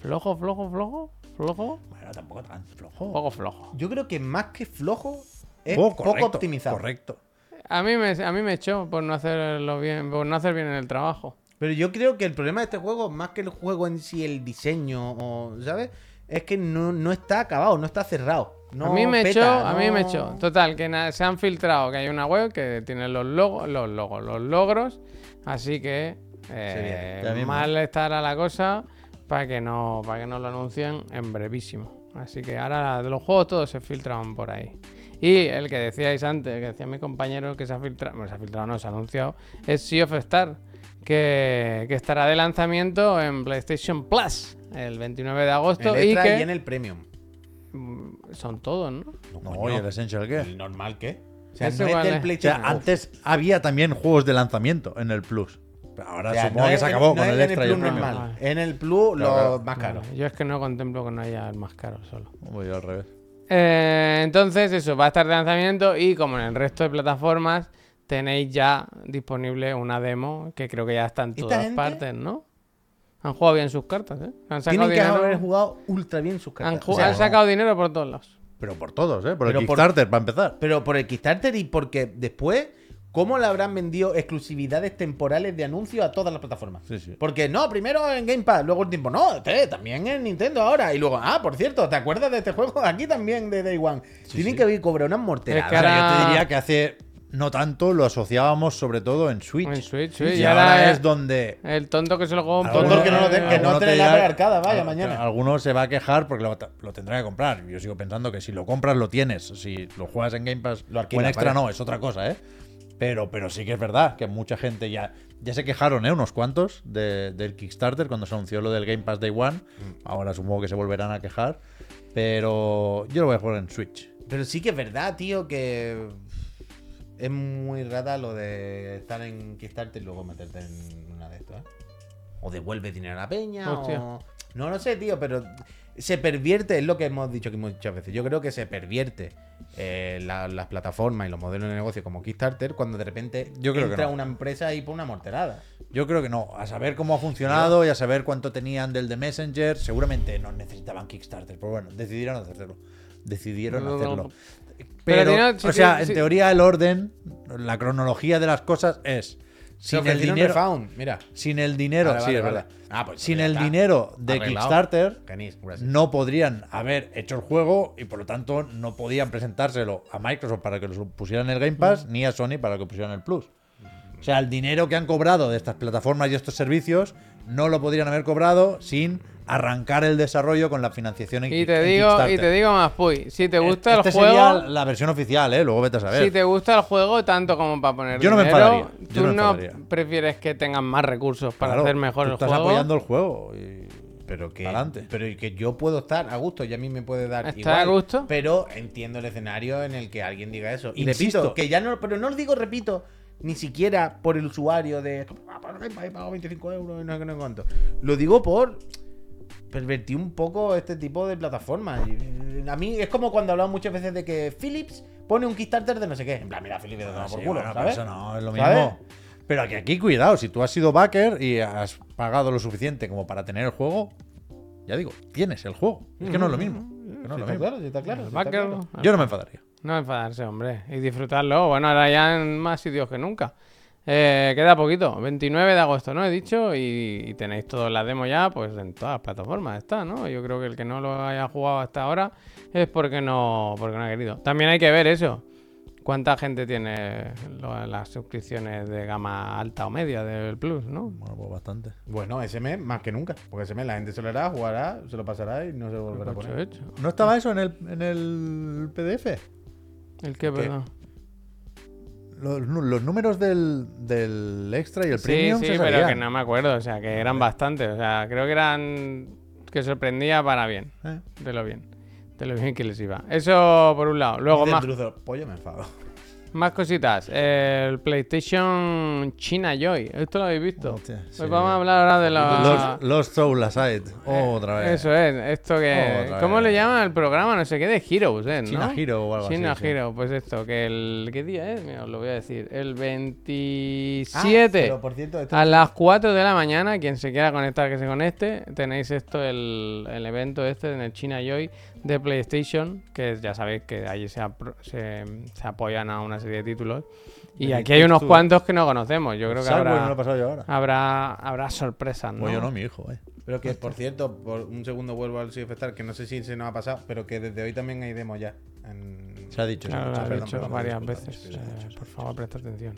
A: flojo, flojo, flojo, flojo,
C: Bueno, tampoco tan flojo.
A: poco flojo.
B: Yo creo que más que flojo es
C: Juego
B: poco
C: Oh, correcto,
B: optimizado.
C: Correcto.
A: A mí me, a mí me echó por no hacerlo bien, por no hacer bien el trabajo.
B: Pero yo creo que el problema de este juego, más que el juego en sí, el diseño, o, ¿sabes? Es que no, no está acabado, no está cerrado. No
A: a mí me
B: peta,
A: echó, a mí me
B: no-
A: echó. Total, que na- se han filtrado que hay una web que tiene los logos, los logos, los logros. Así que eh,
C: viene, ya mismo.
A: mal estará la cosa para que no, para que no lo anuncien en brevísimo. Así que ahora los juegos todos se filtraban por ahí. Y el que decíais antes, que decía mi compañero que se ha filtrado, bueno, se ha filtrado, no, se ha anunciado, es Sea of Star, que, que estará de lanzamiento en PlayStation Plus el 29 de agosto.
B: El
A: y
B: extra y,
A: que
B: en el premium.
A: mm, son todos, ¿no?
C: No,
B: coño.
C: ¿y el Essential qué?
B: ¿El normal qué? O sea,
A: Ese
B: no es
A: vale.
B: del
C: O sea,
B: PlayStation. Plus.
C: antes había también juegos de lanzamiento en el Plus. Pero ahora
B: O sea,
C: supongo
B: no
C: que
B: es
C: se
B: en-
C: acabó
B: no
C: con
B: es
C: el extra
B: en el
C: y el
B: Plus
C: premium.
B: normal. En el Plus, lo
C: Claro.
B: más caro.
A: Yo es que no contemplo que no haya el más caro solo.
C: Voy yo al revés.
A: Eh, entonces, eso, va a estar de lanzamiento y como en el resto de plataformas, tenéis ya disponible una demo que creo que ya está en
B: ¿Esta
A: todas
B: gente?
A: partes, ¿no? Han jugado bien sus cartas, ¿eh? Han sacado,
B: Tienen que haber
A: dinero,
B: jugado ultra bien sus
A: han
B: cartas.
A: ju-
B: O sea,
A: han sacado dinero por todos lados.
C: Pero por todos, ¿eh? Por el
B: Pero por-
C: Kickstarter, para empezar.
B: Pero por el Kickstarter y porque después, ¿cómo le habrán vendido exclusividades temporales de anuncios a todas las plataformas?
C: Sí, sí.
B: Porque no, primero en Game Pass, luego el tiempo, no, este, también en Nintendo ahora. Y luego, ah, por cierto, ¿te [LAUGHS] acuerdas de este juego? Aquí también de Day One. Tienen
C: sí.
B: que haber cobrado unas morteradas.
A: Es que ahora-
C: yo te diría que hace no tanto, lo asociábamos sobre todo en Switch.
A: En Switch, sí,
C: y,
A: y
C: ahora,
A: ahora-
C: es donde.
A: El tonto que se lo compra.
C: alguno-
D: Tonto el que no lo te- que no
C: alguno
D: tiene la
C: dirá-
D: prearcada, vaya,
C: al-
D: mañana.
C: Alguno se va a quejar porque lo, lo tendrá que comprar. Yo sigo pensando que si lo compras, lo tienes. Si lo juegas en Game Pass,
D: Lo
C: lo
D: alquilas,
C: extra
D: vale.
C: no, es otra cosa, ¿eh? Pero, pero sí que es verdad que mucha gente ya, ya se quejaron, ¿eh? Unos cuantos de- del Kickstarter cuando se anunció lo del Game Pass Day
D: Mm.
C: One. Ahora supongo que se volverán a quejar. Pero yo lo voy a jugar en Switch.
B: Pero sí que es verdad, tío, que es muy rata lo de estar en Kickstarter y luego meterte en una de estas. ¿eh? O devuelve dinero a la peña,
A: Hostia.
B: o... No lo sé, tío, pero se pervierte, es lo que hemos dicho aquí muchas veces. Yo creo que se pervierte eh, la- las plataformas y los modelos de negocio como Kickstarter cuando de repente
C: Yo creo que
B: entra
C: no.
B: una empresa y pone una morterada.
C: Yo creo que no. A saber cómo ha funcionado y a saber cuánto tenían del de Messenger. Seguramente no necesitaban Kickstarter, pero bueno, decidieron hacerlo. Decidieron
A: No, no, no.
C: hacerlo.
A: Pero
C: Pero,
A: tiene- sí,
C: o sea,
A: sí,
C: en
A: sí.
C: teoría el orden, la cronología de las cosas es
B: Se
C: sin el
B: ofrecieron
C: dinero,
B: refund, mira.
C: sin el dinero,
B: Vale,
C: sí,
B: vale,
C: es
B: vale.
C: verdad.
B: Ah, pues
C: sin
B: ya
C: el
B: está.
C: dinero de
B: Arreglado.
C: Kickstarter,
B: Canis, gracias.
C: no podrían haber hecho el juego y por lo tanto no podían presentárselo a Microsoft para que lo pusieran en el Game Pass ni a Sony para que pusieran el Plus. O sea, el dinero que han cobrado de estas plataformas y estos servicios no lo podrían haber cobrado sin arrancar el desarrollo con la financiación en
A: Y
C: Kick-
A: te
C: en
A: digo, y
C: Kickstarter.
A: te digo más, Puy. Si te
B: Eh,
A: gusta
C: Este
A: el juego.
C: sería la versión oficial, ¿eh? Luego vete a saber.
A: Si te gusta el juego tanto como para poner
C: Yo no me
A: dinero,
C: enfadaría, yo
A: tú
C: no me
A: no
C: enfadaría.
A: prefieres que tengan más recursos para
C: Claro,
A: hacer mejor
C: tú
A: el
C: estás
A: juego.
C: apoyando el juego. y-
B: Pero que,
C: Pa'lante.
B: pero y que yo puedo estar a gusto y a mí me puede dar
A: ¿Estás
B: igual,
A: a gusto?
B: Pero entiendo el escenario en el que alguien diga eso. Y
C: Insisto.
B: repito, que ya no, pero no lo digo, repito, ni siquiera por el usuario de "Ah, por Game Pass he pagado 25 euros y no sé qué, no sé cuánto. Lo digo por pervertir un poco este tipo de plataformas. Y, eh, A mí es como cuando hablamos muchas veces de que Philips pone un Kickstarter de no sé qué. En plan, mira, Philips te toma
C: Ah,
B: por
C: sí,
B: culo,
C: bueno, pero
B: ¿sabes?
C: Eso no es lo mismo.
B: ¿Sabes?
C: Pero que aquí, cuidado, si tú has sido backer y has pagado lo suficiente como para tener el juego, ya digo, tienes el juego. Es que no es lo mismo. Es que no es
B: Sí,
C: lo
B: está
C: mismo.
B: claro, sí, está claro, sí,
A: El
B: está
A: backer,
B: claro.
A: ah,
C: Yo no me enfadaría.
A: No enfadarse, hombre. Y disfrutarlo. Bueno, ahora ya en más sitios que nunca. Eh, queda poquito. 29 de agosto, ¿no? He dicho. Y, y tenéis todas las demos ya, pues en todas las plataformas está, ¿no? Yo creo que el que no lo haya jugado hasta ahora es porque no, porque no ha querido. También hay que ver eso. ¿Cuánta gente tiene lo- las suscripciones de gama alta o media del Plus, no?
C: Bueno, pues bastante.
B: Bueno, ese mes más que nunca. Porque ese mes la gente se lo hará, jugará, se lo pasará y no se volverá a
A: Ocho,
B: poner.
A: ocho.
C: ¿No estaba eso en el, en el PDF?
A: ¿El qué, perdón?
C: Los, nu- los números del, del extra y el
A: Sí,
C: premium
A: sí,
C: se
A: pero que
C: sabían.
A: no me acuerdo. O sea, que eran bastantes. O sea, creo que eran... Que sorprendía para bien.
C: Eh.
A: De lo bien. De lo bien que les iba. Eso por un lado. Luego
B: Dice el
A: más,
B: Druzo, pollo me enfado.
A: más cositas. El PlayStation China Joy. Esto lo habéis visto.
C: Hostia,
A: Hoy
C: sí.
A: vamos a hablar ahora de la...
C: Los, los Soul Aside. Otra vez.
A: Ah. Eh, Eso es, esto que...
C: Otra
A: ¿Cómo le
C: vez.
A: llaman al programa? No sé qué, de Heroes, ¿eh?
C: China
A: ¿no?
C: Hero o algo
A: China
C: así. sí.
A: Hero, pues esto, que el... ¿Qué día es? Mira, os lo voy a decir. El
B: Ah,
A: 27...
B: pero por cierto, esto-
A: A las 4 de la mañana, quien se quiera conectar, que se conecte. Tenéis esto, el, el evento este en el China Joy de PlayStation, que ya sabéis que allí se, apro- se, se apoyan a una serie de títulos. Y
C: De
A: aquí hay unos
C: Take-Two.
A: cuantos que no conocemos. Yo creo que
C: Subway me lo he
A: habrá,
C: pasado yo ahora.
A: habrá, habrá sorpresas, ¿no?
C: O yo no, mi hijo, eh.
B: pero que por cierto, por un segundo vuelvo al Sea of Stars, que no sé si se nos ha pasado, pero que desde hoy también hay demo ya. en-
C: Se ha dicho. se ha
A: Claro,
C: dicho,
A: lo has
C: perdón,
A: dicho
C: perdón,
A: varias
C: disculpa,
A: veces.
C: disculpa,
A: eh,
C: disculpa.
A: por favor, presta atención.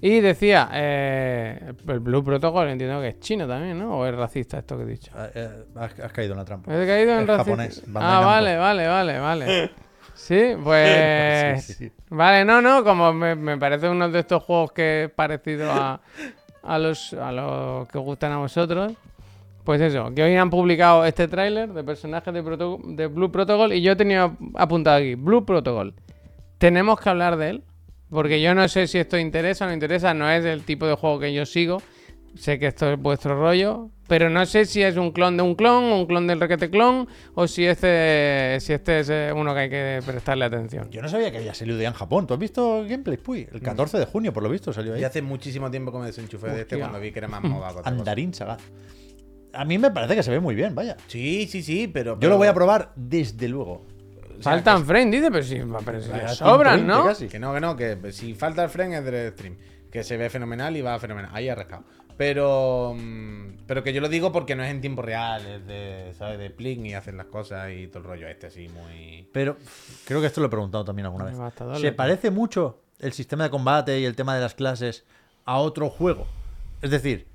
A: Y decía, eh, el Blue Protocol entiendo que es chino también, ¿no? O es racista esto que he dicho.
C: Ah, eh, Has, has caído en la trampa.
B: Eh.
A: He caído en
C: Es
A: racismo.
C: japonés, Bandai
A: Ah,
C: Namco.
A: vale, vale, vale, vale. Sí, pues.
C: Sí, sí, sí.
A: Vale, no, no, como me, me parece uno de estos juegos que es parecido a, a los, a los que os gustan a vosotros. Pues eso, que hoy han publicado este tráiler de personajes de, proto- de Blue Protocol y yo he tenido apuntado aquí, Blue Protocol. Tenemos que hablar de él, porque yo no sé si esto interesa o no interesa, no es el tipo de juego que yo sigo. Sé que esto es vuestro rollo, pero no sé si es un clon de un clon, un clon del requete clon, o si este, si este es eh, uno que hay que prestarle atención.
C: Yo no sabía que había salido ya en Japón. ¿Tú has visto gameplay? Puy, el 14 de junio, por lo visto, salió ahí.
B: Y Mm. hace muchísimo tiempo que me desenchufé de este
A: Hostia.
B: cuando vi que era más moda. que otra cosa.
C: Andarín Sagat. A mí me parece que se ve muy bien, vaya.
B: Sí, sí, sí, pero.
C: Yo lo
B: pero-
C: voy a probar desde luego.
A: Faltan frames, dice, pero sí, pero sí,
C: Ya son
A: sobran,
C: 20
A: ¿no?
C: casi.
B: Que no, que no, que si falta el frame es del stream. Que se ve fenomenal y va fenomenal. Ahí ha rascado. Pero. mm, Pero que yo lo digo porque no es en tiempo real, es de, ¿sabes? De pling y hacen las cosas y todo el rollo este así muy.
C: Pero creo que esto lo he preguntado también alguna
A: Me
C: vez.
A: basta darle.
C: ¿Se parece mucho el sistema de combate y el tema de las clases a otro juego. Es decir,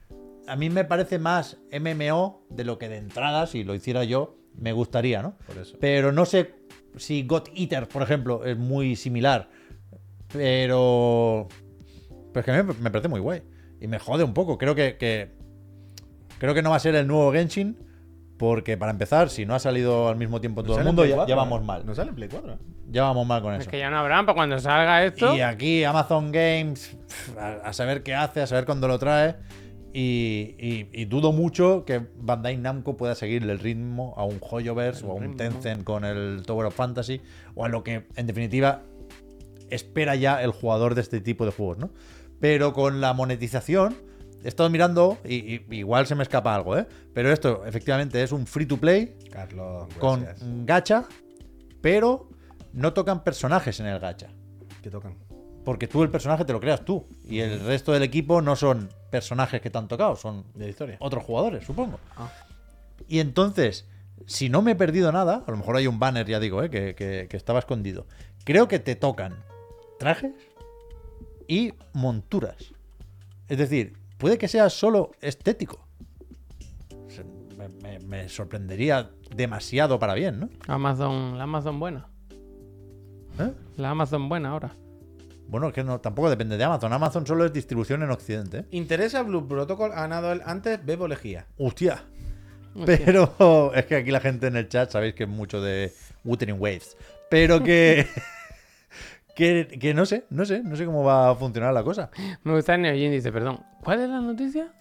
C: a mí me parece más MMO de lo que de entrada, si lo hiciera yo, me gustaría, ¿no?
B: Por eso.
C: Pero no sé si God Eater, por ejemplo, es muy similar. Pero. Pero es que me, me parece muy guay. Y me jode un poco. Creo que, que- Creo que no va a ser el nuevo Genshin. Porque para empezar, si no ha salido al mismo tiempo en todo el mundo, ya,
B: ¿eh?
C: ya vamos mal.
D: No sale en Play 4. ¿eh?
C: Ya vamos mal con
A: Es
C: eso.
A: que ya no habrán para cuando salga esto.
C: Y aquí Amazon Games, pf, a, a saber qué hace, a saber cuándo lo trae. Y, y- y dudo mucho que Bandai Namco pueda seguirle el ritmo a un Hoyoverse o a un Tencent con el Tower of Fantasy o a lo que, en definitiva, espera ya el jugador de este tipo de juegos, ¿no? Pero con la monetización, he estado mirando y, y- igual se me escapa algo, ¿eh? Pero esto, efectivamente, es un free to play
D: Carlos,
B: Pues
C: con
D: gracias.
C: gacha, pero no tocan personajes en el gacha.
D: Que tocan.
C: Porque tú el personaje te lo creas tú. Y el resto del equipo no son personajes que te han tocado, son
D: De la historia.
C: otros jugadores, supongo. Y entonces, si no me he perdido nada, a lo mejor hay un banner, ya digo, eh, que, que- que estaba escondido. Creo que te tocan trajes y monturas. Es decir, puede que sea solo estético. Se- me- me- me sorprendería demasiado para bien, ¿no?
A: Amazon, la Amazon buena.
C: ¿Eh?
A: La Amazon buena ahora.
C: Bueno, es que no, tampoco depende de Amazon. Amazon solo es distribución en Occidente. ¿eh?
B: Interesa Blue Protocol, ha ganado el antes Bebo Lejía.
C: Hostia.
A: Hostia.
C: Pero [LAUGHS] es que aquí la gente en el chat sabéis que es mucho de Wuthering Waves. Pero que, [LAUGHS] que. que no sé, no sé, no sé cómo va a funcionar la cosa.
A: [LAUGHS] Me gusta el Neojin, dice, perdón. ¿Cuál es la
C: [LAUGHS]
A: noticia? [LAUGHS]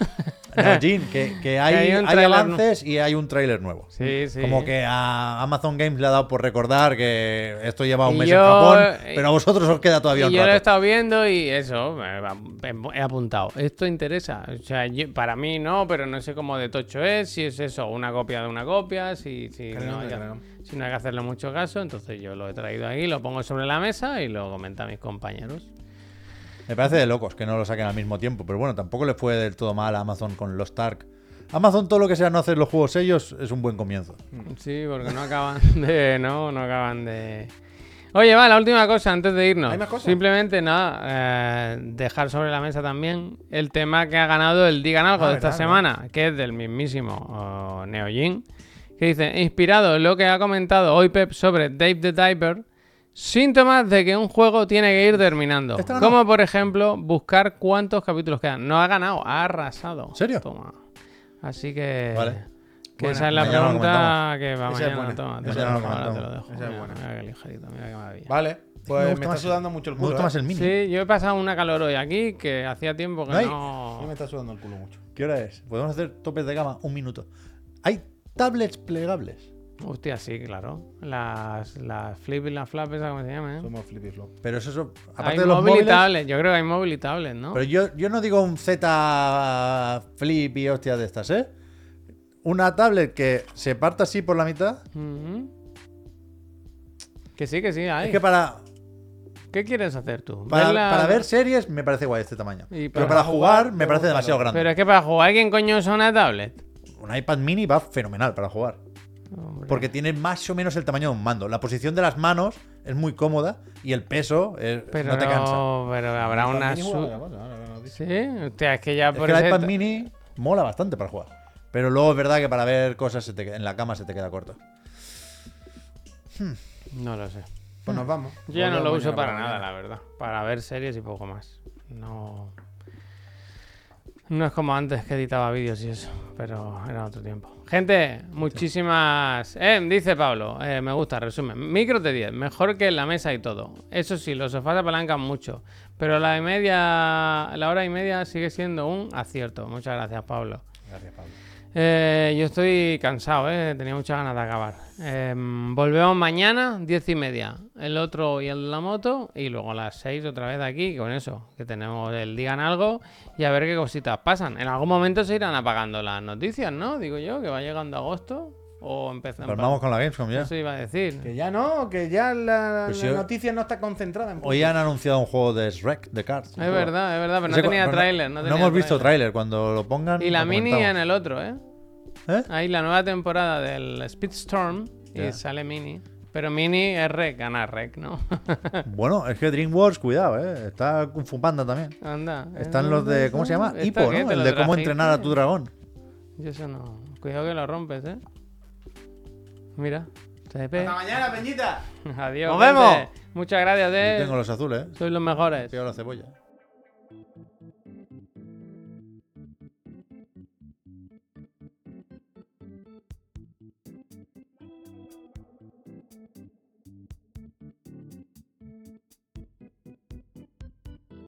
C: No, Jin, que, que hay,
A: hay un
C: hay
A: tráiler
C: avances y hay un tráiler nuevo.
A: Sí, sí.
C: Como que a Amazon Games le ha dado por recordar que esto lleva un
A: Y
C: mes
A: yo- eh,
C: en Japón, pero a vosotros os queda todavía
A: Y
C: un
A: yo lo he
C: rato.
A: estado viendo y eso, eh, va- he- he apuntado. Esto interesa. O sea, yo- para mí no, pero no sé cómo de tocho es, si es eso, una copia de una copia, si, si,
B: Claro,
A: no, hay,
B: claro.
A: si no hay que hacerle mucho caso. Entonces yo lo he traído aquí, lo pongo sobre la mesa y lo comenta a mis compañeros.
C: Me parece de locos que no lo saquen al mismo tiempo, pero bueno, tampoco le fue del todo mal a Amazon con los Ark. Amazon, todo lo que sea no hacer los juegos ellos, es un buen comienzo.
A: Sí, porque no acaban [LAUGHS] de. No, no acaban de. Oye, va, la última cosa antes de irnos.
B: ¿Hay más cosas?
A: Simplemente nada, eh, dejar sobre la mesa también el tema que ha ganado el Digan Algo
B: Ah,
A: de esta
B: verdad,
A: semana, que es del mismísimo oh, Neo Jin, que dice: Inspirado en lo que ha comentado hoy Pep sobre Dave the Diver, síntomas de que un juego tiene que ir terminando.
C: Esta ganó.
A: Como por ejemplo, buscar cuántos capítulos quedan. No ha ganado, ha arrasado.
C: ¿En serio?
A: Toma. Así que.
C: Vale.
A: Que
B: Buena.
A: esa es la
C: Mañana lo
A: pregunta que va
B: Esa es
A: mañana.
B: buena.
A: Toma, te
C: Esa
A: lo
C: ya lo
A: dejo, ahora te lo
C: comentamos.
A: dejo.
B: Esa es
A: Mira,
B: buena.
A: Mira qué ligerito, mira qué maravilla.
B: Vale,
C: Me
B: pues
C: gusta
B: me, está
C: más el-
B: sudando mucho el
C: Me
B: culo.
C: gusta más
B: ¿eh?
C: el mini.
A: Sí, yo he pasado una calor hoy aquí que hacía tiempo que
C: No hay-
A: no.
D: A mí me está sudando el culo mucho.
C: ¿Qué hora es? Podemos hacer topes de gama un minuto. Hay tablets plegables,
A: Hostia, sí, claro. Las, las flip y las flap, esa como se llama, ¿eh?
D: Somos flippy flop.
C: pero eso son. Aparte
A: Hay
C: de los
A: móvil y
C: móviles.
A: tablet. Yo creo que hay móvil y tablet, ¿no?
C: Pero yo, yo no digo un Z flip y hostia de estas, ¿eh? Una tablet que se parta así por la mitad.
A: Ujú. Que sí, que sí, hay.
C: Es que para,
A: ¿Qué quieres hacer tú?
C: para,
A: la-
C: para ver series me parece guay este tamaño.
A: Y para
C: pero para jugar me
D: me
C: parece
D: gusta
C: demasiado grande.
A: Pero es que para jugar, ¿quién coño usa una tablet?
C: Un iPad mini va fenomenal para jugar.
A: Hombre.
C: Porque tiene más o menos el tamaño de un mando. La posición de las manos es muy cómoda y el peso es-
A: Pero
C: no te cansa.
A: Pero habrá una.
D: También
A: su-
B: ¿eh?
D: juega otra cosa, ahora que nos dice.
A: Sí, hostia, es que ya
C: Es
A: por
C: que el
A: ese
C: iPad
A: ta-
C: mini mola bastante para jugar. Pero luego es verdad que para ver cosas se te que- en la cama se te queda corto.
A: No lo sé.
B: Pues nos vamos.
A: Yo ya no lo
B: Volvemos
A: uso para
B: mañana por la
A: nada,
B: mañana.
A: la verdad. Para ver series y poco más. No. No es como antes que editaba vídeos y eso, pero era otro tiempo. Gente, muchísimas. Eh, dice Pablo, eh, me gusta, resumen. Micros de 10, mejor que en la mesa y todo. Eso sí, los sofás apalancan mucho, pero la, de media, la hora y media sigue siendo un acierto. Muchas gracias, Pablo.
D: Gracias, Pablo.
A: Eh, yo estoy cansado, ¿eh? tenía muchas ganas de acabar. Em, volvemos mañana, diez y media. El otro y el de la moto. Y luego a las seis otra vez aquí, con eso. Que tenemos el digan algo y a ver qué cositas pasan. En algún momento se irán apagando las noticias, ¿no? Digo yo, que va llegando agosto. O empezamos.
C: Pero Pues vamos con la Gamescom ya.
A: Eso iba a decir.
B: Que ya no, que ya la,
C: Pues
B: la
C: yo-
B: noticia no está concentrada en
C: Hoy han anunciado un juego de Shrek, de Cards.
A: Es verdad, es verdad, pero no
C: Ese cu-
A: tenía
C: pero
A: tráiler. No,
C: No,
A: tenía
C: hemos visto
A: tráiler.
C: tráiler. Cuando lo pongan.
A: Y la
C: lo
A: mini en
C: comentamos.
A: el otro, ¿eh?
C: ¿Eh?
A: Ahí la nueva temporada del Speedstorm. Y
C: Ya.
A: sale mini. Pero mini es rec, ganar rec, ¿no? [LAUGHS]
C: Bueno, es que DreamWorks, cuidado, ¿eh? Está Kung Fu Panda también.
A: Anda.
C: Están los de, ¿cómo se llama?
A: ¿Esta
C: Hippo,
A: qué?
C: ¿no?
A: ¿Te
C: El
A: lo
C: de cómo
A: trajiste?
C: entrenar a tu dragón.
A: Yo eso no. Cuidado que lo rompes, ¿eh? Mira. TP.
B: Hasta mañana, Peñita.
A: [LAUGHS] Adiós.
B: Nos vemos.
A: gente. Muchas gracias,
C: Yo tengo
A: ¿eh?
C: los azules, ¿eh?
A: Sois los mejores.
C: Pego la cebolla.